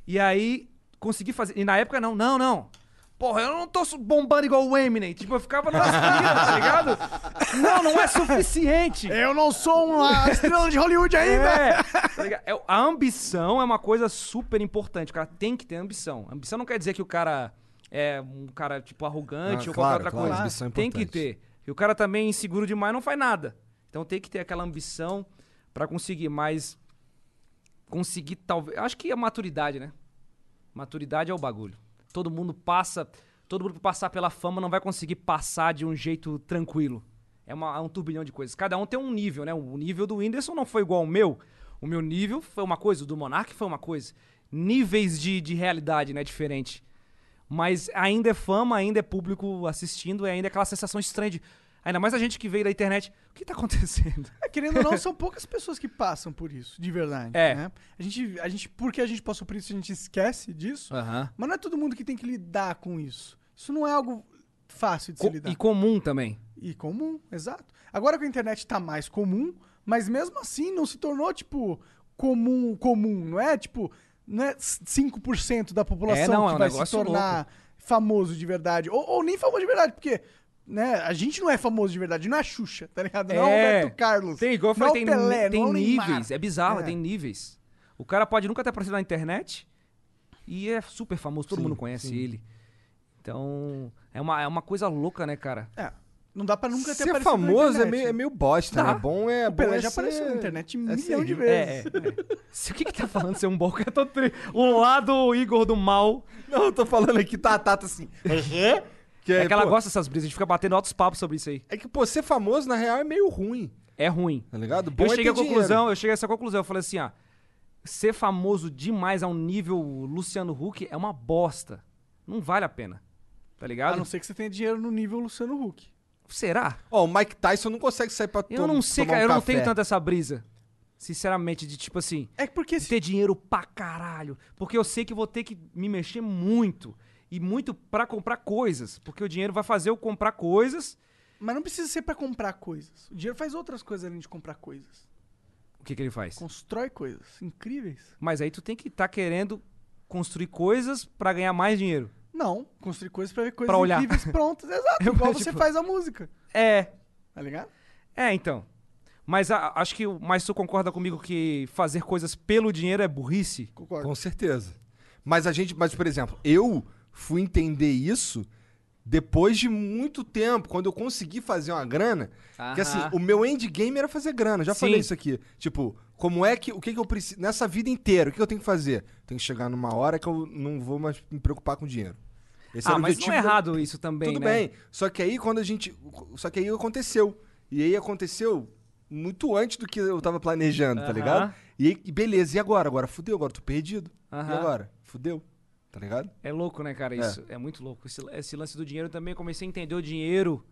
E: E aí, consegui fazer. E na época, não, não, não. Porra, eu não tô su- bombando igual o Eminem. Tipo, eu ficava na esquina, tá ligado? Não, não é suficiente.
F: Eu não sou uma estrela de Hollywood ainda.
E: É, tá ligado? É, a ambição é uma coisa super importante. O cara tem que ter ambição. Ambição não quer dizer que o cara é um cara, tipo, arrogante
C: Ah, claro,
E: ou qualquer outra
C: claro,
E: coisa.
C: ambição é
E: tem que
C: importante.
E: ter. E o cara também é inseguro demais não faz nada. Então tem que ter aquela ambição pra conseguir mais. Conseguir, talvez. Acho que é maturidade, né? Maturidade é o bagulho. Todo mundo passa. Todo mundo que passar pela fama não vai conseguir passar de um jeito tranquilo. É, uma- é um turbilhão de coisas. Cada um tem um nível, né? O nível do Whindersson não foi igual ao meu. O meu nível foi uma coisa, o do Monark foi uma coisa. Níveis de, de realidade, né? Diferente. Mas ainda é fama, ainda é público assistindo, e ainda é aquela sensação estranha de. Ainda mais a gente que veio da internet. O que tá acontecendo?
F: É, Querendo ou não, são poucas pessoas que passam por isso, de verdade.
E: É.
F: né? A gente, a gente, porque a gente passou por isso, a gente esquece disso.
E: Aham.
F: Mas não é todo mundo que tem que lidar com isso. Isso não é algo fácil de se lidar.
E: E comum também.
F: E comum, exato. Agora que a internet tá mais comum, mas mesmo assim não se tornou, tipo, comum, comum. Não é, tipo, não é 5% da população
E: É, não,
F: que
E: é um
F: vai se
E: negócio
F: tornar famoso de verdade. Ou, ou nem famoso de verdade, porque... Né? A gente não é famoso de verdade, não é a Xuxa, tá ligado? Não é o Roberto Carlos.
E: Tem, igual eu
F: não é
E: falei, tem,
F: o Pelé,
E: tem
F: não é o Neymar.
E: níveis. É bizarro,
F: É.
E: tem níveis. O cara pode nunca ter aparecido na internet e é super famoso, todo mundo conhece ele. Então, é uma, é uma coisa louca, né, cara?
F: É. Não dá pra nunca ter
C: Ser
F: aparecido na
C: famoso é
F: internet.
C: meio, é meio bosta,
E: Dá.
C: né? Bom é.
F: O Pelé
C: bom
F: já
C: é ser-
F: apareceu na internet um
C: é ser
F: milhão de
C: rico.
F: vezes.
E: É, é. Se- O que que tá falando ser um bom cara? Eu tô tri- O lado Igor do mal.
C: Não, eu tô falando aqui, tá, tá, tá assim. que
E: É,
C: é,
E: que ela
C: pô,
E: gosta dessas brisas, a gente fica batendo altos papos sobre isso aí.
C: É que, pô, ser famoso, na real, é meio ruim,
E: É ruim.
C: tá ligado? Bom
E: Eu
C: é
E: cheguei à
C: ter
E: conclusão,
C: dinheiro.
E: eu cheguei a essa conclusão, eu falei assim, ó, ser famoso demais a um nível Luciano Huck é uma bosta. Não vale a pena. Tá
F: A
E: ligado?
F: não ser que você tenha dinheiro no nível Luciano Huck.
E: Será?
C: Ó, o Mike Tyson não consegue sair pra
E: Eu
C: tom-
E: não sei,
C: tomar
E: cara,
C: um
E: eu não
C: café.
E: tenho tanta essa brisa. Sinceramente, de tipo assim,
F: É porque se
E: ter dinheiro pra caralho, porque eu sei que vou ter que me mexer muito e muito pra comprar coisas, porque o dinheiro vai fazer eu comprar coisas
F: Mas não precisa ser pra comprar coisas. O dinheiro faz outras coisas além de comprar coisas.
E: O que, que ele faz?
F: Constrói coisas incríveis.
E: Mas aí tu tem que estar querendo construir coisas pra ganhar mais dinheiro.
F: Não, construir coisas pra ver coisas
E: Pra olhar.
F: incríveis prontas. Exato,
E: Eu-
F: igual
E: tipo-
F: você faz a música.
E: É.
F: Tá ligado?
E: É, então. Mas a- acho que. o- Mas tu concorda comigo que fazer coisas pelo dinheiro é burrice?
C: Com certeza. Mas a gente, mas por exemplo, eu fui entender isso depois de muito tempo, quando eu consegui fazer uma grana, que assim,
E: Aham.
C: o meu endgame era fazer grana. Já
E: Sim.
C: falei isso aqui. Tipo, como é que o que, que eu preciso nessa vida inteira, o que, que eu tenho que fazer? Tenho que chegar numa hora que eu não vou mais me preocupar com dinheiro.
E: ah,
C: era o
E: mas não
C: objetivo
E: é
C: da-
E: errado isso também,
C: Tudo
E: né?
C: bem. Só que aí quando a gente. Só que aí aconteceu. E aí aconteceu muito antes do que eu tava planejando, tá
E: Aham.
C: ligado? E aí, e beleza, e agora? Agora fudeu, agora tô perdido. E
E: Aham.
C: agora? Fudeu. Tá ligado?
E: É louco, né, cara?
C: É.
E: Isso é, muito louco. Esse, esse lance do dinheiro eu também comecei a entender o dinheiro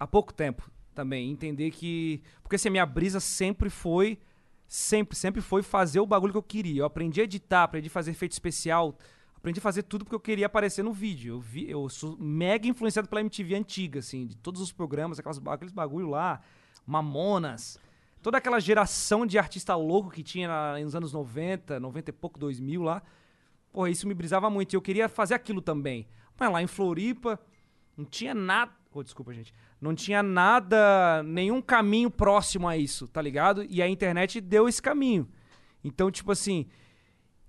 E: há pouco tempo também. Entender que. Porque assim, a minha brisa sempre foi. Sempre, sempre foi fazer o bagulho que eu queria. Eu aprendi a editar, aprendi a fazer efeito especial, aprendi a fazer tudo porque eu queria aparecer no vídeo. Eu, vi, eu sou mega influenciado pela MTV antiga, assim, de todos os programas, aquelas, ba- aqueles bagulho lá, Mamonas. Toda aquela geração de artista louco que tinha na- nos anos 90, 90 e pouco, 2000 lá. Porra, isso me brisava muito. E eu queria fazer aquilo também. Mas lá em Floripa, não tinha nada. Oh, desculpa, gente. Não tinha nada, nenhum caminho próximo a isso, tá ligado? E a internet deu esse caminho. Então, tipo assim,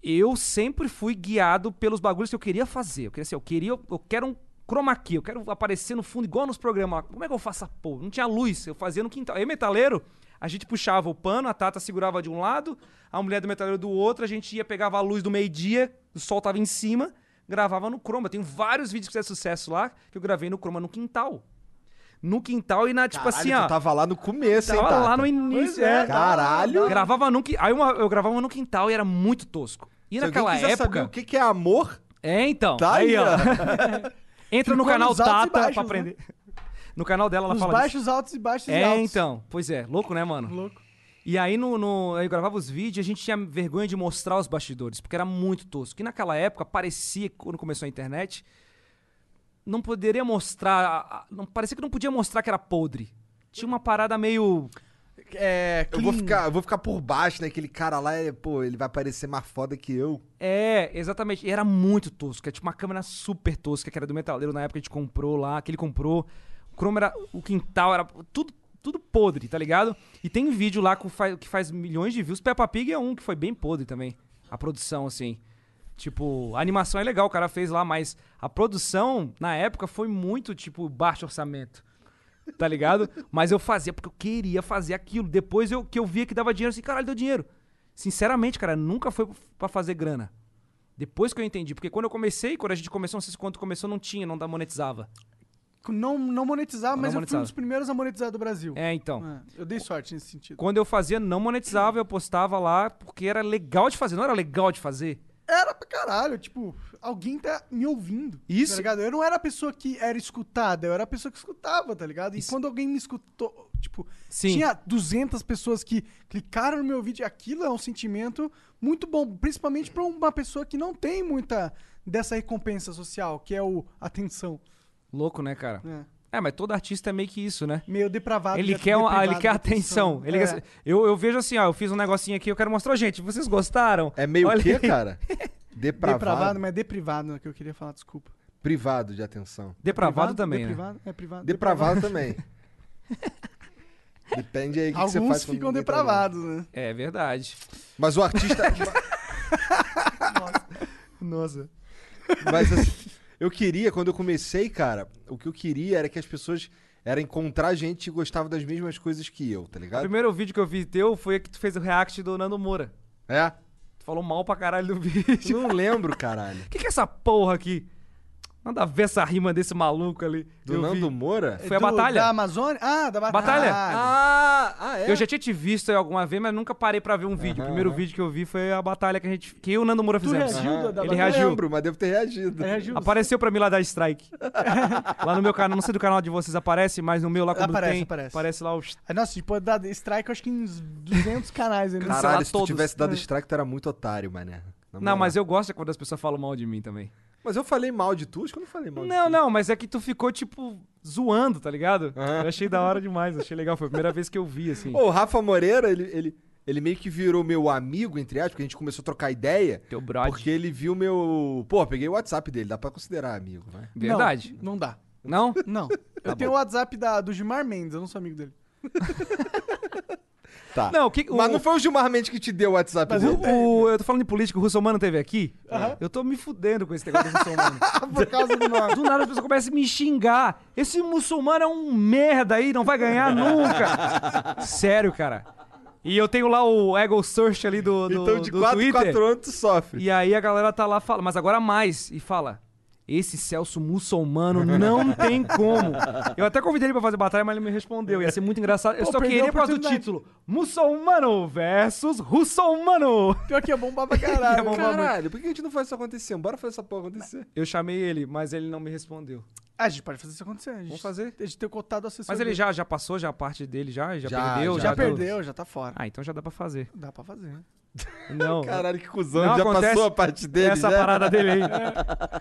E: eu sempre fui guiado pelos bagulhos que eu queria fazer. Eu queria assim, eu queria, eu quero um chroma key, eu quero aparecer no fundo igual nos programas. lá. Como é que eu faço a porra? Não tinha luz, eu fazia no quintal. Eu e metaleiro, a gente puxava o pano, a Tata segurava de um lado, a mulher do metaleiro do outro, a gente ia pegava a luz do meio-dia, o sol tava em cima, gravava no chroma. Tem vários vídeos que fizeram sucesso lá que eu gravei no chroma no quintal. No quintal e na tipo
C: Caralho,
E: assim,
C: tu tá
E: ó.
C: tava lá no começo, hein,
E: Tava
C: Tata?
E: lá no início,
C: Pois é,
E: é.
C: Caralho.
E: Gravava no qui- aí uma- eu gravava no quintal e era muito tosco. E
C: Se
E: naquela
C: alguém quiser
E: época.
C: saber o que, que é amor?
E: É, então.
C: Tá aí,
E: aí, ó.
C: ó.
E: Entra no
F: Ficou
E: canal
F: nos altos e
E: Tata
F: baixos,
E: pra
F: né?
E: aprender. No canal dela ela
F: Os
E: fala
F: baixos,
E: disso.
F: altos e baixos e
E: É,
F: altos.
E: então. Pois é, louco, né, mano? Louco. E aí no, no- eu gravava os vídeos, a gente tinha vergonha de mostrar os bastidores, porque era muito tosco. E naquela época parecia quando começou a internet, não poderia mostrar, a- a- não parecia que não podia mostrar que era podre. Tinha uma parada meio
F: É,
C: Eu vou ficar, eu vou ficar por baixo, né? Aquele cara lá, é, pô, ele vai parecer mais foda que eu.
E: É, exatamente. E era muito tosco. Era tipo uma câmera super tosca, que era do metaleiro na época que a gente comprou lá, que ele comprou. O cromo era. O quintal era tudo, tudo podre, tá ligado? E tem vídeo lá com fa- que faz milhões de views. Peppa Pig é um que foi bem podre também. A produção, assim. Tipo, a animação é legal, o cara fez lá, mas a produção, na época, foi muito, tipo, baixo orçamento. Tá ligado? Mas eu fazia porque eu queria fazer aquilo. Depois eu, que eu via que dava dinheiro, assim, caralho, deu dinheiro. Sinceramente, cara, nunca foi pra fazer grana. Depois que eu entendi. Porque quando eu comecei, quando a gente começou, não sei se quando começou, não tinha, não da monetizava.
F: Não, não monetizar,
E: Não
F: mas eu fui um
E: monetizava.
F: dos primeiros a monetizar do Brasil.
E: É, então.
F: Ah, eu dei sorte nesse sentido.
E: Quando eu fazia, não monetizava, eu postava lá porque era legal de fazer. Não era legal de fazer.
F: Era pra caralho, tipo, alguém tá me ouvindo.
E: Isso.
F: Tá ligado? Eu não era a pessoa que era escutada, eu era a pessoa que escutava, tá ligado? E quando alguém me escutou, tipo,
E: Sim.
F: tinha 200 pessoas que clicaram no meu vídeo, aquilo é um sentimento muito bom, principalmente pra uma pessoa que não tem muita dessa recompensa social, que é o atenção.
E: Louco, né, cara?
F: né?
E: É, mas todo artista é meio que isso, né?
F: Meio depravado.
E: Ele
F: de-
E: quer, uma-
F: deprivado
E: ele quer
F: de
E: atenção. Ele quer-
F: É.
E: eu, eu vejo assim, ó, eu fiz um negocinho aqui, eu quero mostrar, gente, vocês gostaram?
C: É meio
E: Olha
C: o quê,
E: aí.
C: cara? Depravado.
F: Depravado, mas é deprivado que eu queria falar, desculpa.
C: Privado de atenção.
E: Depravado também, né?
F: deprivado, É privado.
C: Depravado também. Depende aí o que, que você faz.
F: Alguns
C: quando
F: ficam
C: ninguém tá vendo.
F: depravados, né?
E: É verdade.
C: Mas o artista.
F: Nossa.
C: Mas assim, eu queria, quando eu comecei, cara, o que eu queria era que as pessoas. Era encontrar gente que gostava das mesmas coisas que eu, tá
E: O
C: ligado?
E: primeiro vídeo que eu vi teu foi que tu fez o react do Nando Moura.
C: É?
E: Tu falou mal pra caralho do vídeo.
C: Não lembro, caralho.
E: O que, que é essa porra aqui? Nada a ver essa rima desse maluco ali.
C: Do
E: Eu vi.
C: Nando Moura?
E: Foi a batalha.
F: Da Amazônia? Ah, da batalha.
E: Batalha?
C: Ah, ah, é?
E: Eu já tinha te visto aí alguma vez, mas nunca parei pra ver um vídeo. o primeiro vídeo que eu vi foi a batalha que a gente. Que eu e o Nando Moura fizemos.
F: reagiu da- da
E: Ele
F: batalha?
E: reagiu.
C: lembro, mas devo ter reagido.
F: Reagiu.
E: Apareceu pra mim lá da Strike. lá no meu canal, não sei do canal de vocês aparece, mas no meu lá quando
F: Aparece,
E: tem.
F: aparece.
E: lá os.
F: Ah, Nossa, tipo, dá strike, eu acho que em uns 200 canais. Ele
C: Caralho, se tu
E: todos.
C: tivesse
F: né?
C: dado strike, tu era muito otário, mané. Na
E: Não,
C: moral.
E: mas eu gosto quando as pessoas falam mal de mim também.
C: Mas eu falei mal de tu? Acho que eu não falei mal de
E: Não, não, mas é que tu ficou tipo. zoando, tá ligado? Eu achei da hora demais, achei legal. Foi a primeira vez que eu vi, assim.
C: Pô, o Rafa Moreira, ele, ele, ele meio que virou meu amigo, entre aspas, porque a gente começou a trocar ideia.
E: Teu brother.
C: Porque ele viu meu. Pô, peguei o WhatsApp dele, dá pra considerar amigo, né?
E: Verdade.
F: Não, não
C: Tá
F: dá.
E: Não?
F: Não. eu tenho o WhatsApp da, do Gilmar Mendes, eu não sou amigo dele.
C: Tá.
E: Não, o que-
C: Mas
E: o-
C: não foi o Gilmar Mendes que te deu o WhatsApp
E: Mas
C: dele.
E: o- o- eu tô falando de política, o Russomano teve aqui. Eu tô me fudendo com esse negócio do muçulmano.
C: Por causa do nome.
E: Do nada a pessoa começa a me xingar. Esse muçulmano é um merda aí, não vai ganhar nunca. Sério, cara. E eu tenho lá o ego search ali do, do
C: Então de
E: do
C: 4 em
E: Twitter.
C: 4 anos tu sofre.
E: E aí a galera tá lá fala, mas agora mais e fala: "Esse Celso muçulmano não tem como". Eu até convidei ele pra fazer batalha, mas ele me respondeu. Ia ser muito engraçado. Eu
F: Pô,
E: só
F: perdeu
E: queria
F: a
E: por causa do
F: oportunidade.
E: título: Muçulmano versus Russomano.
F: Pior que é bombar pra caralho.
E: Ia bombar muito.
C: Caralho, por que a gente não faz isso acontecer? Bora fazer essa porra acontecer.
E: Eu chamei ele, mas ele não me respondeu.
F: Ah, a gente pode fazer isso acontecer. A gente,
E: Vamos fazer.
F: A gente tem cotado o assessor.
E: Mas ele
F: dele.
E: já, já passou já a parte dele já, já,
C: Já,
E: perdeu,
F: Já
E: já,
F: perdeu, já tá fora.
E: Ah, então já dá pra fazer.
F: Dá pra fazer. né?
E: Não.
C: Caralho, que cuzão,
E: não
C: já
E: acontece
C: passou a parte dele. né?
E: Essa
C: já?
E: parada dele aí.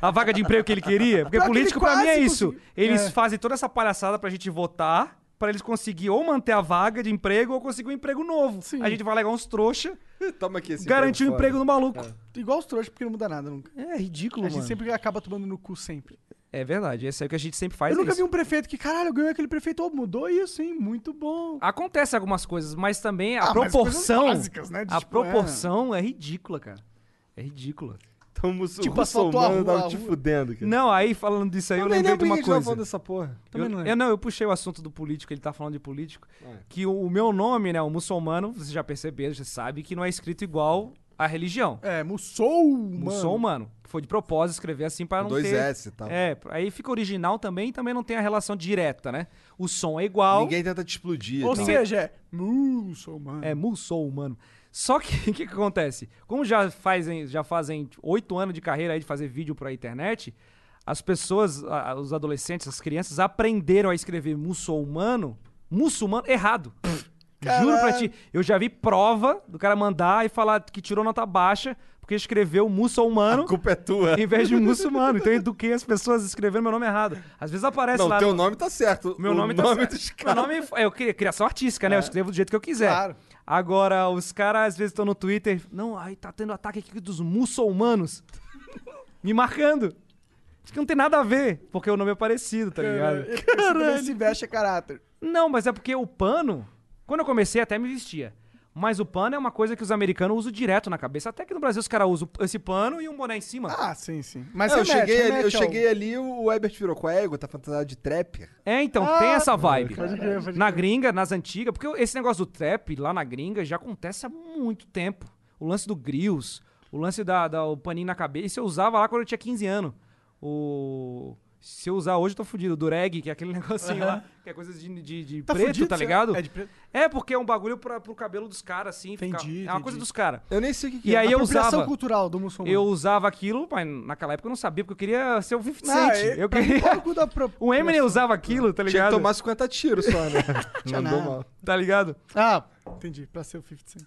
E: A vaga de emprego que ele queria. Porque
F: Pior que
E: político
F: ele
E: pra mim é
F: quase
E: isso.
F: conseguiu.
E: Eles
F: É.
E: fazem toda essa palhaçada pra gente votar, pra eles conseguir ou manter a vaga de emprego ou conseguir um emprego novo.
F: Sim.
E: A gente vai legar uns trouxa,
C: Toma aqui esse
E: garantir o
C: fora.
E: emprego do maluco.
F: Igual os trouxas, porque não muda nada nunca.
E: É, ridículo,
F: A gente sempre acaba tomando no cu, sempre.
E: É verdade, esse é o que a gente sempre faz.
F: eu nunca
E: isso.
F: vi um prefeito que, caralho, eu ganhei aquele prefeito. Ô, mudou isso, hein? Muito bom.
E: Acontece algumas coisas, mas também a
F: Ah, mas
E: proporção.
F: coisas básicas, né? De
E: A
F: tipo, é.
E: proporção é ridícula, cara. É ridícula.
C: Então, muçul-
F: Tipo, assaltou a
C: muçulmano
F: rua,
C: tava
F: a
C: te
F: rua.
C: fudendo, cara.
E: Não, aí falando disso aí, eu,
C: eu nem
F: né,
E: lembrei
C: lembro
E: de
C: por que a
E: uma
C: gente tava
E: coisa.
C: falando dessa porra.
E: Eu,
F: Também não
E: eu
F: lembro.
E: não, eu puxei o assunto do político, ele tá falando de político.
C: É.
E: Que o, o meu nome, né, o muçulmano, vocês já perceberam, já sabe que não é escrito igual à religião.
F: É, muçulmano.
E: Muçulmano. que Foi de propósito escrever assim para não
C: Dois
E: ter...
C: S e tal.
E: É, aí fica original também e também não tem a relação direta, né? O som é igual.
C: Ninguém tenta te explodir.
F: Ou
C: e tal.
F: seja, é muçulmano.
E: É, muçulmano. Só que o que, que acontece? Como já fazem já fazem oito anos de carreira aí de fazer vídeo pra internet, as pessoas, a- a- os adolescentes, as crianças aprenderam a escrever muçulmano, muçulmano errado. Juro pra ti, eu já vi prova do cara mandar e falar que tirou nota baixa porque escreveu muçulmano
C: a culpa é tua.
E: em vez de muçulmano. Então eu eduquei as pessoas escrevendo meu nome errado. Às vezes aparece
C: Não,
E: lá
C: teu
E: no-
C: nome tá certo.
E: meu
C: o
E: nome, tá certo.
C: dos
E: Meu
C: caras.
E: nome é eu cri- criação artística, né? Eu escrevo do jeito que eu quiser.
F: Claro.
E: Agora, os caras às vezes estão no Twitter. Não, aí tá tendo ataque aqui dos muçulmanos. me marcando. Acho que não tem nada a ver, porque o nome é parecido, tá ligado?
F: Caralho. se veste é caráter.
E: Não, mas é porque o pano. Quando eu comecei, até me vestia. Mas o pano é uma coisa que os americanos usam direto na cabeça. Até que no Brasil os caras usam esse pano e um boné em cima.
F: Ah, sim, sim. Mas
C: Não, eu
F: remete,
C: cheguei, ali,
F: remete
C: eu
F: ao-
C: cheguei ali, o Ebert virou com a ego, tá fantasiado de trapper.
E: É, então, tem essa vibe.
F: Ah, pode crer, pode
E: na gringa, nas antigas, porque esse negócio do trap lá na gringa já acontece há muito tempo. O lance do grills, o lance da, da- o paninho na cabeça, isso eu usava lá quando eu tinha 15 anos. O... Se eu usar hoje, eu tô fudido. O dureg, que é aquele negocinho lá, que é coisa de, de, de
F: Tá
E: preto,
F: fudido,
E: tá
F: será?
E: ligado?
F: É de preto.
E: É, porque é um bagulho pra, pro cabelo dos caras, assim. fica-
F: Entendi,
E: É uma
F: entendi.
E: coisa dos caras.
C: Eu nem sei o que, que
E: E
C: é.
E: aí eu
F: Apropriação
E: usava...
F: cultural do muçulmano.
E: Eu usava aquilo, mas naquela época eu não sabia, porque eu queria ser o 50
F: Ah,
E: Cent.
F: é-
E: Eu
F: pra mim,
E: queria...
F: pau no cu da apro-
E: O Eminem usava aquilo, tá
C: Tinha que
E: ligado?
C: tomar 50 tiros só, né? Mandou
F: nada.
C: mal.
E: Tá ligado?
F: Ah, entendi. Pra ser o 50 Cent.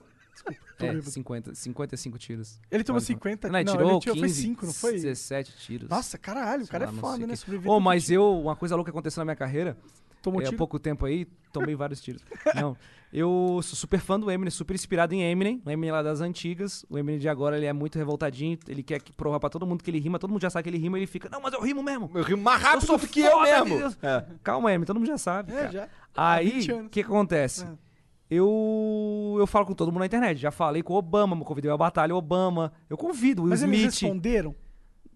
E: É, 50, 55 tiros.
F: Ele tomou
E: Olha,
F: 50?
E: Não, ele
F: Não,
E: tirou
F: ele tirou- foi
E: 15,
F: cinco, não foi?
E: 17 tiros.
F: Nossa, caralho, o
E: Sei
F: cara
E: lá,
F: é
E: não
F: foda,
E: sei
F: né?
E: o quê.
F: Sobreviver
E: Ô, mas eu, uma coisa louca que aconteceu na minha carreira,
F: Tomou
E: é, há
F: tiro?
E: pouco tempo aí, tomei vários tiros. Não, eu sou super fã do Eminem, super inspirado em Eminem, o Eminem é lá das antigas, o Eminem de agora, ele é muito revoltadinho, ele quer que provar pra todo mundo que ele rima, todo mundo já sabe que ele rima, ele fica, não, mas eu rimo mesmo.
C: Eu rimo mais rápido
E: sou
C: do que eu
E: foda,
C: mesmo.
E: Deus. É. Calma, Eminem, todo mundo já sabe,
F: É,
E: cara.
F: já. Há
E: Aí,
F: 20
E: o
F: anos.
E: que que acontece?
F: Ah.
E: Eu eu falo com todo mundo na internet. Já falei com o Obama, me convidei a batalha o Obama. Eu convido o Will
F: Mas eles
E: Smith.
F: responderam?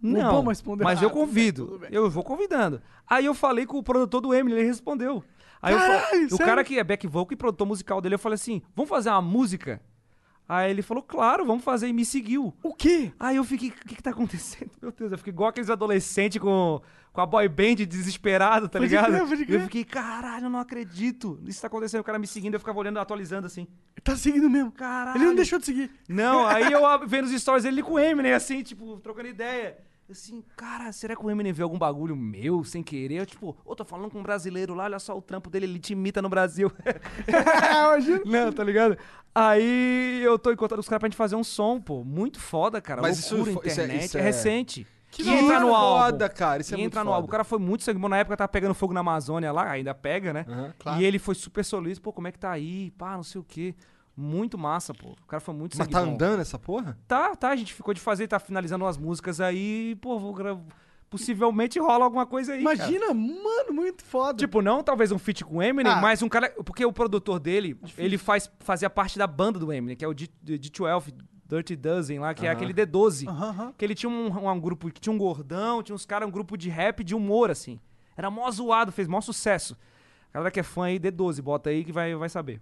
E: Não,
F: Obama respondeu.
E: mas
F: Ah,
E: eu
F: tudo bem,
E: convido.
F: tudo bem.
E: Eu vou convidando. Aí eu falei com o produtor do Eminem, ele respondeu. Aí eu
F: Caralho,
E: falei, o
F: sério?
E: cara que é back vocal e produtor musical dele, eu falei assim: "Vamos fazer uma música?" Aí ele falou: "Claro, vamos fazer" e me seguiu.
F: O quê?
E: Aí eu fiquei, o que que tá acontecendo? Meu Deus, eu fiquei igual aqueles adolescentes com, com a boy band desesperado, tá
F: Pode
E: ligado?
F: crer, pode
E: eu
F: crer.
E: fiquei, caralho, eu não acredito. Isso tá acontecendo, o cara me seguindo, eu ficava olhando, atualizando assim.
F: Tá seguindo mesmo.
E: Caralho.
F: Ele não deixou de seguir.
E: Não, aí eu ab- vendo os stories dele com o Eminem, assim, tipo, trocando ideia. Eu Assim, cara, será que o Eminem vê algum bagulho meu sem querer? Eu, tipo, ô, tô falando com um brasileiro lá, olha só o trampo dele, ele te imita no Brasil. não, tá ligado? Aí eu tô encontrando os caras pra gente fazer um som, pô. Muito foda, cara.
C: Mas
E: Mas
C: isso
E: Loucura,
C: fo- isso é-
E: internet.
C: isso
E: é
C: é-
E: recente.
C: Que
E: e entra no álbum.
C: foda, cara, isso é
E: e entra
C: muito
E: no álbum. O cara foi muito sangue bom. Na época tava pegando fogo na Amazônia lá, ainda pega, né?
C: claro.
E: E ele foi super solista. Pô, como é que tá aí? Pá, não sei o quê. Muito massa, pô. O cara foi muito
C: Mas
E: sangue
C: tá
E: bom.
C: andando essa porra?
E: Tá, tá. A gente ficou de fazer, tá finalizando umas músicas aí. Pô, vou gravar. Possivelmente rola alguma coisa aí.
F: Imagina, mano, muito foda.
E: Tipo, não talvez um feat com o Eminem,
F: Ah.
E: mas um cara. Porque o produtor dele, ele faz, fazia parte da banda do Eminem, que é o D, D12, Dirty Dozen lá, que é
F: Aham.
E: aquele D12.
F: Aham, aham.
E: Que ele tinha um, um- um grupo que tinha um gordão, tinha uns caras, um grupo de rap de humor, assim. Era mó zoado, fez mó sucesso. A galera que é fã aí, D12, bota aí que vai, vai saber.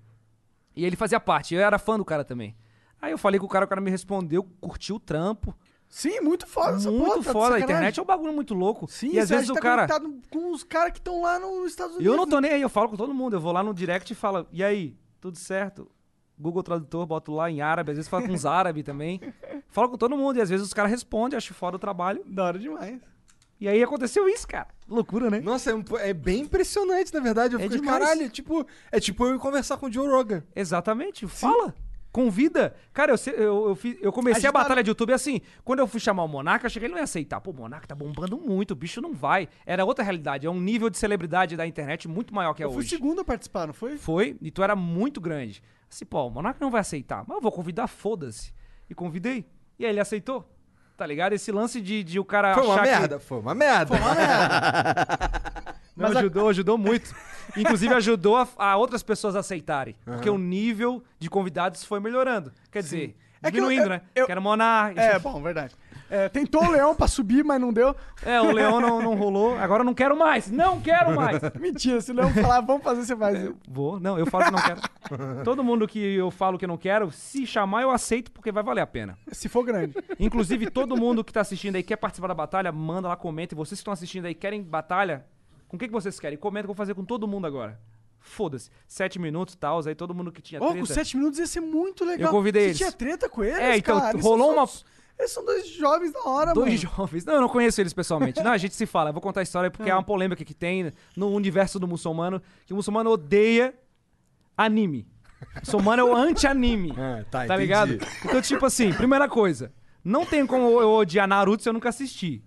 E: E ele fazia parte, eu era fã do cara também. Aí eu falei com o cara, o cara me respondeu, curtiu o trampo.
F: Sim, muito foda essa porra,
E: Muito
F: tá de
E: foda, a
F: sacanagem.
E: internet é um bagulho muito louco.
F: Sim,
E: e às
F: você
E: vezes
F: acha
E: o
F: que tá
E: cara...
F: conectado com os caras que estão lá nos Estados
E: E
F: Unidos.
E: eu não tô nem aí, eu falo com todo mundo. Eu vou lá no direct e falo, e aí, tudo certo? Google Tradutor, boto lá em árabe, às vezes falo com uns árabes também. Falo com todo mundo, e às vezes os caras respondem, acho fora o trabalho.
F: Da hora demais.
E: E aí aconteceu isso, cara. Loucura, né?
C: Nossa, é, um po- é bem impressionante, na verdade. Eu
E: É
C: fico,
E: demais.
C: caralho, tipo, é tipo eu ir conversar com o Joe Rogan.
E: Exatamente, fala. Convida. Cara, eu, se- eu, eu, fiz- eu
F: A
E: comecei
F: gente
E: a, batalha
F: tá-
E: de YouTube assim. Quando eu fui chamar o Monarca, eu achei que ele não ia aceitar. Pô, o Monarca tá bombando muito, o bicho não vai. Era outra realidade, é um nível de celebridade da internet muito maior que é
F: Eu fui o
E: hoje.
F: segundo a participar, não foi?
E: Foi, e tu era muito grande. Assim, pô, o Monarca não vai aceitar. Mas eu vou convidar, foda-se. E convidei. E aí ele aceitou. Tá ligado? Esse lance de, de o cara
C: Foi uma
E: achar que-
C: merda, foi uma merda.
E: Não, ajudou, ajudou muito. Inclusive ajudou a, a outras pessoas a aceitarem. Porque o nível de convidados foi melhorando. Quer dizer,
F: É que eu-
E: diminuindo,
F: eu-
E: né?
F: eu-
E: Que era Monarca.
F: É, bom, verdade. É, tentou o leão pra subir, mas não deu.
E: É, o Leão não, não rolou. Agora eu não quero mais. Não quero mais.
F: Mentira, se o leão falar, vamos fazer, você faz.
E: Vou. Não, eu falo que não quero. Todo mundo que eu falo que não quero, se chamar, eu aceito, porque vai valer a pena.
F: Se for grande.
E: É Inclusive, todo mundo que tá assistindo aí quer participar da batalha, manda lá, comenta. E vocês que estão assistindo aí querem batalha, com o que, que vocês querem? Comenta que eu vou fazer com todo mundo agora. Foda-se. Sete minutos e tal, aí todo mundo que tinha
F: Ô, com
E: treta.
F: sete minutos ia ser muito legal.
E: Eu convidei
F: Você
E: eles.
F: tinha treta com eles,
E: É, então,
F: cara? Eles
E: rolou
F: são-
E: uma-
F: Eles são dois jovens da hora,
C: Tá
E: Dois
F: mano.
E: jovens. Não, eu não conheço eles pessoalmente. Não, a gente se fala. Eu vou contar a história porque é
C: Ah.
E: uma polêmica que tem no universo do muçulmano, que o muçulmano odeia anime. O muçulmano é o anti-anime.
C: tá,
E: tá ligado? Então, tipo assim, primeira coisa. Não tem como eu odiar Naruto se eu nunca assisti.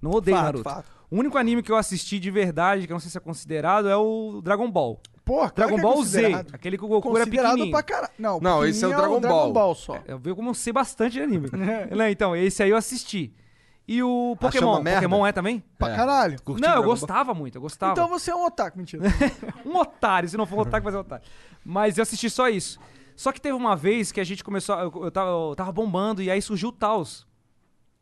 E: Não odeio
F: Fato,
E: Naruto.
F: fato.
E: O único anime que eu assisti de verdade, que eu não sei se é considerado, é o Dragon Ball.
F: Porra, claro
E: Dragon
F: que é
E: Ball Z,
F: considerado.
E: aquele que o Goku era
F: Considerado
E: pequenininho.
F: pra caralho. Não,
C: Não, esse é o
F: pequenininho
C: Dragon Ball.
F: só.
E: Eu vi como eu sei bastante de anime. Né, então, esse aí eu assisti. E o Pokémon,
C: É. uma merda?
E: Pokémon é também?
F: Pra caralho.
C: Curtiu
E: Não, eu
C: Dragon Ball?
E: gostava muito, eu gostava.
F: Então você é um otaku, mentira.
E: Um otário, se não for um otário, vai ser um otário. Mas eu assisti só isso. Só que teve uma vez que a gente começou. Eu, eu tava, eu tava bombando e aí surgiu o Taos.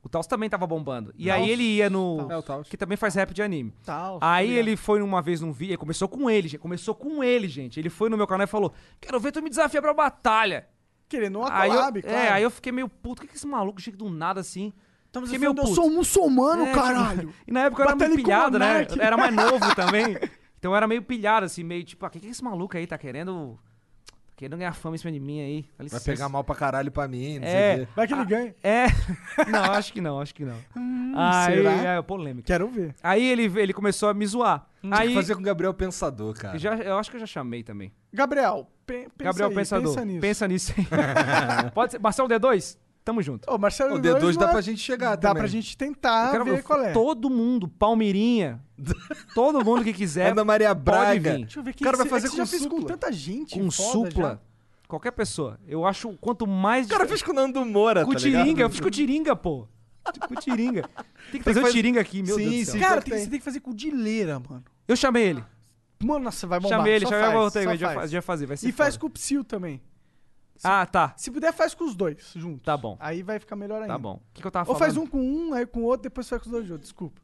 E: O Taos também tava bombando. E aí ele ia no.
C: É o Taos.
E: Que também faz rap de anime.
F: Tal,
E: Aí
F: obrigado.
E: ele foi uma vez num vídeo. Começou com ele, gente. Começou com ele, gente. Ele foi no meu canal e falou: Quero ver tu me desafiar pra batalha.
F: Querendo uma
E: aí eu,
F: collab, claro.
E: É, aí eu fiquei meio puto. Por que, que esse maluco chega do nada assim?
C: Então
F: Tava
E: fiquei
F: falando,
E: meio
F: eu
E: puto.
F: sou um muçulmano,
E: É,
F: caralho.
E: tipo, E na época eu era
F: Batalha
E: muito
F: com
E: pilhado, né?
F: monarca.
E: Eu Era mais novo também. Então eu era meio pilhado, assim, meio tipo, ah, o que, que esse maluco aí tá querendo. tá Querendo ganhar fama em cima de mim aí. Dá
C: Vai
E: licença.
C: pegar mal pra caralho pra mim, não sei
E: É.
C: o quê.
F: Vai que ele ganha.
E: É. Não, acho que não, acho que não. aí,
F: Hum, será?
E: É, polêmica.
F: Quero ver.
E: Aí ele, ele começou a me zoar.
F: Hum.
C: Tinha que
E: aí.
C: fazer com o Gabriel Pensador, cara.
E: Já, eu acho que eu já chamei também.
F: Gabriel, pe- pensa
E: Gabriel
F: aí,
E: Pensador.
F: pensa nisso.
E: aí. Pode ser. Marcelo D2? Tamo junto.
F: Ô, Marcelo
C: O
F: D2
C: D2
F: não
C: dá
F: é-
C: pra gente chegar
F: Dá
C: também.
F: pra gente tentar
E: Eu quero
F: ver
E: ver
F: qual é.
E: Todo mundo, Palmeirinha, todo mundo que quiser.
C: Ana Maria Braga.
E: né? vir.
F: Deixa eu ver quem
C: Cara, vai
F: que- é
C: fazer com
F: que você já fez com
C: supla.
F: tanta gente.
E: com
F: foda
E: supla,
F: já.
E: qualquer pessoa. Eu acho quanto mais.
C: O cara fez com o Nando Moura,
E: com
C: tá
E: tiringa,
C: ligado?
E: eu fiz com tiringa, pô. Com tiringa. Tem que fazer o
C: fazer-
E: tiringa aqui, meu
C: Sim,
E: Deus do céu.
C: sim.
F: Cara,
C: Pior que
F: tem-
C: tem.
F: você tem que fazer com dileira, mano.
E: Eu chamei ele.
F: Mano, nossa, vai bombar.
E: chamei ele,
F: só
E: chamei
F: faz,
E: ele, voltei.
F: só
E: A gente vai
F: faz.
E: fa- já fazer, vai ser.
F: E faz
E: foda.
F: com o Psyu também.
E: Ah, tá.
F: Se puder, faz com os dois juntos.
E: Tá bom.
F: Aí vai ficar melhor ainda.
E: Tá bom. O que, que eu tava
F: Ou
E: falando?
F: faz um com um, aí com o outro, depois faz com os dois juntos. Desculpa.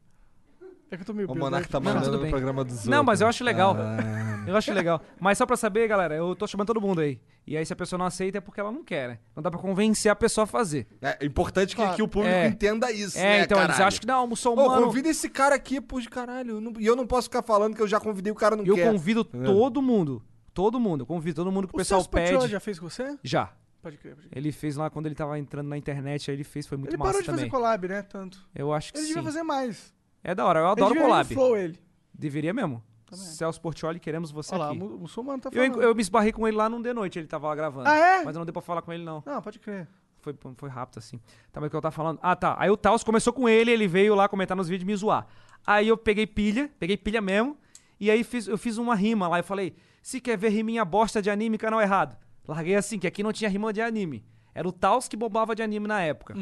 F: É que eu tô meio
C: O
F: bêbado.
C: Monarca tá
E: Não, tudo
C: mandando no
E: bem.
C: programa dos outros.
E: Não, mas eu acho legal.
C: Ah,
E: Eu acho legal. Mas só pra saber, galera, eu tô chamando todo mundo aí. E aí, se a pessoa não aceita, é porque ela não quer, né? Não dá pra convencer a pessoa a fazer.
C: é importante que, que o público
E: É.
C: entenda isso,
E: é,
C: né,
E: então eles
C: caralho?
E: acham que não,
C: Ô,
E: muçulmano.
C: convida esse cara aqui, pô, de caralho. eu não- E eu não posso ficar falando que eu já convidei o cara não
E: Eu
C: quer.
E: convido todo mundo. Todo mundo. Eu convido todo mundo
F: é? Tá
E: que o,
F: O
E: pessoal
F: Celso Portiolli
E: pede.
F: já fez com você?
E: já.
F: Pode crer, pode crer.
E: Ele fez lá quando ele tava entrando na internet, aí ele fez, foi É muito
F: Ele
E: massa
F: parou de
E: também.
F: fazer collab, né? Tanto.
E: Eu acho que
F: Ele
E: sim.
F: devia fazer mais.
E: É da hora, eu
F: ele
E: adoro
F: devia ir no
E: collab.
F: Flow, ele.
E: Deveria mesmo.
F: Também.
E: Celso Portioli, queremos você
F: Olha lá, o
E: aqui.
F: mu- o muçulmano tá
E: Eu,
F: falando.
E: eu me esbarrei com ele lá num de noite, ele tava lá gravando.
F: Ah, é?
E: Mas não deu pra falar com ele, não.
F: Não, pode crer.
E: Foi, foi rápido, assim. Tá, mas o que eu tava falando? Ah, tá. Aí o Taos começou com ele, ele veio lá comentar nos vídeos e me zoar. Aí eu peguei pilha, peguei pilha mesmo, e aí fiz- eu fiz uma rima lá. Eu falei, se quer ver riminha bosta de anime, canal errado. Larguei assim, que aqui não tinha rima de anime. Era o Taos que bombava de anime na época.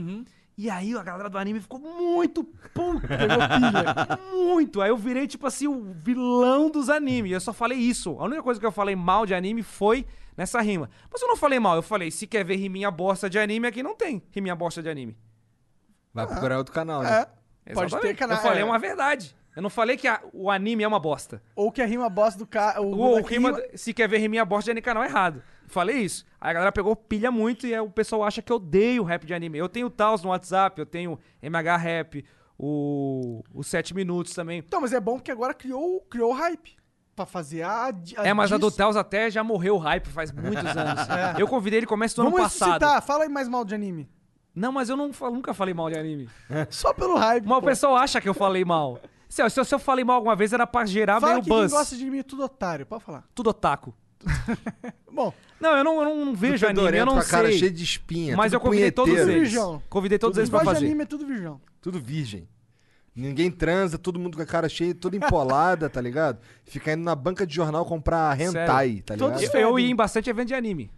E: E aí a galera do anime ficou muito puta, pegou pilha. muito. Aí eu virei, tipo assim, o vilão dos animes. Eu só falei isso. A única coisa que eu falei mal de anime foi nessa rima. Mas eu não falei mal, eu falei, se quer ver riminha bosta de anime, aqui não tem riminha bosta de anime.
C: Vai procurar outro canal, né?
F: É. Pode ter
E: Exatamente.
F: canal.
E: Eu falei
F: é.
E: uma verdade. Eu não falei que a- o anime é uma bosta.
F: Ou que a rima boss do cara.
E: Ou rima, se quer ver riminha bosta de anime canal é errado. Falei isso. Aí a galera pegou pilha muito e aí o pessoal acha que eu odeio rap de anime. Eu tenho o Taos no WhatsApp, eu tenho MH Rap, o, o 7 Minutos também.
F: Então, mas é bom porque agora criou, criou o hype. Pra fazer a. di-
E: É, mas a do
F: disso.
E: Taos até já morreu o hype faz muitos anos.
F: É.
E: Eu convidei ele no começo do
F: Vamos
E: ano passado.
F: ressuscitar, fala aí mais mal de anime.
E: Não, mas eu não fa- nunca falei mal de anime.
F: Só pelo hype.
E: Mas o
F: pô.
E: pessoal acha que eu falei mal. Se eu, se eu- se eu falei mal alguma vez, era pra gerar
F: Fala
E: meio
F: que quem
E: buzz.
F: gosta de anime é tudo otário, pode falar.
E: Tudo otaku.
F: Bom.
E: Não, eu não, eu não vejo anime, eu
C: fedorento,
E: não
C: com a
E: sei.
C: cara cheia de espinha,
E: Mas
C: tudo
E: eu convidei todos
C: punheteiro.
E: eles.
F: Virgão.
E: Convidei todos
F: Quem
E: eles pra
F: gosta de
E: fazer.
F: anime é tudo virgão.
C: Tudo virgem. Ninguém transa, todo mundo com a cara cheia, toda empolada, tá ligado? Fica indo na banca de jornal comprar hentai,
E: Sério.
C: tá ligado?
E: Todos
F: é
E: eu, eu ia em bastante evento de anime.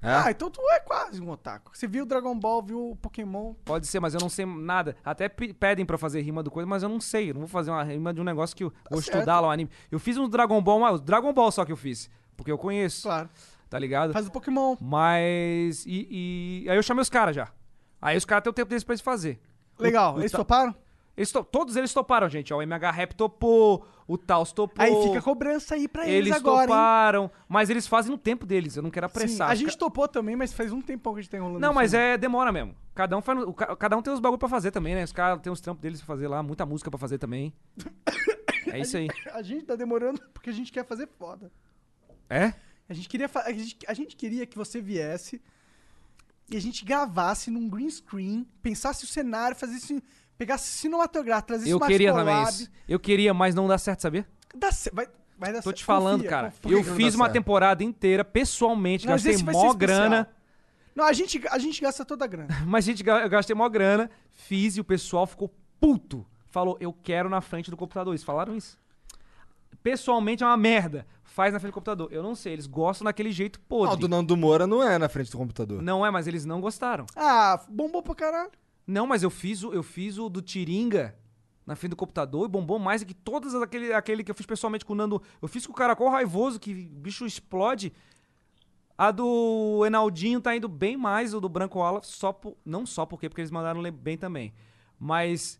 C: É?
F: Ah, então tu é quase um otaku. Você viu Dragon Ball, viu o Pokémon.
E: Pode ser, mas eu não sei nada. Até pe- pedem pra eu fazer rima do coisa, mas eu não sei. Eu não vou fazer uma rima de um negócio que eu vou
F: Tá certo.
E: estudar lá o anime. Eu fiz um Dragon Ball, mas o Dragon Ball só que eu fiz. Porque eu conheço.
F: Claro.
E: Tá ligado?
F: Faz o Pokémon.
E: Mas. E, e- Aí eu chamei os caras já. Aí os caras têm o tempo deles pra eles fazer.
F: Legal.
E: O- o
F: Eles
E: Ta-
F: toparam?
E: Eles to- Todos eles toparam, gente. Ó, o MH Rap topou, o Taos topou.
F: Aí fica a cobrança aí pra eles,
E: Eles
F: agora, hein?
E: toparam, mas eles fazem no tempo deles. Eu não quero
F: Sim,
E: apressar.
F: a
E: Os
F: gente topou também, mas faz um tempão que a gente tá enrolando.
E: Não,
F: isso,
E: mas
F: né?
E: é demora mesmo. Cada um, faz, o ca- cada um tem os bagulho pra fazer também, né? Os caras têm os trampos deles pra fazer lá, muita música pra fazer também. É isso aí.
F: A gente tá demorando porque a gente quer fazer foda.
E: É?
F: A gente queria, fa- a gente, a gente queria que você viesse e a gente gravasse num green screen, pensasse o cenário, fazesse, pegasse cinematográfico, trazesse
E: Eu
F: uma
E: queria
F: Astrolabe.
E: também isso. Eu queria, mas não dá certo, sabia?
F: Dá ce- vai, vai dar
E: Tô
F: certo.
E: te falando,
F: Confia,
E: cara.
F: confia.
E: eu fiz uma temporada inteira, pessoalmente,
F: Não, mas
E: gastei
F: esse vai ser
E: mó
F: especial.
E: grana.
F: Não, a gente, a gente gasta toda a grana.
E: Mas, gente, ga- eu gastei mó grana, fiz e o pessoal ficou puto. Falou, eu quero na frente do computador. Eles falaram isso. Pessoalmente é uma merda. Faz na frente do computador. Eu não sei, eles gostam daquele jeito
C: Não,
E: podre.
C: o do Nando Moura não é na frente do computador.
E: Não é, mas eles não gostaram.
F: Ah, bombou pra caralho.
E: Não, mas eu fiz o, eu fiz o do Tiringa na frente do computador e bombou mais do que todas as- aquele, aquele que eu fiz pessoalmente com o Nando. Eu fiz com o Caracol Raivoso, que o bicho explode. A do Enaldinho tá indo bem mais, o do Branco Ala, só por, não só porque, porque eles mandaram le- bem também. Mas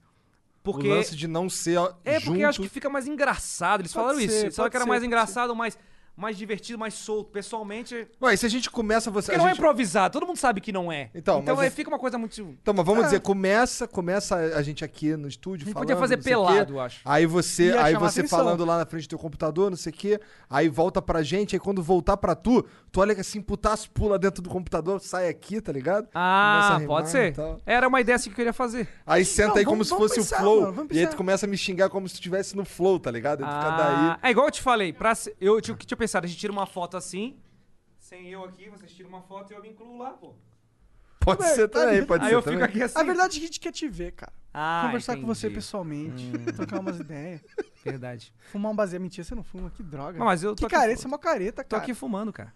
E: porque...
C: O lance de não ser
E: É,
C: junto...
E: porque eu acho que fica mais engraçado. Eles
F: Pode
E: falaram isso.
F: ser,
E: Eles falaram
F: pode
E: que era
F: ser,
E: mais
F: pode
E: engraçado, mais, mais divertido, mais solto. Pessoalmente...
C: Ué, e se a gente começa... Você,
E: Porque
C: a
E: não é
C: gente-
E: improvisado, todo mundo sabe que não é.
C: Então, mas
E: aí
C: é-
E: fica uma coisa muito...
C: Então, mas vamos
F: É.
C: dizer, começa, começa a gente aqui no estúdio falando.
E: podia fazer
C: não sei o quê.
E: pelado, eu acho.
C: Aí você,
F: Ia
C: aí
F: chamar
C: você
F: atenção.
C: falando lá na frente do teu computador, não sei o quê. Aí volta pra gente, aí quando voltar pra tu, tu olha que assim, putaço, pula dentro do computador, sai aqui, tá ligado? Começa a
E: Ah,
C: rimar
E: pode
C: e
E: ser.
C: tal.
E: Era uma ideia assim que eu queria fazer.
C: Aí senta aí
F: vamos-
C: como se
F: vamos
C: fosse
F: pensar,
C: o flow.
F: mano, vamos
C: e aí
F: pensar.
C: tu começa a me xingar como se estivesse no flow, tá ligado? Aí tu fica
E: Ah,
C: daí.
E: é igual eu te falei, pra, se- eu tinha, tinha pensado, a gente tira uma foto assim, sem eu aqui, vocês tiram uma foto e eu me incluo lá, pô.
C: Pode
F: Ué,
C: ser
F: tá
C: também,
F: ali.
C: pode
E: Aí
C: ser
E: eu
C: também.
E: fico aqui assim.
F: A verdade é que a gente quer te ver, cara.
E: Ah,
F: Conversar com você
E: entendi. Hum.
F: pessoalmente, trocar umas ideias.
E: Verdade.
F: Fumar um baseia. Mentira, você não fuma, que droga.
E: Não, mas eu tô
F: que
E: aqui
F: careta,
E: fu-
F: você é uma careta,
E: Tô
F: cara.
E: aqui fumando, cara.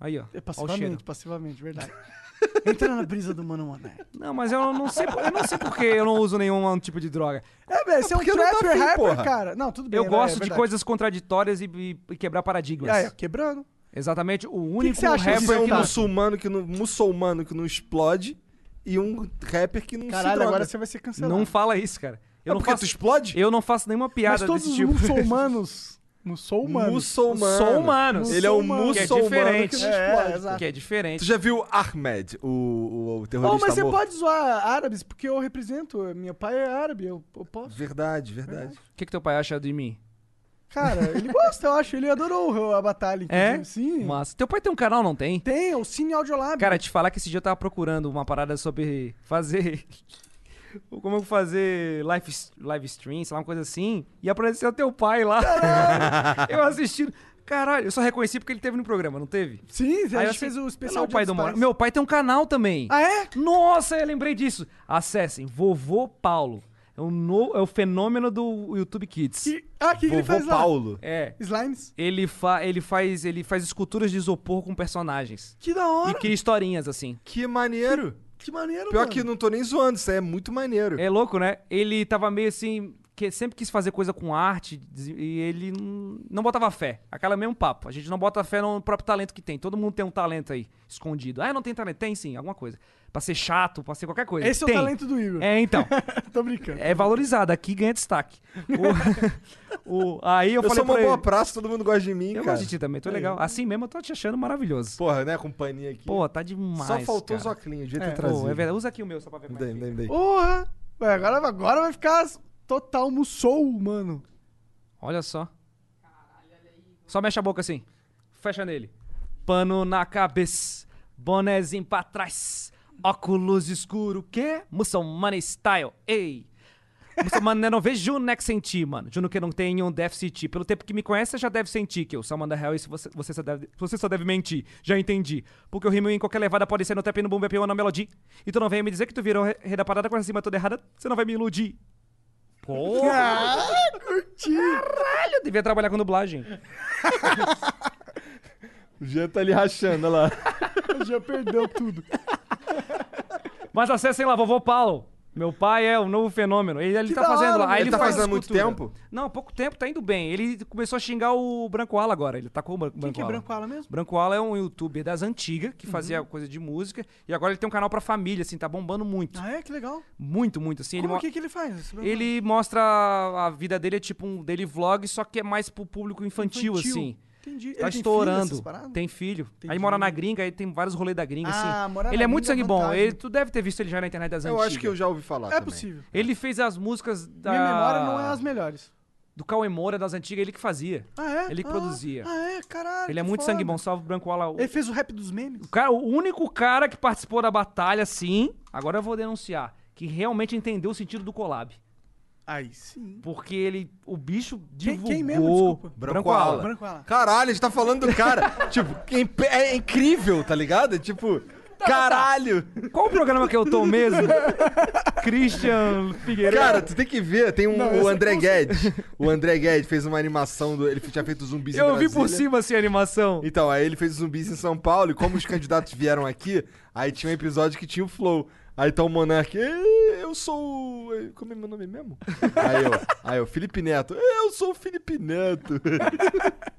E: Aí,
F: É
E: ó. Ó o cheiro.
F: passivamente, passivamente, verdade. Entra na brisa do Mano Mané.
E: Não, mas eu não sei, por- eu não sei porque eu não uso nenhum tipo de droga.
F: É, velho, você é um
C: porque não tá
F: trapper
C: afim,
F: rapper,
C: porra.
F: cara. Não, tudo bem.
E: Eu
F: é,
E: gosto
F: é
E: de
F: verdade. Ah,
E: coisas contraditórias e, e- e quebrar paradigmas.
F: Aí, ó, quebrando.
E: Exatamente. O único
F: você acha
E: rapper
F: disso,
C: Isso é um
E: que não...
C: muçulmano que não, muçulmano que não explode e um rapper que não se
F: Caralho,
C: droga.
F: agora você vai ser cancelado.
E: não fala isso, cara. Eu
C: É
E: não
C: porque tu
E: faço,
C: explode?
E: eu não faço nenhuma
F: Mas
E: piada
F: todos
E: desse
F: os
E: tipo.
F: muçulmanos. Muçulmanos.
C: Muçulmano.
E: Sou humano.
C: um Ele é um
F: Muçulmano.
E: Que é
C: muçulmano que,
E: diferente.
C: não
F: É,
C: explode.
F: exato.
E: Que é diferente.
C: Tu já viu Ahmed, o, o, o
F: Oh,
C: terrorista
F: mas você
C: morto?
F: pode zoar árabes, porque eu represento. Meu pai é árabe, eu, eu posso.
C: Verdade, verdade.
E: O que, que teu pai acha de mim?
F: Cara, ele gosta, eu acho. Ele adorou a batalha, inclusive.
E: É?
F: Sim.
E: Mas teu pai tem um canal, não tem?
F: Tem, é o Cine Audiolab.
E: Cara, te falar que esse dia eu tava procurando uma parada sobre fazer. Como eu fazer live, live stream, sei lá, uma coisa assim. E apareceu teu pai lá. eu assistindo. Caralho, eu só reconheci porque ele teve no programa, não teve?
F: Sim,
E: você
F: a gente fez o especial
E: é o pai
F: Dia
E: do
F: dos
E: Mora.
F: Pais."
E: Meu pai tem um canal também.
F: Ah, é?
E: Nossa, eu lembrei disso. Acessem, Vovô Paulo. É o, no- é o fenômeno do YouTube Kids.
F: Ah, o que, que ele faz lá?
E: É.
F: Slimes?
E: Ele, fa, ele, faz, ele faz esculturas de isopor com personagens.
F: Que da hora.
E: E cria historinhas, assim.
C: Que maneiro.
F: Que maneiro,
C: Pior
F: mano.
C: que não tô nem zoando, isso aí é muito maneiro.
E: É louco, né? Ele tava meio assim. Que sempre quis fazer coisa com arte des- e ele n- não botava fé. Aquela mesmo papo. A gente não bota fé no próprio talento que tem. Todo mundo tem um talento aí, escondido. Ah, não tem talento? Tem sim, alguma coisa. Pra ser chato, pra ser qualquer coisa.
F: Esse é o
E: Tem.
F: talento do Igor.
E: É, então.
F: Tô brincando.
E: É valorizado. Aqui ganha destaque. O- o- aí eu,
C: Eu
E: falei
C: sou uma
E: pra
C: boa
E: ele,
C: praça, todo mundo gosta de mim,
E: Eu
C: cara.
E: gosto de ti também, tô
C: É.
E: legal. Assim mesmo eu tô te achando maravilhoso.
C: Porra, né? Companhia aqui.
E: Pô, tá demais.
C: Só faltou os
E: cara.
C: óculos, devia
E: É,
C: ter
E: pô,
C: trazido.
E: é verdade. Usa aqui o meu só pra ver como é
C: Dei,
E: que
C: dei, dei.
F: Porra! Ué, agora, agora vai ficar total mussou, mano.
E: Olha só. Só mexe a boca assim. Fecha nele. Pano na cabeça, bonézinho pra trás, óculos escuro, que? Muçulmano style, ei! Muçulmano eu não vejo né que senti, mano. Juro que eu não tenho um déficit. Pelo tempo que me conhece, você já deve sentir que eu só mando real e se você, você, só deve, você só deve mentir. Já entendi. Porque o rimo em qualquer levada pode ser no trap, no boom, bap ou na melodia. E tu não vem me dizer que tu virou re- rei da parada com essa cima toda errada, você não vai me iludir. Porra!
F: Ah, curti!
E: Caralho, eu devia trabalhar com dublagem.
C: O Jean tá ali rachando, olha lá.
F: Já perdeu tudo.
E: Mas acessem lá, vovô Paulo. Meu pai é o novo fenômeno. Ele, ele
F: Que
E: tá
F: da
E: fazendo
F: hora,
E: lá. Aí
F: velho. Ele
E: ele
F: tá
E: faz
F: fazendo há muito
E: escultura. Não, há pouco tempo, tá indo bem. Ele começou a xingar o Branco Ala agora. Ele tacou o Bran- Branco
F: que é
E: Ala.
F: Branco Ala Uhum. mesmo?
E: Branco Ala é um youtuber das antigas que fazia coisa de música. E agora ele tem um canal pra família, assim, tá bombando muito.
F: Ah, é? Que legal.
E: Muito, muito, assim. ele
F: Como
E: mo-
F: que, é que ele faz? esse programa?
E: ele mostra a a vida dele, é tipo um daily vlog, só que é mais pro público infantil,
F: Infantil.
E: assim.
F: Entendi. Ele
E: Tá
F: tem filho, essas
E: estourando.
F: paradas?
E: Tem filho. Aí
F: Entendi.
E: mora na gringa, aí tem vários rolês da gringa,
F: Ah,
E: assim.
F: morar na
E: Ele é muito
F: gringa é
E: sangue bom.
F: vantagem.
E: Ele, tu deve ter visto ele já na internet das
C: Eu
E: antigas.
C: acho que eu já ouvi falar
F: É
C: também.
F: possível.
E: Ele fez as músicas da.
F: Minha memória não é as melhores.
E: Do Cauê Moura das antigas, ele que fazia.
F: Ah, é?
E: Ele que
F: Ah,
E: produzia.
F: Ah, é? Caralho.
E: ele é
F: que
E: muito
F: foda.
E: sangue bom, salve Branco Ala. O,
F: Ele fez o rap dos memes?
E: o cara- o único cara que participou da batalha, sim, agora eu vou denunciar, que realmente entendeu o sentido do collab.
F: Aí sim.
E: Porque ele. O bicho
F: Quem-
E: divulgou.
F: quem mesmo? Desculpa.
C: Branco
E: Branco
C: Ala.
E: Ala.
F: Branco Ala.
C: Caralho, a gente tá falando do cara. tipo, é, imp- é incrível, tá ligado? Tipo,
E: tá,
C: caralho.
E: Qual o programa que eu tô mesmo? Christian Figueiredo.
C: Cara, tu tem que ver, tem um,
F: Não,
C: o
E: é
F: esse
C: André
F: eu
C: Guedes. O André Guedes fez uma animação, do, ele tinha feito zumbis em
E: eu vi por
C: Brasília.
E: cima assim a animação.
C: Então, aí ele fez os zumbis em São Paulo, e como os candidatos vieram aqui, aí tinha um episódio que tinha o Flow. Aí tá o Monark, "Ê, eu sou. o- Como é meu nome mesmo? aí eu, aí eu, Felipe Neto, eu sou o Felipe Neto.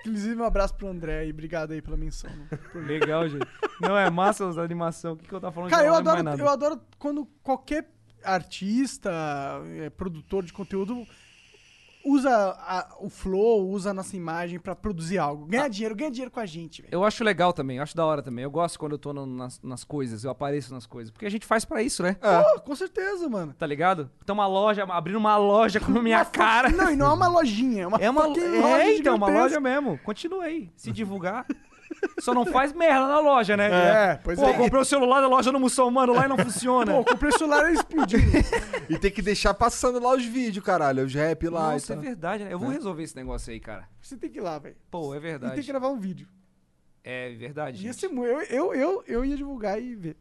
F: Inclusive, um abraço pro André e obrigado aí pela menção. né?
E: Legal, gente. Não é massa as animação. O que, que eu tava falando?
F: Cara,
E: Já
F: eu
E: não lembro mais
F: adoro,
E: nada.
F: eu adoro quando qualquer artista, é, produtor de conteúdo usa a- o flow, usa a nossa imagem pra produzir algo. Ganhar
E: Ah.
F: dinheiro, ganha dinheiro com a gente, velho.
E: Eu acho legal também, eu acho da hora também. Eu gosto quando eu tô no- nas, nas coisas, eu apareço nas coisas. Porque a gente faz pra isso, né?
F: Pô, com certeza, mano.
E: Tá ligado? Então uma loja, abrindo uma loja com a minha cara.
F: Não, e não é uma lojinha, é uma
E: É uma
F: fucking
E: loja. É, então, uma
F: gigantesca.
E: loja mesmo. Continua aí, se divulgar. Só não faz merda na loja, né?
F: É, pois
E: Pô,
F: é.
E: comprei o celular da loja no muçulmano lá e não funciona.
F: Pô, comprei o celular e explodiu.
C: E tem que deixar passando lá os vídeos, caralho, os rap lá
E: Nossa,
C: e
E: é
C: tal.
E: verdade, né? Eu vou resolver esse negócio aí, cara.
F: Você tem que ir lá, velho.
E: Pô, é
F: E tem
E: verdade.
F: que gravar um vídeo.
E: É verdade.
F: Ia
E: gente.
F: ser mu- eu, eu, eu, eu ia divulgar e ver.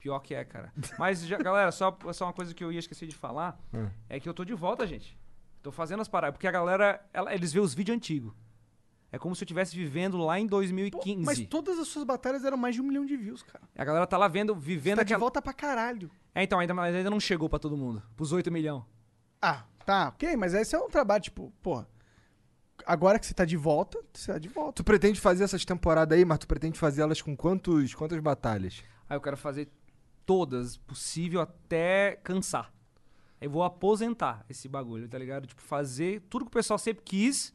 E: Pior que é, cara. Mas, já- galera, só, só uma coisa que eu ia esquecer de falar
F: Hum.
E: é que eu tô de volta, gente. Tô fazendo as paradas. Porque a galera, ela- eles vê os vídeos antigos. É como se eu estivesse vivendo lá em
F: Pô,
E: 2015.
F: mas todas as suas batalhas eram mais de um milhão de views, cara.
E: A galera tá lá vendo, vivendo
F: Tá de
E: aquela.
F: volta pra caralho.
E: É, então, ainda, mas ainda não chegou pra todo mundo. Pros 8 milhões.
F: Ah, tá, ok, mas esse é um trabalho, tipo, porra. Agora que você tá de volta, você tá de volta.
C: Tu pretende fazer essas temporadas aí, mas tu pretende fazer elas com quantos, quantas batalhas?
E: Aí eu quero fazer todas possível até cansar. Eu vou aposentar esse bagulho, tá ligado? Tipo, fazer tudo que o pessoal sempre quis,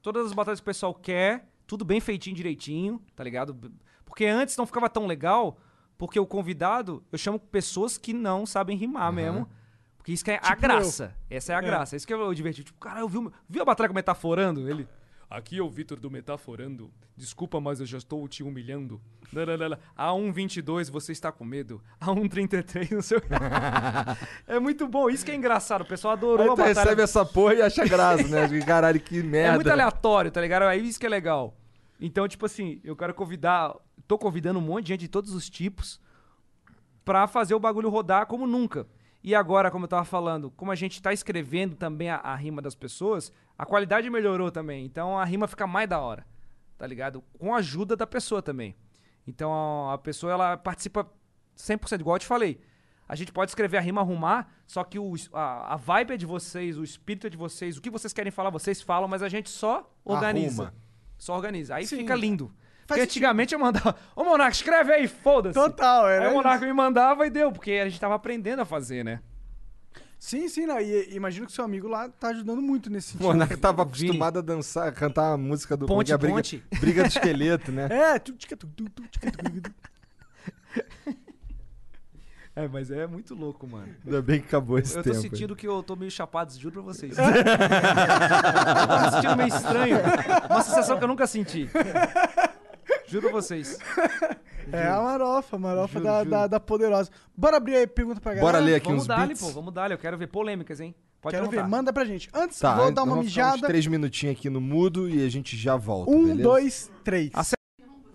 E: todas as batalhas que o pessoal quer, tudo bem feitinho, direitinho, tá ligado? B- Porque antes não ficava tão legal, porque o convidado, eu chamo pessoas que não sabem rimar mesmo. Porque é tipo, isso que é a graça. Essa é a graça. Isso que é o divertido. Tipo, cara, eu vi, o meu- viu a batalha com o Metaforando? Ele.
K: Aqui é o Vitor do Metaforando. Desculpa, mas eu já estou te humilhando. Lalalala. A 1,22 você está com medo. A 1,33 não sei o que.
E: É muito bom, isso que é engraçado. O pessoal adorou
C: Aí
E: a
C: tu
E: batalha.
C: recebe essa porra e acha graça, né? Caralho, que merda.
E: É muito aleatório, tá ligado? Aí isso que é legal. Então, tipo assim, eu quero convidar. Tô convidando um monte de gente de todos os tipos pra fazer o bagulho rodar como nunca. E agora, como eu tava falando, como a gente tá escrevendo também a, a rima das pessoas, a qualidade melhorou também. Então a rima fica mais da hora, tá ligado? Com a ajuda da pessoa também. Então a- a pessoa ela participa 100%, igual eu te falei. A gente pode escrever a rima arrumar, só que o, es- a, a vibe é de vocês, o espírito é de vocês, o que vocês querem falar, vocês falam, mas a gente só organiza.
F: Arruma.
E: Só organiza. Aí fica lindo.
F: Faz
E: Porque antigamente eu mandava, ô Monarca, escreve aí, foda-se.
F: Total,
C: É
F: era
C: um
E: Aí o
F: isso.
E: Monarca me mandava e deu, porque a gente tava aprendendo a fazer, né?
F: Sim, sim, não. E, e imagino que seu amigo lá tá ajudando muito nesse
C: O
F: sentido.
C: Monark tava acostumado a dançar, a cantar a música do
F: Ponte,
C: como que é a
F: ponte.
C: briga, briga do esqueleto, né?
F: É, tu, tica, tu, tu, tu, tica, tu, tu, tu.
E: É, mas é muito louco, mano.
C: Ainda bem que acabou esse
E: eu
C: tempo.
E: tô
C: aí.
E: sentindo que eu tô meio chapado, juro pra vocês. eu tô me sentindo meio estranho. Uma sensação que eu nunca senti. Juro pra vocês.
F: É a marofa, a marofa
E: Juro,
F: da,
E: juro.
F: Da, da poderosa. Bora abrir aí pergunta pra galera.
E: é,
C: É
E: vamos dar ali, pô, vamos dar ali. Eu quero ver polêmicas, hein? Pode
F: Quero
E: perguntar.
F: ver, manda pra gente. Antes,
C: Tá,
F: vou dar
C: então
F: uma
C: vamos ficar Uns
F: mijada.
C: três minutinhos aqui no mudo e a gente já volta.
F: Um,
C: beleza?
F: dois, três.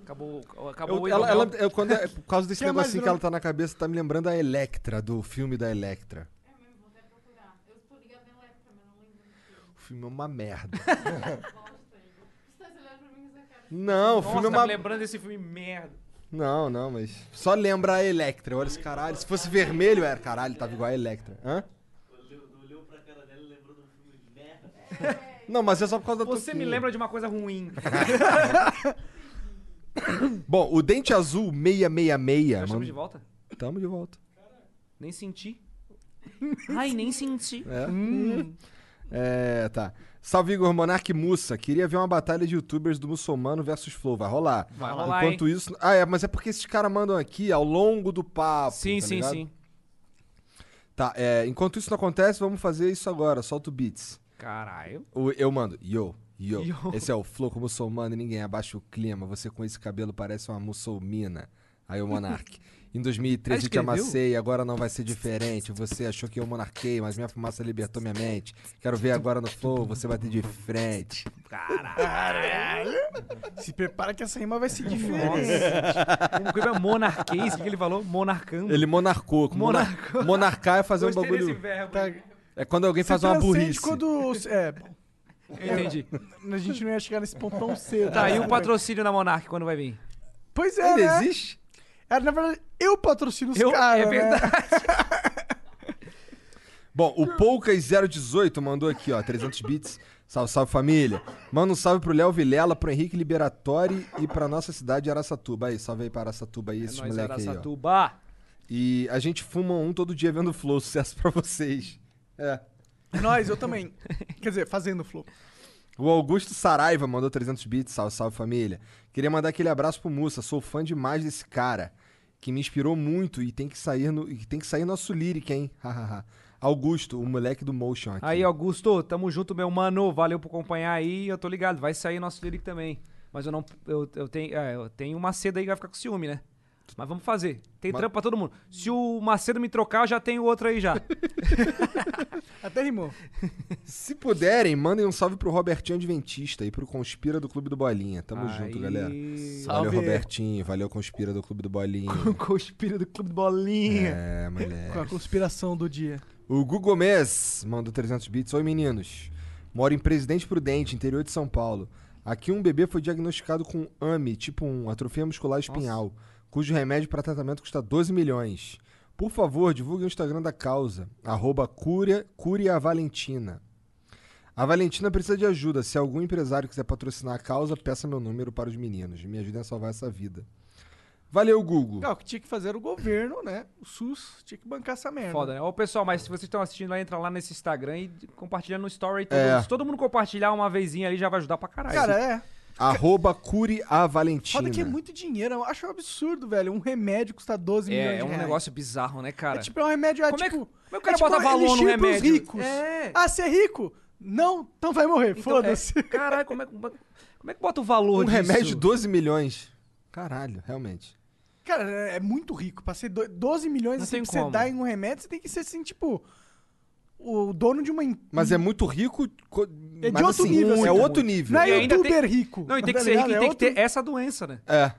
E: Acabou, acabou
C: Eu,
E: o
C: ela,
E: Igor.
C: ela- eu, quando, é- por causa desse
E: Quem é mais
F: um?
C: negocinho que ela
E: virou-
C: tá na cabeça, tá me lembrando a Electra, do filme da Electra. O filme é uma merda. Não, o
E: Nossa,
C: filme é
E: tá
C: uma.
E: me lembrando desse filme merda.
C: Não, não, mas. Só lembra a Electra. Olha esse caralho. Se fosse vermelho, era caralho, tava igual a Electra. Hã? Não, mas é só por causa da
E: Você me
C: touquinha.
E: lembra de uma coisa
C: É,
E: ruim.
C: Bom, o Dente Azul 666.
E: Já
C: mano.
E: estamos de volta?
C: Tamo de volta.
E: Nem senti. Ai, nem senti.
C: É.
E: Hum.
C: É, tá. Salve Igor Monark Mussa. Queria ver uma batalha de youtubers do muçulmano versus Flow. Vai rolar.
E: Vai rolar,
C: Enquanto isso. Ah, é, mas é porque esses caras mandam aqui ao longo do papo.
E: Sim,
C: tá
E: sim,
C: ligado?
E: sim.
C: Tá, é, enquanto isso não acontece, vamos fazer isso agora. Solta o beats.
E: Caralho.
C: O- Eu mando. Yo, yo.
E: Yo.
C: Esse é o Flow com muçulmano e ninguém abaixa o clima. Você com esse cabelo parece uma muçulmina. Aí o Monark. Em 2013 eu te
L: escreveu?
C: amassei, agora não vai ser diferente. Você achou que eu monarquei, mas minha fumaça libertou minha mente. Quero ver agora no Flow, você bater de frente.
F: Caralho. Se prepara que essa rima vai ser diferente.
E: Como que é monarquês? O que que ele falou? Monarcando.
C: Ele monarcou. como monar- Monarcar é fazer um
E: Gostei desse
C: bagulho.
E: verbo.
C: É quando alguém
F: Você
C: faz uma
F: transcende
C: burrice.
F: quando... É, bom.
E: Eu entendi.
F: A gente não ia chegar nesse ponto tão cedo.
E: Tá, e o patrocínio da Monark quando vai vir?
F: Pois é,
E: Ainda
F: né?
E: existe?
F: É, na verdade, eu patrocino os
E: Eu-
F: caras,
E: é verdade.
F: Né?
C: Bom, o Poucas018 mandou aqui, ó, 300 bits. Salve, salve família. Manda um salve pro Léo Vilela, pro Henrique Liberatori e pra nossa cidade Araçatuba. Aí, salve aí pra Araçatuba aí, esses
E: É nóis,
C: moleques aí, ó.
E: Araçatuba.
C: E a gente fuma um todo dia vendo Flow. Sucesso pra vocês. É.
F: Nós, eu também. Quer dizer, fazendo flow.
C: O Augusto Saraiva mandou 300 bits. Salve, salve família. Queria mandar aquele abraço pro Mussa. Sou fã demais desse cara, que me inspirou muito e tem que sair no e tem que sair nosso lyric, hein? Hahaha. Augusto, o moleque do motion aqui.
E: Aí, Augusto, tamo junto, meu mano. Valeu por acompanhar aí. Eu tô ligado, vai sair nosso lyric também. Mas eu não. Eu, eu tenho, é, eu tenho o Macedo aí que vai ficar com ciúme, né? Mas vamos fazer. Tem
F: Mas-
E: trampo pra todo mundo. Se o Macedo me trocar, eu já tenho outro aí já.
F: Até rimou.
C: Se puderem, mandem um salve pro Robertinho Adventista e pro Conspira do Clube do Bolinha. Tamo
E: Aí.
C: junto, galera.
E: Salve.
C: Valeu, Robertinho. Valeu, Conspira do Clube do Bolinha.
F: Conspira do Clube de Bolinha.
C: É, moleque.
F: Com a conspiração do dia.
C: O Google Gomes mandou 300 bits. Oi, meninos. Moro em Presidente Prudente, interior de São Paulo. Aqui um bebê foi diagnosticado com AMI, tipo 1, atrofia muscular espinhal, cujo remédio para tratamento custa 12 milhões. Por favor, divulgue o Instagram da causa, arroba Cúria, Cúria Valentina. A Valentina precisa de ajuda. Se algum empresário quiser patrocinar a causa, peça meu número para os meninos. Me ajudem a salvar essa vida. Valeu,
E: Uh.
C: Google.
F: Ah, o que tinha que fazer era o governo, né? O SUS tinha que bancar essa merda.
E: Foda, né? Ô, pessoal, mas se vocês estão assistindo lá, entra lá nesse Instagram e compartilha no story. Todo,
C: É.
E: Se todo mundo compartilhar uma vezinha ali, já vai ajudar pra caralho.
F: Cara, é.
C: Arroba Cure a Valentina.
F: Foda que é muito dinheiro. Eu acho um absurdo, velho. Um remédio custa 12 milhões
E: É,
F: de
E: é um
F: reais.
E: negócio bizarro, né, cara?
F: É tipo, é um remédio. É, como tipo,
E: como é que o cara bota valor no
F: elixir pros
E: remédio?
F: ricos.
E: É.
F: Ah, você é rico? Não, então vai morrer,
E: Então,
F: foda-se.
E: é, caralho, como é, que- como é que bota o valor
C: Um
E: disso?
C: remédio de 12 milhões. Caralho, realmente.
F: Cara, é muito rico. Pra ser do- 12 milhões
E: Não
F: assim,
E: tem
F: que você
C: como.
F: dá em um remédio, você tem que ser assim, tipo, o dono de uma. em-
C: Mas é muito rico. co-
F: É de
C: mas,
F: outro
C: assim,
F: nível, assim,
C: É
F: muito.
C: outro nível.
F: Não é
E: E ainda
F: youtuber
E: tem-
F: rico.
E: Não, e tem que
F: tá
E: ser
F: ligado?
E: rico e
F: É
E: tem que ter
F: outro-
E: essa doença, né?
C: É.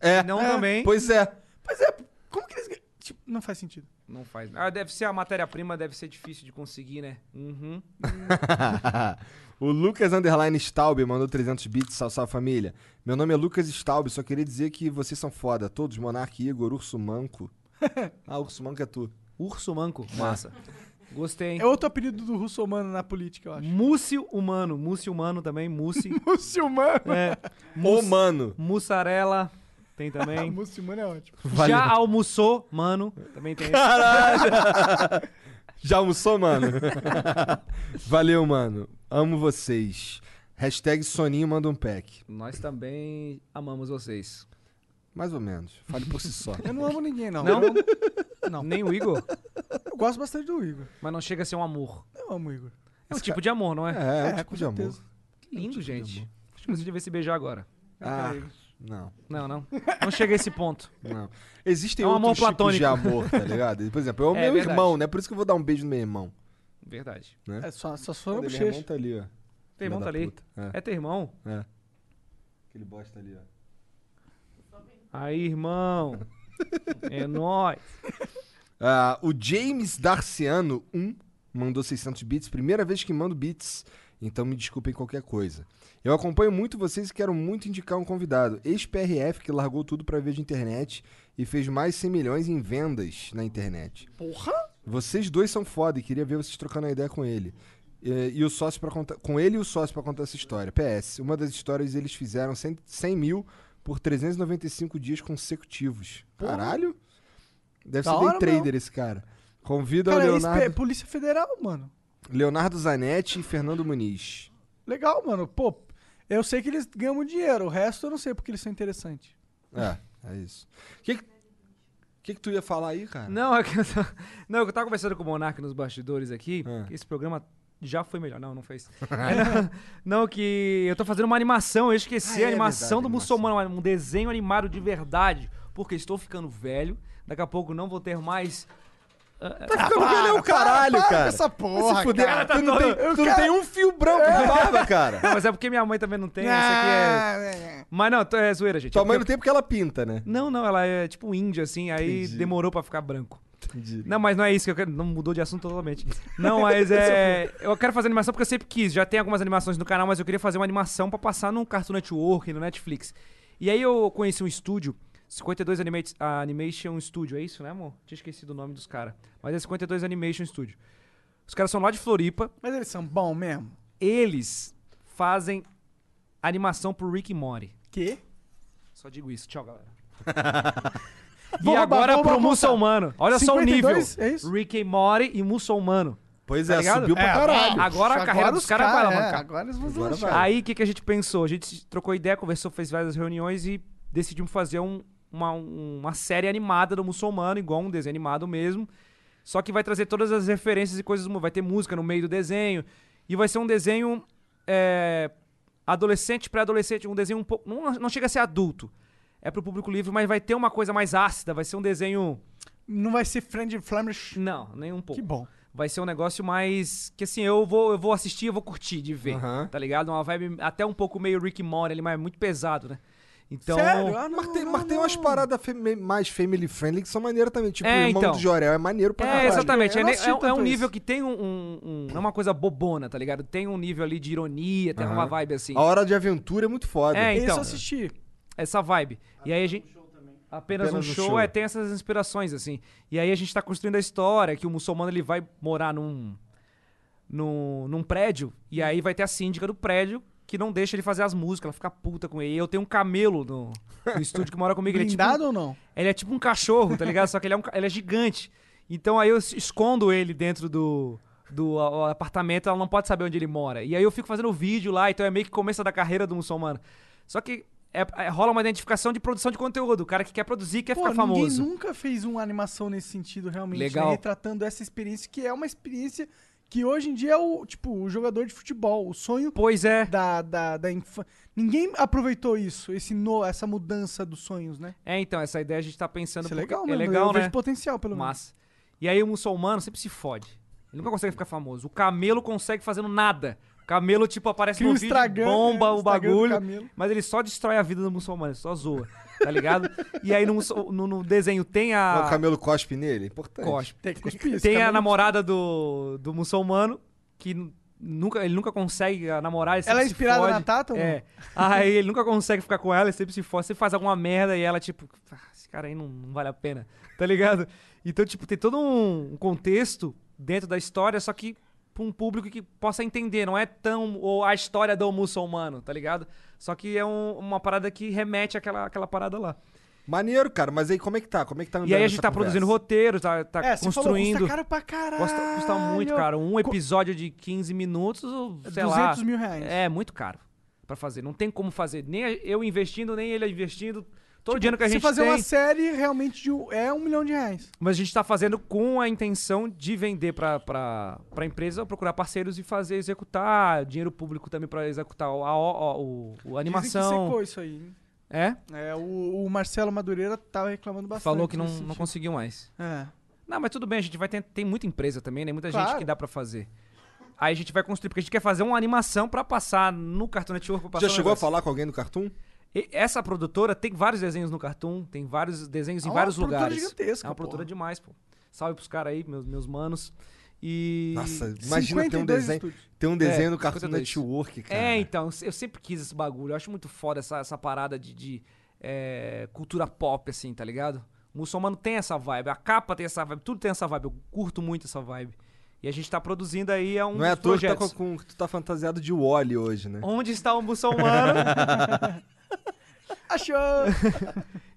C: É.
E: Não
C: É.
E: também.
C: Pois é.
F: Tipo, não faz sentido.
E: Não faz. Ah, deve ser a matéria-prima, deve ser difícil de conseguir, né? Uhum.
C: o Lucas Underline Staub mandou 300 bits, salve, salve família. Meu nome é Lucas Staub, só queria dizer que vocês são foda. Todos, Monark, Igor, Urso Manco. ah, Urso Manco é tu.
E: Urso Manco? Massa. É. Gostei.
F: É outro apelido do russo humano na política, eu acho.
E: Múcio humano. Múcio humano também. Múcio.
F: Múcio humano.
E: É.
C: Humano.
E: Mussarela. Tem também.
F: Múcio humano é ótimo.
E: Já almoçou, mano. Também tem.
C: Caralho! Já almoçou, mano? Valeu, mano. Amo vocês. Hashtag Soninho manda um pack.
E: Nós também amamos vocês.
C: Mais ou menos. Fale por si só.
F: É. Eu não amo ninguém, não.
E: Não?
F: Não.
E: Nem o Igor?
F: Eu gosto bastante do Igor.
E: Mas não chega a ser um amor.
F: Eu amo o Igor.
E: É um tipo de amor, não é?
C: É, é um tipo
F: com
C: de amor.
F: certeza. É
E: Que lindo, gente. Acho que vocês devem se beijar agora.
C: Ah, não.
E: Não, não. Não chega a esse ponto.
C: Não. Existem
E: É um amor
C: outros tipos de
E: platônico.
C: amor, tá ligado? Por exemplo, eu amo
E: É,
C: meu
E: verdade.
C: irmão, né? Por isso que eu vou dar um beijo no meu irmão.
E: Verdade.
C: Né?
F: É só, só só na
C: Cadê? Meu irmão
F: bochecha.
C: tá ali, ó.
E: Teu irmão
C: Filha
E: tá
C: da
E: ali.
C: puta.
E: É. teu irmão?
C: É. Aquele bosta ali, ó.
E: Aí, irmão. é nóis.
C: Ah, o James Darciano 1 mandou 600 bits, primeira vez que mando bits, então me desculpem qualquer coisa. Eu acompanho muito vocês e quero muito indicar um convidado, ex-PRF que largou tudo pra ver de internet e fez mais 100 milhões em vendas na internet.
F: Porra!
C: Vocês dois são foda e queria ver vocês trocando a ideia com ele. Eh, E, o sócio para contar. Com ele e o sócio pra contar essa história. PS, uma das histórias eles fizeram 100, 100 mil por 395 dias consecutivos.
F: Porra.
C: Caralho! Deve
F: Da
C: ser day
F: hora
C: trader
F: mesmo.
C: esse cara. Convida
F: Cara,
C: o
F: esse é
C: Leonardo,
F: Polícia Federal, mano.
C: Leonardo Zanetti e Fernando Muniz.
F: Legal, mano. Pô, eu sei que eles ganham muito dinheiro. O resto eu não sei porque eles são interessantes.
C: É, é isso. O que, que, que que tu ia falar aí, cara?
E: Não, é que eu tava, não, é que eu tava conversando com o Monark nos bastidores aqui. que Esse programa já foi melhor. Não, não fez. não, que eu tô fazendo uma animação. Eu
M: Ah,
E: esqueci
M: é
E: a animação
M: verdade,
E: do muçulmano. Um desenho animado de verdade. Porque estou ficando velho. Daqui a pouco não vou ter mais...
C: Tá ficando velho é o
F: Ah,
C: caralho,
E: para com
C: cara.
E: essa porra,
C: Se fuder, Ah,
E: cara, tá
C: tu não,
E: todo-
C: tem,
E: Eu
C: tu não
E: quero-
C: tem um fio branco de barba, cara.
E: Não, mas é porque minha mãe também não
F: Ah,
E: tem. isso aqui é- Mas não, tô- é zoeira, gente.
C: Tua
E: É
C: mãe
E: porque-
C: não tem porque ela pinta, né?
E: Não, não, ela é tipo índia, assim, aí
C: Entendi.
E: demorou pra ficar branco.
C: Entendi.
E: Não, mas não é isso que eu quero. Não mudou de assunto totalmente. Não, mas é. Eu quero fazer animação porque eu sempre quis. Já tem algumas animações no canal, mas eu queria fazer uma animação pra passar no Cartoon Network, no Netflix. E aí eu conheci um estúdio, 52 Animate, ah, Animation Studio, é isso, né, amor? Tinha esquecido o nome dos caras. Mas é 52 Animation Studio. Os caras são lá de Floripa.
F: Mas eles são bons mesmo?
E: Eles fazem animação pro Rick e Morty.
F: Que?
E: Só digo isso. Tchau, galera.
F: Vou
E: e
F: roubar,
E: agora
F: vou
E: pro
F: roubar,
E: muçulmano. Olha só
F: 52,
E: o nível. Rick and Morty e muçulmano.
C: Pois
E: Tá
C: é,
E: ligado?
C: subiu pra caralho.
E: Agora a
F: Agora
E: carreira
F: os
E: dos caras vai
F: cara-
E: alavancar.
F: é, agora eles vão
C: Agora
F: lançar.
C: vai.
E: Aí o que, que a gente pensou? A gente trocou ideia, conversou, fez várias reuniões e decidimos fazer um- uma, uma série animada do muçulmano, igual um desenho animado mesmo. Só que vai trazer todas as referências e coisas. mu- Vai ter música no meio do desenho. E vai ser um desenho é, adolescente para adolescente, um desenho um pouco. Não, não chega a ser adulto. É pro público livre, mas vai ter uma coisa mais ácida, vai ser um desenho.
F: Não vai ser Friend of Flemish.
E: Não, nem um pouco.
F: Que bom.
E: Vai ser um negócio mais. Que assim, eu vou, eu vou assistir, eu vou curtir de ver. Tá ligado? Uma vibe até um pouco meio Rick and Morty ali, mas é muito pesado, né? Então.
C: Sério? Ah, não, mas tem, mas tem umas paradas femi- mais family friendly que são maneiras também. Tipo,
E: É,
C: o irmão
E: então.
C: do Jorel é maneiro pra
E: É,
C: caralho.
E: exatamente. É,
C: Eu não
E: ne-
C: assisti
E: é um- é
C: tanto
E: um
C: isso.
E: nível que tem um, um- um- Não é uma coisa bobona, tá ligado? Tem um nível ali de ironia, tem uma
C: Aham.
E: vibe assim.
C: A hora de aventura é muito foda.
E: É, então.
F: assisti.
E: Essa vibe. E aí a gente. Apenas, um show, é, tem essas inspirações, assim. E aí a gente tá construindo a história que o muçulmano ele vai morar num, num, num prédio, e aí vai ter a síndica do prédio que não deixa ele fazer as músicas, ela fica puta com ele. E eu tenho um camelo no, no estúdio que mora comigo. Ele é tipo,
F: Blindado ou não?
E: ele é tipo um cachorro, tá ligado? Só que ele é, um ca- ele é gigante. Então aí eu es- escondo ele dentro do, do a- a- apartamento, ela não pode saber onde ele mora. E aí eu fico fazendo o vídeo lá, então é meio que começo da carreira do muçulmano. Só que é- é- rola uma identificação de produção de conteúdo. O cara que quer produzir quer
F: Pô,
E: ficar
F: ninguém
E: famoso.
F: nunca fez uma animação nesse sentido, realmente.
E: Legal.
F: Né? Retratando essa experiência, que é uma experiência Que hoje em dia é o, tipo, o jogador de futebol, o sonho
E: pois é.
F: da, da, da infância. Ninguém aproveitou isso, esse no, essa mudança dos sonhos, né?
E: É, então, essa ideia a gente tá pensando...
F: Isso é
E: porque-
F: legal, mano.
E: É legal,
F: Eu
E: né?
F: vejo potencial, pelo menos.
E: Massa. E aí o muçulmano sempre se fode. Ele nunca consegue ficar famoso. O camelo consegue fazendo nada. O camelo, tipo, aparece
F: Cria
E: no
F: um
E: vídeo,
F: Instagram,
E: bomba
F: né?
E: o
F: Instagram do
E: bagulho.
F: camelo.
E: Mas ele só destrói a vida do muçulmano, ele só zoa. Tá ligado? e aí no, muçul- no- no desenho tem a.
C: O camelo cospe nele? é Importante.
E: então. Cospe.
F: Tem,
E: Tem a namorada do, do muçulmano, que n- nunca, ele nunca consegue a namorar. ele sempre
F: Ela é
E: se
F: inspirada
E: fode.
F: na Tata ou não?
E: É. Aí ele nunca consegue ficar com ela, ele sempre se fode, sempre faz alguma merda e ela, tipo, "Ah, esse cara aí não, não vale a pena, tá ligado? Então, tipo, tem todo um um contexto dentro da história, só que pra um público que possa entender, não é tão ou a história do muçulmano, tá ligado? Só que é um- uma parada que remete àquela, àquela parada lá.
C: Maneiro, cara, mas aí como é que tá? Como é que tá andando
E: E aí a gente
C: essa
E: tá
C: conversa?
E: produzindo roteiro, tá, tá
F: É, você falou,
E: construindo.
F: custa caro pra caralho.
E: Custa, custa muito, cara. Um episódio de 15 minutos, ou, sei lá.
F: 200 mil reais.
E: É muito caro pra fazer. Não tem como fazer. Nem eu investindo, nem ele investindo. Todo dinheiro que a
F: Tipo, Se
E: gente
F: fazer
E: tem.
F: uma série, realmente de um- é um milhão de reais.
E: Mas a gente tá fazendo com a intenção de vender pra, pra, pra empresa, procurar parceiros e fazer executar. Dinheiro público também pra executar a, a- o- o- a
F: Dizem que
E: animação.
F: secou isso aí. hein?
E: É?
F: É, o, o Marcelo Madureira tava reclamando bastante.
E: Falou que não,
F: nesse
E: não
F: sentido.
E: conseguiu mais.
F: É.
E: Não, mas tudo bem, a gente vai ter. Tem muita empresa também, né? Muita gente
F: Claro.
E: que dá pra fazer. Aí a gente vai construir, porque a gente quer fazer uma animação pra passar no Cartoon Network. Pra passar
C: Já
E: no
C: chegou a
E: um negócio.
C: falar com alguém do Cartoon?
E: E essa produtora tem vários desenhos no Cartoon, tem vários desenhos em
F: É uma
E: vários
F: produtora
E: lugares.
F: gigantesca,
E: É uma produtora
F: porra.
E: demais, pô. Salve pros caras aí, meus, meus manos. E.
C: Nossa, imagina ter um
F: 52
C: desenho,
F: estúdios.
C: ter um desenho
E: É,
C: do Cartoon
E: 52.
C: Network, cara.
E: É, então, eu sempre quis esse bagulho. Eu acho muito foda essa, essa parada de, de, é, cultura pop, assim, tá ligado? O muçulmano tem essa vibe, a capa tem essa vibe, tudo tem essa vibe. Eu curto muito essa vibe. E a gente tá produzindo aí é um
C: Não é à
E: dos
C: toa que tá
E: projetos.
C: com- com- tu tá fantasiado de Wally hoje, né?
E: Onde está o muçulmano?
F: Achou!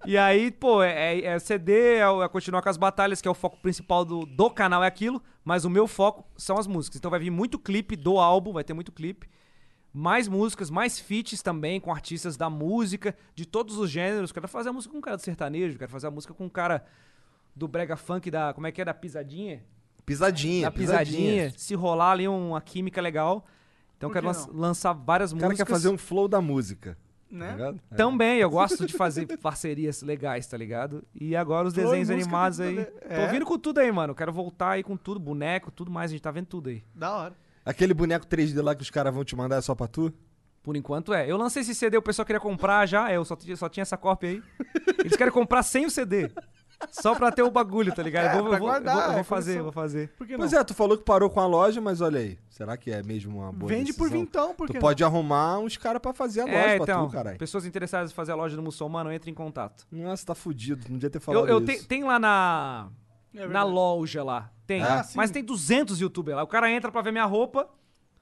E: E aí, pô, é, é CD, é, o- é continuar com as batalhas, que é o foco principal do, do canal, é aquilo, mas o meu foco são as músicas. Então vai vir muito clipe do álbum, vai ter muito clipe. Mais músicas, mais feats também com artistas da música, de todos os gêneros. Quero fazer a música com um cara do sertanejo, quero fazer a música com um cara do brega funk, da. Como é que é? Da pisadinha?
C: Pisadinha,
E: da pisadinha. Se rolar ali uma química legal. Então
F: Por
E: quero
F: que
E: lan-
F: não?
E: lançar várias
C: O
E: músicas.
C: cara quer fazer um flow da música.
F: Né?
C: Tá ligado? É.
E: Também, eu gosto de fazer parcerias legais, tá ligado? E agora os
F: Flor,
E: desenhos
F: música,
E: animados
F: tem
E: aí.
F: tudo a ver.
E: Tô
F: É.
E: vindo com tudo aí, mano. Quero voltar aí com tudo, boneco, tudo mais. A gente tá vendo tudo aí.
F: Da hora.
C: Aquele boneco 3D lá que os caras vão te mandar é só pra tu?
E: Por enquanto é. Eu lancei esse CD, o pessoal queria comprar já. É, Eu só, tinha- só tinha essa cópia aí. Eles querem comprar sem o CD. Só pra ter o bagulho, tá ligado? eu vou,
F: pra
E: eu vou- eu vou-
F: guardar,
E: eu vou
F: é
E: fazer,
F: coleção.
E: vou fazer.
F: Por que não?
C: Pois é, tu falou que parou com a loja, mas olha aí. Será que é mesmo uma boa
F: Vende por
C: decisão?
F: vintão, por
C: Tu
F: que não?
C: pode arrumar uns caras pra fazer a loja
E: É,
C: pra
E: então,
C: tu, caralho.
E: pessoas interessadas em fazer a loja do muçulmano, entre em contato.
C: Nossa, tá fudido. Não devia ter
E: Eu,
C: falado
E: eu te-
C: isso.
E: tem lá na,
F: É
E: na
F: verdade.
E: loja lá. Tem.
F: Ah,
E: mas
F: sim.
E: tem 200 youtubers lá. O cara entra pra ver minha roupa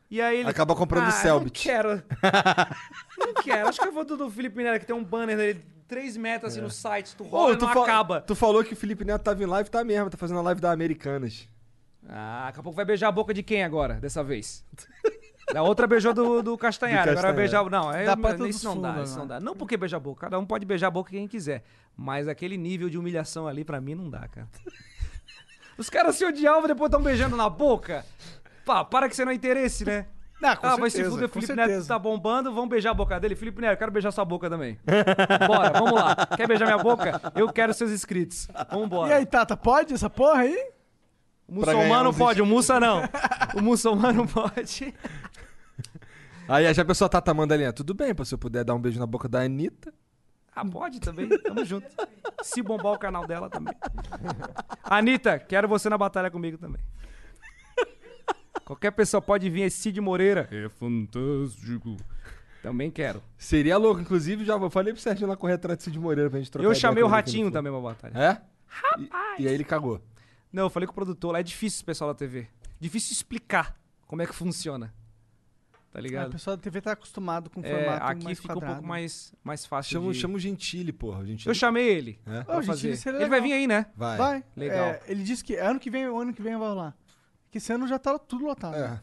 E: e aí ele. Ah,
C: Acaba comprando o Selbit.
E: Não quero. não quero. Acho que eu vou do do Felipe Minera, que tem um banner dele, 3 metros assim no site, tu rola
C: É. Ô,
E: e não
C: fa-
E: acaba.
C: tu falou que o Felipe Neto tava em live, tá mesmo, tá fazendo a live da Americanas.
E: Ah, daqui a pouco vai beijar a boca de quem agora, dessa vez? Da outra beijou do, do Castanhari,
C: Do
E: agora vai beijar.
C: Castanhari.
E: Não, é,
F: Dá pra né? todos
E: isso não dá,
F: fundos
E: isso não
F: agora.
E: dá. Não porque beijar a boca, cada um pode beijar a boca quem quiser. Mas aquele nível de humilhação ali, pra mim, não dá, cara. Os caras se odiavam e depois estão beijando na boca. Pá, para que você não é interesse, né?
F: Não, com
E: ah, vai se
F: certeza,
E: fuder,
F: com
E: Felipe Neto
F: certeza.
E: tá bombando, vamos beijar a boca dele. Felipe Neto, eu quero beijar sua boca também. Bora, vamos lá. Quer beijar minha boca? Eu quero seus inscritos. Vambora.
F: E aí, Tata, pode essa porra aí?
E: o
C: Pra ganhar um
E: muçulmano
C: uns
E: pode, o muça não. O muçulmano pode.
C: Aí já a pessoa tá tá mandando ali, tudo bem, pô, se eu puder dar um beijo na boca da Anitta.
E: Ah, pode também. Tamo junto. Se bombar o canal dela também. Anitta, quero você na batalha comigo também. Qualquer pessoa pode vir, é Cid Moreira. É fantástico. Também quero.
C: Seria louco, inclusive, já falei pro Serginho lá correr atrás de Cid Moreira pra gente trocar
E: eu
C: ideia
E: chamei o
C: com ele aqui
E: Ratinho
C: no
E: também Tá pra batalha.
C: Flow. É? E, e aí ele cagou.
E: Não, eu falei com o produtor lá, é difícil esse pessoal da TV. Difícil explicar como é que funciona.
F: Ah,
E: Tá
F: o
E: ligado?
F: pessoal da TV tá acostumado com o
E: É,
F: formato
E: aqui
F: mais
E: fica
F: quadrado.
E: um pouco mais, mais fácil
C: Chama,
E: de...
C: chama o Gentili, porra. O Gentili.
E: Eu chamei ele.
C: É?
E: pra
F: Ô, gente,
E: fazer.
F: ele seria
E: Ele vai vir
F: legal.
E: aí, né?
C: Vai.
F: Vai.
E: Legal.
F: É, ele disse que ano que vem, o ano que vem vai rolar. Que esse ano já tá tudo lotado.
C: É.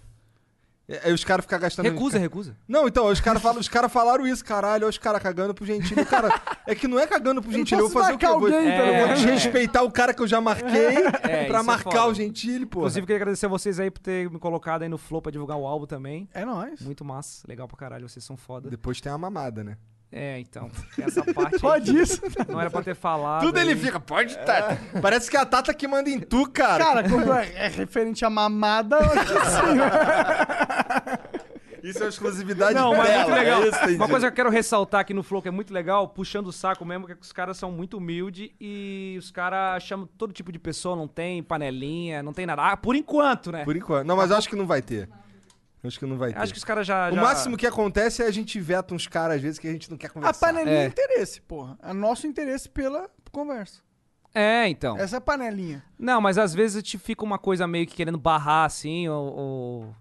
C: É, aí os caras ficam gastando.
E: Recusa, recusa.
C: Não, então, os caras falam, os cara falaram isso, caralho. Olha os caras cagando pro gentilho. Cara, é que não é cagando pro gentilho. Eu vou
F: posso
C: fazer o quê?
F: marcar
C: Eu vou,
F: alguém, pelo
C: eu vou
F: amor de Deus.
C: desrespeitar o cara que eu já marquei
E: É, isso
C: pra
E: é
C: marcar
E: foda.
C: o gentilho, pô.
E: Inclusive, queria agradecer a vocês aí por ter me colocado aí no Flow pra divulgar o álbum também.
F: É nóis.
E: Muito massa. Legal pra caralho, vocês são foda.
C: Depois tem a mamada, né?
E: É, então. Essa parte. aí
F: Pode
E: que
F: isso.
E: Não era pra ter falado.
C: Tudo ele
E: aí.
C: fica, pode tá. Parece que é a Tata que manda em tu, cara.
F: Cara, quando é é referente à mamada, eu acho que sim.
C: Isso é exclusividade
E: Não, mas
C: dela.
E: muito legal.
C: é isso,
E: Uma
C: entendi.
E: coisa que eu quero ressaltar aqui no Flow, que é muito legal, puxando o saco mesmo, que os caras são muito humildes e os caras chamam todo tipo de pessoa, não tem panelinha, não tem nada. Ah, por enquanto, né?
C: Por enquanto. Não, mas eu acho que não vai ter. Eu Acho que não vai ter.
E: Acho que os caras já,
C: O
E: já-
C: máximo que acontece é a gente veta uns caras às vezes que a gente não quer conversar.
F: A panelinha é
E: É.
F: interesse, porra. É nosso interesse pela conversa.
E: É, então.
F: Essa é a panelinha.
E: Não, mas às vezes te fica uma coisa meio que querendo barrar, assim, ou... ou-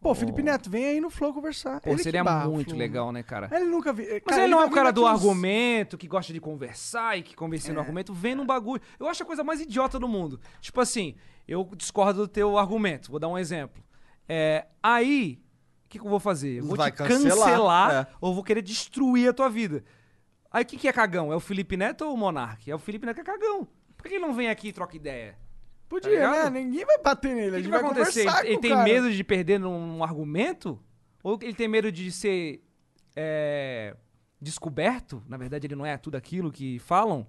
F: Pô, Felipe
E: ou-
F: Neto, vem aí no Flow conversar.
E: Pô,
F: Ele que É,
E: seria
F: barra o
E: é muito
F: Flow.
E: legal, né, cara?
F: Ele um nunca vi.
E: Mas ele não é o cara do argumento, que gosta de conversar e que convencendo no argumento, vem num bagulho. Eu acho a coisa mais idiota do mundo. Tipo assim, eu discordo do teu argumento, vou dar um exemplo. É, aí, o que, que eu vou fazer? Eu vou
C: Vai
E: te
C: cancelar,
E: cancelar,
C: é.
E: ou vou querer destruir a tua vida. Aí o que, que é cagão? É o Felipe Neto ou o Monark? É o Felipe Neto que é cagão. Por que ele não vem aqui e troca ideia?
F: Podia,
E: Tá
F: né?
E: ligado?
F: Ninguém vai bater nele. a
E: O que,
F: gente
E: que vai acontecer?
F: conversar
E: Ele, ele
F: com o
E: tem
F: cara.
E: medo de perder num, num argumento? Ou ele tem medo de ser é, descoberto? Na verdade, ele não é tudo aquilo que falam?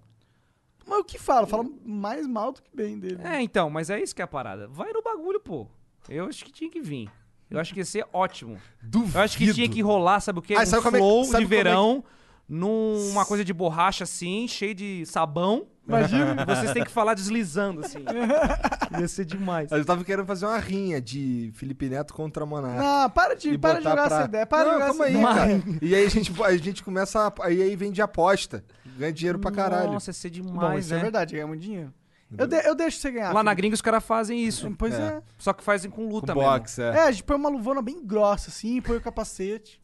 F: Mas o que fala? Fala mais mal do que bem dele.
E: É, então, mas é isso que é a parada. Vai no bagulho, pô. Eu acho que tinha que vir. Eu acho que ia ser ótimo.
C: Duvido.
E: Eu acho que tinha que rolar, sabe o quê?
C: Ah,
E: um
C: sabe como é que-
E: flow
C: sabe
E: de
C: como é que-
E: verão, numa coisa de borracha assim, cheio de sabão.
F: Imagina.
E: Vocês têm que falar deslizando, assim. Ia ser demais.
C: Eu tava querendo fazer uma rinha de Felipe Neto contra Monarca.
F: Não, Ah, para de,
C: E
F: para de
C: botar
F: jogar
C: pra-
F: essa ideia. Para de
C: Não,
F: jogar
C: calma
F: essa
C: aí,
F: ideia.
C: cara. E aí a gente, a gente começa. a- Aí, aí vende aposta. Ganha dinheiro pra caralho.
E: Nossa, ia ser demais,
F: Bom, isso
E: né?
F: é verdade, ganha muito dinheiro. Eu, de- eu deixo você ganhar.
E: Lá na
F: Felipe.
E: gringa os caras fazem isso.
F: Pois
C: É.
F: é.
E: Só que fazem com luta
C: Com
E: mesmo.
C: boxe, é.
F: É, a gente põe uma luvona bem grossa, assim, põe o capacete.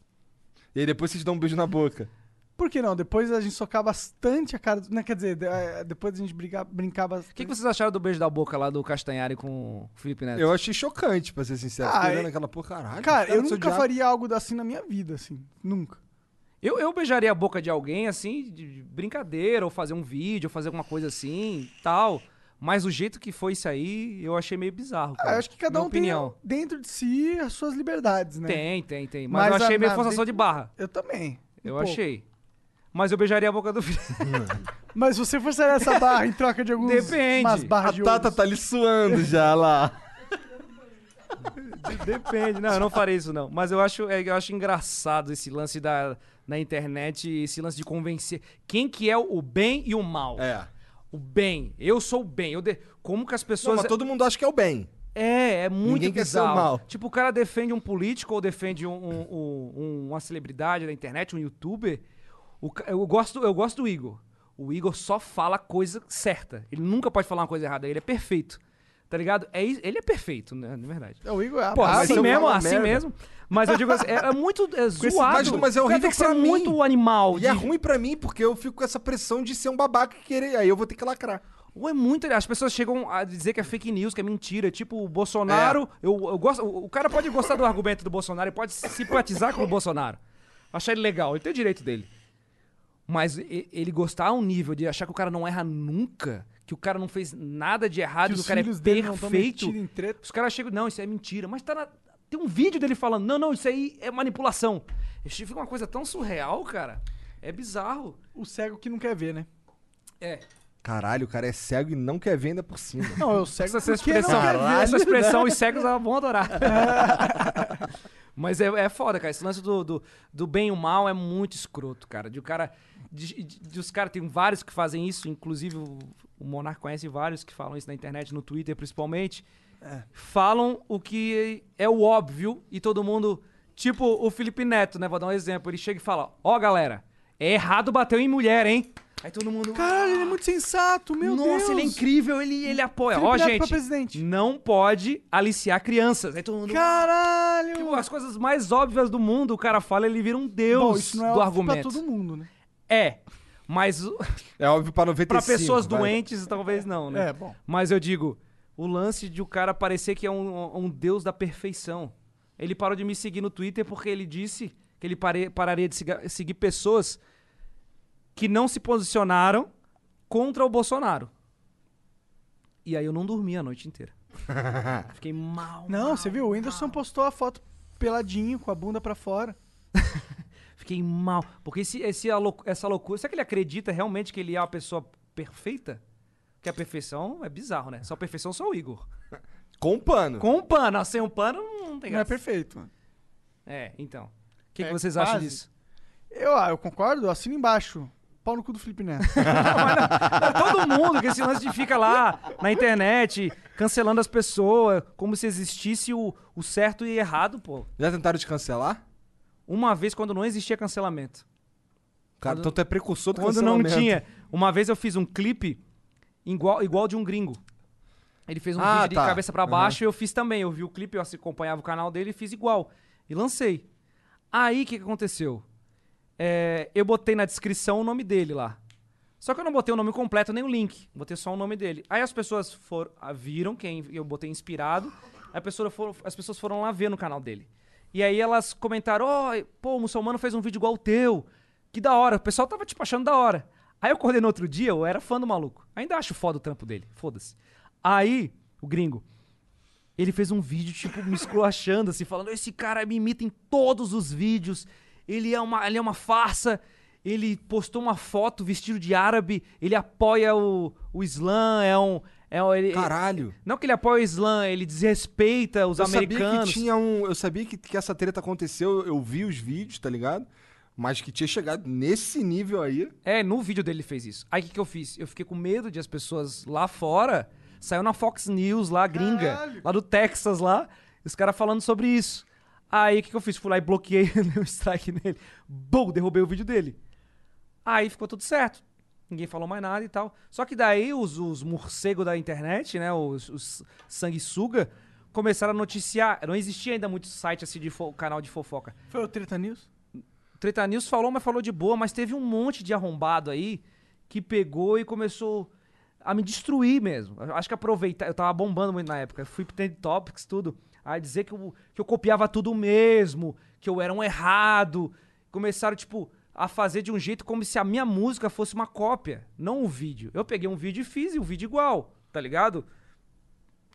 C: E aí depois vocês dão um beijo na boca.
F: Por que não? Depois a gente socar bastante a cara. do- Não, quer dizer, de- é, depois a gente brigar, brincar
E: O
F: bastante.
E: que, que vocês acharam do beijo da boca lá do Castanhari com o Felipe Neto?
C: Eu achei chocante, pra ser sincero.
F: Ah,
C: Fiquei
F: é-
C: olhando aquela porra, caralho. é os
F: Cara,
C: caras
F: eu
C: se
F: nunca
C: odiavam.
F: faria algo assim na minha vida, assim. Nunca.
E: Eu, eu beijaria a boca de alguém, assim, de de brincadeira, ou fazer um vídeo, ou fazer alguma coisa assim, tal. Mas o jeito que foi isso aí, eu achei meio bizarro.
F: Ah,
E: cara.
F: eu acho que cada
E: Minha
F: um
E: opinião.
F: tem dentro de si as suas liberdades, né?
E: Tem, tem, tem. Mas,
F: Mas
E: eu achei
F: a-
E: meio
F: na-
E: forçação de barra.
F: Eu também. um
E: Eu
F: pouco.
E: achei. Mas eu beijaria a boca do Felipe.
F: Mas se você forçaria essa barra em troca de alguns.
E: Depende.
F: Umas barras de
C: A Tata
F: ouros.
C: tá ali suando já lá.
E: Depende. Não, eu não farei isso, não. Mas eu acho, é, eu acho engraçado esse lance da, na internet, esse lance de convencer. Quem que é o bem e o mal?
C: É.
E: O bem. Eu sou o bem. Eu de- Como que as
C: Não,
E: pessoas.
C: mas todo mundo acha que é o bem.
E: É, é muito
C: Ninguém quer ser o
E: bizarro.
C: mal.
E: Tipo, o cara defende um político ou defende um- um- um- uma celebridade da internet, um youtuber. O ca- eu, gosto, eu gosto do Igor. O Igor só fala a coisa certa. Ele nunca pode falar uma coisa errada. Ele é perfeito. Tá ligado? É, is- ele é perfeito, né, na verdade.
F: É, O Igor é a
E: Pô,
F: barra.
C: Ah, mas
E: assim
C: eu
E: mesmo,
C: falo
E: assim
C: merda.
E: mesmo. Mas eu digo assim, é, é muito é
C: esse-
E: zoado.
C: mas- mas é
E: O cara
C: horrível
E: tem que ser
C: pra mim.
E: muito animal.
C: E é
E: de-
C: ruim pra mim, porque eu fico com essa pressão de ser um babaca e querer. Aí eu vou ter que lacrar.
E: Ou é muito. As pessoas chegam a dizer que é fake news, que é mentira. Tipo, o
F: É.
E: Bolsonaro. Eu, eu gosto, o, o cara pode gostar do argumento do Bolsonaro e pode simpatizar com o Bolsonaro. Achar ele legal, ele tem o direito dele. Mas e- ele gostar a um nível de achar que o cara não erra nunca, que o cara não fez nada de errado, que,
F: os
E: o cara é
F: filhos dele não tão
E: perfeito.
F: metidos em treta.
E: Os caras chegam, não, isso é mentira. Mas tá na- tem um vídeo dele falando, não, não, isso aí é manipulação. Isso fica uma coisa tão surreal, cara. É bizarro.
F: O cego que não quer ver, né?
E: É.
C: Caralho, o cara é cego e não quer ver ainda por cima.
F: Não, eu cego
E: Essa
F: porque não
E: expressão,
F: quer ver.
E: essa expressão os cegos vão adorar. Mas é, é foda, cara. Esse lance do, do, do bem e o mal é muito escroto, cara. De o cara. De, de- de os caras, tem vários que fazem isso, inclusive o, o Monark conhece vários que falam isso na internet, no Twitter principalmente.
F: É.
E: Falam o que é o óbvio e todo mundo. Tipo o Felipe Neto, né? Vou dar um exemplo. Ele chega e fala: Ó, galera, é errado bater em mulher, hein? Aí todo mundo.
F: Caralho, ele é muito sensato, meu
E: Nossa,
F: Deus.
E: ele é incrível, ele, ele apoia.
F: Felipe
E: Ó,
F: Neto pra
E: gente,
F: presidente.
E: não pode aliciar crianças. Aí todo mundo...
F: Caralho.
E: Tipo, as coisas mais óbvias do mundo, o cara fala, ele vira um deus
F: Bom, isso não é
E: do
F: óbvio
E: argumento.
F: pra todo mundo, né?
E: É, mas o-
C: É óbvio pra 95.
E: pra pessoas
C: vai.
E: doentes talvez não, né?
F: É, bom.
E: Mas eu digo, o lance de o cara parecer que é um, um deus da perfeição. Ele parou de me seguir no Twitter porque ele disse que ele pare- pararia de siga- seguir pessoas que não se posicionaram contra o Bolsonaro. E aí eu não dormi a noite inteira. Fiquei mal.
F: Não, você viu? O Whindersson postou a foto peladinho, com a bunda pra fora. é
E: Fiquei mal. Porque esse, esse alo- essa loucura. Será que ele acredita realmente que ele é uma pessoa perfeita? Porque a perfeição é bizarro, né? Só a perfeição só o Igor.
C: Com um pano.
E: Com um pano. ah, Sem um pano não tem
F: Não é
E: graça.
F: perfeito, mano.
E: É, então. O que, que
F: É
E: vocês
F: quase.
E: acham disso?
F: Eu, ah, eu concordo, eu assino embaixo. Pau no cu do Felipe Neto.
E: é Todo mundo que esse lance de fica lá na internet, cancelando as pessoas, como se existisse o, o certo e errado, pô.
C: Já tentaram te cancelar?
E: Uma vez quando não existia cancelamento.
C: Cara,
E: Quando-
C: então tu é precursor do
E: Quando não
C: cancelamento.
E: tinha. Uma vez eu fiz um clipe igual, igual de um gringo. Ele fez um
C: Ah,
E: vídeo
C: tá.
E: de cabeça pra
C: Aham.
E: baixo e eu fiz também. Eu vi o clipe, eu assi- acompanhava o canal dele e fiz igual. E lancei. Aí o que, que aconteceu? É, eu botei na descrição o nome dele lá. Só que eu não botei o nome completo nem o link. Botei só o nome dele. Aí as pessoas foram, ah, viram quem eu botei inspirado. Aí a pessoa foram- as pessoas foram lá ver no canal dele. E aí elas comentaram: Ó, pô, o muçulmano fez um vídeo igual o teu. Que da hora. O pessoal tava tipo achando da hora. Aí eu acordei no outro dia, eu era fã do maluco. Ainda acho foda o trampo dele. Foda-se. Aí, o gringo. Ele fez um vídeo, tipo, me esculachando, assim, falando: esse cara me imita em todos os vídeos, ele é uma, ele é uma farsa. Ele postou uma foto vestido de árabe, ele apoia o, o Islã, é um. É um ele,
C: Caralho.
E: Não que ele apoia o Islã, ele desrespeita os
C: eu
E: americanos.
C: Sabia que tinha um, eu sabia que, que essa treta aconteceu, eu, eu vi os vídeos, tá ligado? Mas que tinha chegado nesse nível aí.
E: É, no vídeo dele ele fez isso. Aí o que, que eu fiz? Eu fiquei com medo de as pessoas lá fora. Saiu na Fox News lá, gringa, lá do Texas lá, os caras falando sobre isso. Aí o que, que eu fiz? Fui lá e bloqueei, dei um strike nele. Bum, derrubei o vídeo dele. Aí ficou tudo certo. Ninguém falou mais nada e tal. Só que daí os, os morcegos da internet, né? Os, os sanguessuga, começaram a noticiar. Não existia ainda muito site assim de fo- canal de fofoca.
F: Foi o Treta News?
E: Treta News falou, mas falou de boa, mas teve um monte de arrombado aí que pegou e começou a me destruir mesmo. Eu Acho que aproveitar, eu tava bombando muito na época, eu fui pro Trend Topics, tudo, aí dizer que eu, que eu copiava tudo mesmo, que eu era um errado. Começaram, tipo, a fazer de um jeito como se a minha música fosse uma cópia, não um vídeo. Eu peguei um vídeo e fiz e um vídeo igual, tá ligado?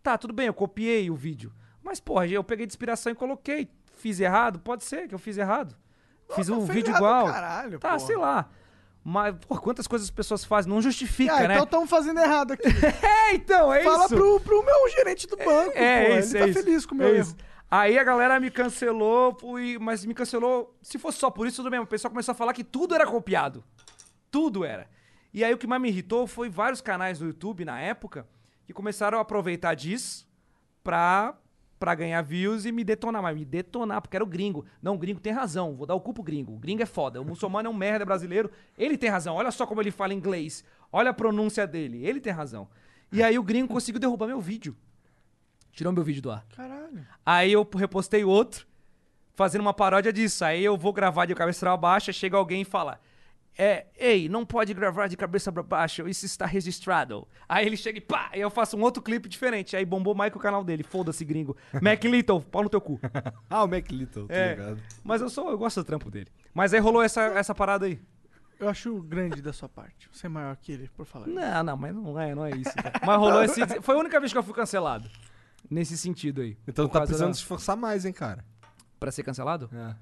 E: Tá, tudo bem, eu copiei o vídeo. Mas, porra, eu peguei de inspiração e coloquei. Fiz errado? Pode ser que eu fiz errado. Fiz um
F: fez
E: vídeo
F: tá errado
E: igual.
F: caralho,
E: tá,
F: porra.
E: sei lá. Mas, pô, quantas coisas as pessoas fazem? Não justifica,
F: ah,
E: né?
F: então estamos fazendo errado aqui.
E: É, então, é
F: Fala
E: isso.
F: pro, pro meu gerente do banco,
E: É,
F: pô.
E: é isso,
F: ele
E: é
F: tá
E: isso,
F: feliz com o
E: é
F: meu
E: isso.
F: erro.
E: Aí a galera me cancelou, fui- mas me cancelou. Se fosse só por isso, tudo bem. O pessoal começou a falar que tudo era copiado. Tudo era. E aí o que mais me irritou foi vários canais do YouTube na época que começaram a aproveitar disso pra, pra ganhar views e me detonar. Mas me detonar, porque era o gringo. Não, o gringo tem razão, vou dar o cu pro gringo. O gringo é foda. O muçulmano é um merda brasileiro. Ele tem razão. Olha só como ele fala inglês. Olha a pronúncia dele. Ele tem razão. E aí o gringo conseguiu derrubar meu vídeo. Tirou meu vídeo do ar.
F: Caralho.
E: Aí eu repostei outro, fazendo uma paródia disso. Aí eu vou gravar de cabeça pra baixo, chega alguém e fala: É, ei, não pode gravar de cabeça pra baixo, isso está registrado. Aí ele chega e pá, aí eu faço um outro clipe diferente. Aí bombou mais que o canal dele, foda-se, gringo. Mac Little, pau no teu cu.
C: ah, o Mac Little, tá
E: É.
C: ligado?
E: Mas eu sou, eu gosto do trampo dele. Mas aí rolou essa, essa parada aí.
F: Eu acho grande da sua parte. Você é maior que ele, por falar.
E: Não, não, mas não é, não é isso. cara. Mas rolou esse. Foi a única vez que eu fui cancelado. Nesse sentido aí.
C: Então
E: Por
C: tá
E: causa
C: precisando
E: da-
C: se esforçar mais, hein, cara?
E: Pra ser cancelado?
C: É.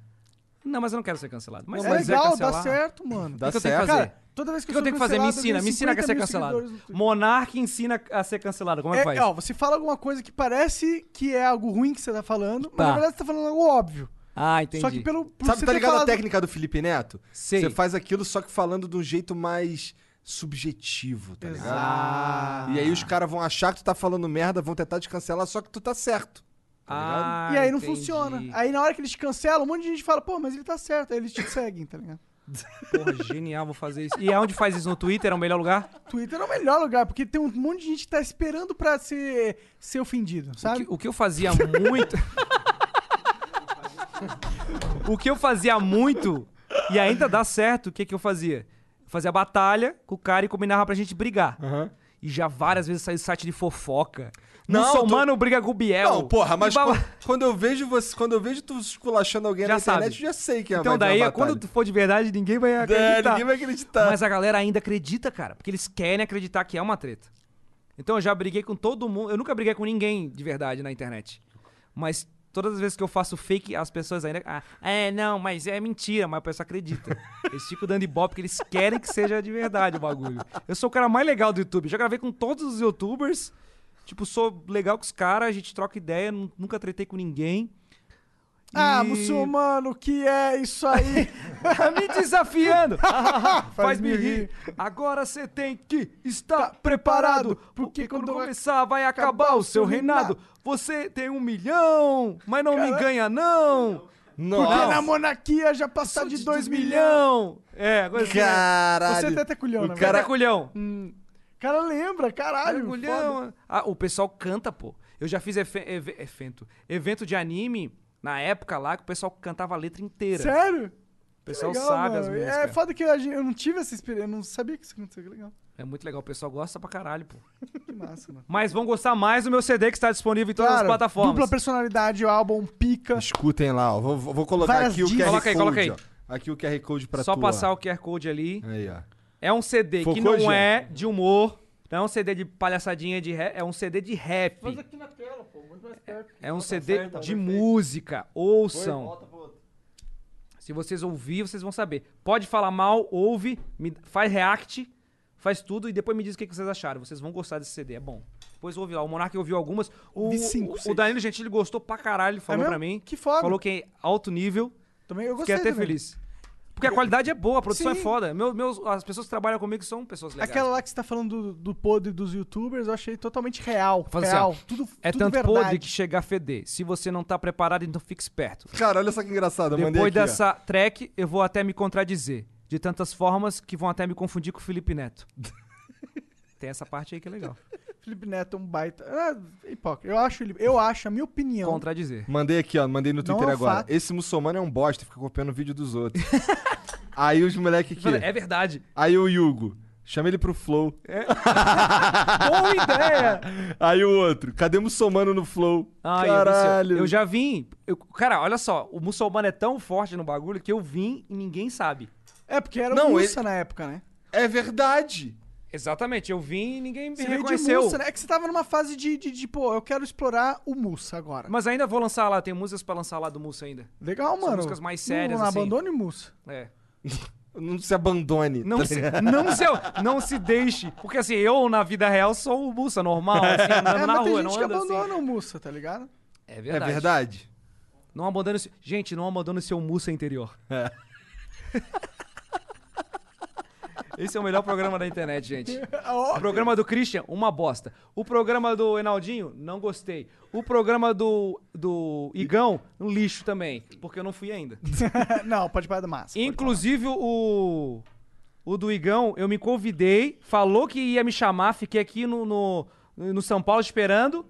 E: Não, mas eu não quero ser cancelado. Mas
F: é
E: se quiser
F: legal, dá
E: cancelar-
F: certo, mano.
E: Dá
F: O que eu tenho
E: certo.
F: que fazer? Cara, toda vez
E: O
F: que,
E: que eu tenho que fazer? Me ensina, me ensina a ser cancelado. Monark ensina a ser cancelado. Como é, que faz?
F: É, ó, você fala alguma coisa que parece que é algo ruim que você tá falando, mas
E: Tá.
F: na verdade você tá falando algo óbvio.
E: Ah, entendi.
F: Só que pelo. por
C: Sabe,
F: você
C: tá
F: ter
C: ligado a
F: falado-
C: técnica do Felipe Neto?
E: Sei.
C: Você faz aquilo só que falando de um jeito mais subjetivo, tá ligado? E aí os caras vão achar que tu tá falando merda, vão tentar te cancelar, só que tu tá certo.
E: Ah,
F: e aí não
E: entendi.
F: funciona. Aí na hora que eles te cancelam, um monte de gente fala, pô, mas ele tá certo. Aí eles te seguem, tá ligado?
E: Porra, genial, vou fazer isso. E aonde faz isso? No Twitter é o melhor lugar?
F: Twitter é o melhor lugar, porque tem um monte de gente que tá esperando pra ser, ser ofendido,
E: O
F: sabe?
E: que, o que eu fazia muito. o que eu fazia muito, e ainda dá certo, o que, que eu fazia? Eu fazia batalha com o cara e combinava pra gente brigar. E já várias vezes saiu site de fofoca, Muçulmano
C: tô-
E: briga com É o Biel.
C: Não, porra, mas
E: Baba-
C: quan- quando eu vejo você, quando eu vejo tu esculachando alguém
E: Já
C: na internet,
E: sabe.
C: eu já sei que é
E: Então
C: vai ter uma
E: daí,
C: batalha.
E: quando tu for de verdade, ninguém vai acreditar.
C: ninguém vai acreditar.
E: Mas a galera ainda acredita, cara, porque eles querem acreditar que é uma treta. Então eu já briguei com todo mundo. Eu nunca briguei com ninguém de verdade na internet. Mas todas as vezes que eu faço fake, as pessoas ainda. Ah, é, não, mas é mentira, mas a pessoa acredita. tipo Eles ficam dando ibope porque eles querem que seja de verdade o bagulho. Eu sou o cara mais legal do YouTube. Já gravei com todos os youtubers. Tipo, sou legal com os caras, a gente troca ideia, nu- nunca tretei com ninguém.
F: Ah,
E: E-
F: muçulmano, que é isso aí?
E: Me desafiando! Faz-me
F: Faz-me
E: rir. Agora você tem que estar preparado, porque quando começar vai acabar o seu reinado. Você tem um milhão, mas não me
F: Cara-
E: ganha não.
F: Porque na monarquia já passou de 2 milhões.
E: tá milhão. É, coisa assim, né?
F: Você até até culhão, né?
E: Você até culhão.
F: O cara lembra, caralho.
E: Mergulhão.
F: foda.
E: Ah, o pessoal canta, pô. Eu já fiz efe- eve- evento, evento de anime na época lá que o pessoal cantava a letra inteira.
F: Sério?
E: O pessoal
F: Legal,
E: sabe as
F: mano.
E: músicas.
F: É foda que a gente- eu não tive essa experiência. Eu não sabia que isso acontecia. Que legal.
E: É muito legal, o pessoal gosta pra caralho, pô.
F: Que massa, mano.
E: Mas vão gostar mais do meu CD que está disponível em todas as
F: Claro,
E: plataformas.
F: Dupla personalidade, o álbum pica.
C: Escutem lá, ó. Vou, vou- vou colocar
F: Várias
C: aqui o QR
F: dicas.
E: Coloca aí,
C: Code.
E: coloca aí.
C: ó. Aqui o QR Code pra
E: Só
C: tu, ó.
E: passar o QR Code ali.
C: Aí, ó.
E: É um CD que
C: Focou,
E: não
C: Jean?
E: é de humor, não é um CD de palhaçadinha de rap, é um CD de rap.
N: Faz aqui na tela, pô. Muito mais perto.
E: É um
N: Bota
E: CD
N: certo, tá
E: de
N: perfeito.
E: música.
N: Foi,
E: Ouçam.
N: volta pro outro.
E: Se vocês ouvir, vocês vão saber. Pode falar mal, ouve, me- faz react, faz tudo e depois me diz o que que vocês acharam. Vocês vão gostar desse CD, é bom. Depois ouve lá. O Monark ouviu algumas. O,
F: Vi cinco,
E: o, o
F: seis.
E: Danilo Gentili gostou pra caralho, falou
F: mesmo?
E: pra mim.
F: Que foda.
E: Falou que é alto nível.
F: Também eu gostei
E: Fiquei até
F: também.
E: feliz. Porque a qualidade é boa, a produção
F: Sim.
E: é foda. Meu- meus, as pessoas que trabalham comigo são pessoas legais.
F: Aquela lá que você tá falando do, do podre dos youtubers, eu achei totalmente real.
E: Fala assim, ó,
F: real. tudo,
E: é
F: tudo
E: tanto
F: verdade.
E: podre que chega a feder. Se você não tá preparado, então fique esperto.
C: Cara, olha só que engraçado. Eu Então mandei
E: Depois
C: aqui, ó.
E: dessa track, eu vou até me contradizer. De tantas formas que vão até me confundir com o Felipe Neto. Tem essa parte aí que é legal.
F: Felipe Neto é um baita. É, hipócrita. Eu acho ele. Eu acho, a minha opinião.
E: Contradizer.
C: Mandei aqui, ó. Mandei no
F: Não
C: Twitter
F: é um
C: agora.
F: fato.
C: Esse muçulmano é um bosta, fica copiando o vídeo dos outros. Aí os moleque aqui.
E: É verdade.
C: Aí o Hugo. Chama ele pro Flow.
F: É.
E: Boa ideia!
C: Aí o outro. Cadê muçulmano no Flow?
E: Ai, eu vi isso.
C: Caralho.
E: Eu, já vim. eu- cara, olha só, o muçulmano é tão forte no bagulho que eu vim e ninguém sabe.
F: É porque era
C: Não,
F: o
C: ele-
F: Mussa na época, né?
C: É verdade.
E: Exatamente, eu vim e ninguém me
F: Você veio de
E: reconheceu.
F: Mussa, né? É que você tava numa fase de, de, de, pô, eu quero explorar o Mussa agora.
E: Mas ainda vou lançar lá, tem músicas pra lançar lá do Mussa ainda.
F: Legal,
E: São
F: mano.
E: músicas mais sérias,
F: Não,
E: assim.
F: abandone o Mussa.
E: É.
C: Não se abandone.
E: Não
C: tá
E: se,
C: ligado?
E: não, se, não se deixe. Porque assim, eu na vida real sou o Mussa normal, assim, andando
F: É,
E: na
F: mas tem
E: rua,
F: gente
E: não
F: que
E: ando assim.
F: abandona o Mussa, tá ligado?
E: É
C: É
E: verdade.
C: verdade.
E: Não abandone o seu... Gente, não abandone o seu Mussa interior.
C: É.
E: Esse é o melhor programa da internet, gente. O programa do Christian, uma bosta. O programa do Enaldinho, não gostei. O programa do, do Igão, um lixo também. Porque eu não fui ainda.
F: não, pode parar da massa. pode
E: Inclusive, o. O do Igão, eu me convidei, falou que ia me chamar, fiquei aqui no, no, no São Paulo esperando,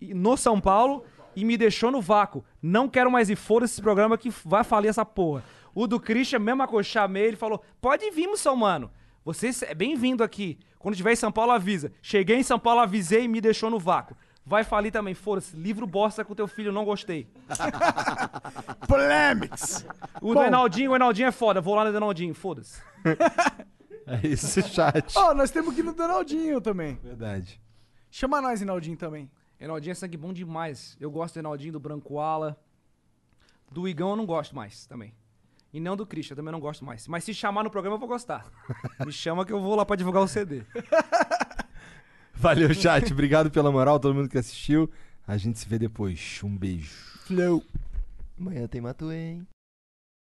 E: e- no São Paulo, e me deixou no vácuo. Não quero mais ir fora esse programa que vai falir essa porra. O do Christian, mesma coisa, chamei, ele falou: pode vir, muçulmano. Você é bem-vindo aqui. Quando tiver em São Paulo, avisa. Cheguei em São Paulo, avisei e me deixou no vácuo. Vai falir também, foda-se. Livro bosta com teu filho, não gostei.
F: falar. Polemics!
E: O do
F: Bom.
E: Enaldinho, o Enaldinho é foda. Vou lá no Enaldinho, foda-se.
C: É esse chat.
F: Ó, nós temos que ir no Donaldinho também.
C: Verdade.
F: Chama nós, Inaldinho, também.
E: Reinaldinho é sangue bom demais. Eu gosto do Reinaldinho, do Branco Ala. Do Igão eu não gosto mais também. E não do Christian, eu também não gosto mais. Mas se chamar no programa eu vou gostar. Me chama que eu vou lá pra divulgar o CD.
C: Valeu, chat. Obrigado pela moral, todo mundo que assistiu. A gente se vê depois. Um beijo.
F: Flow.
O: Amanhã tem Matuê, hein?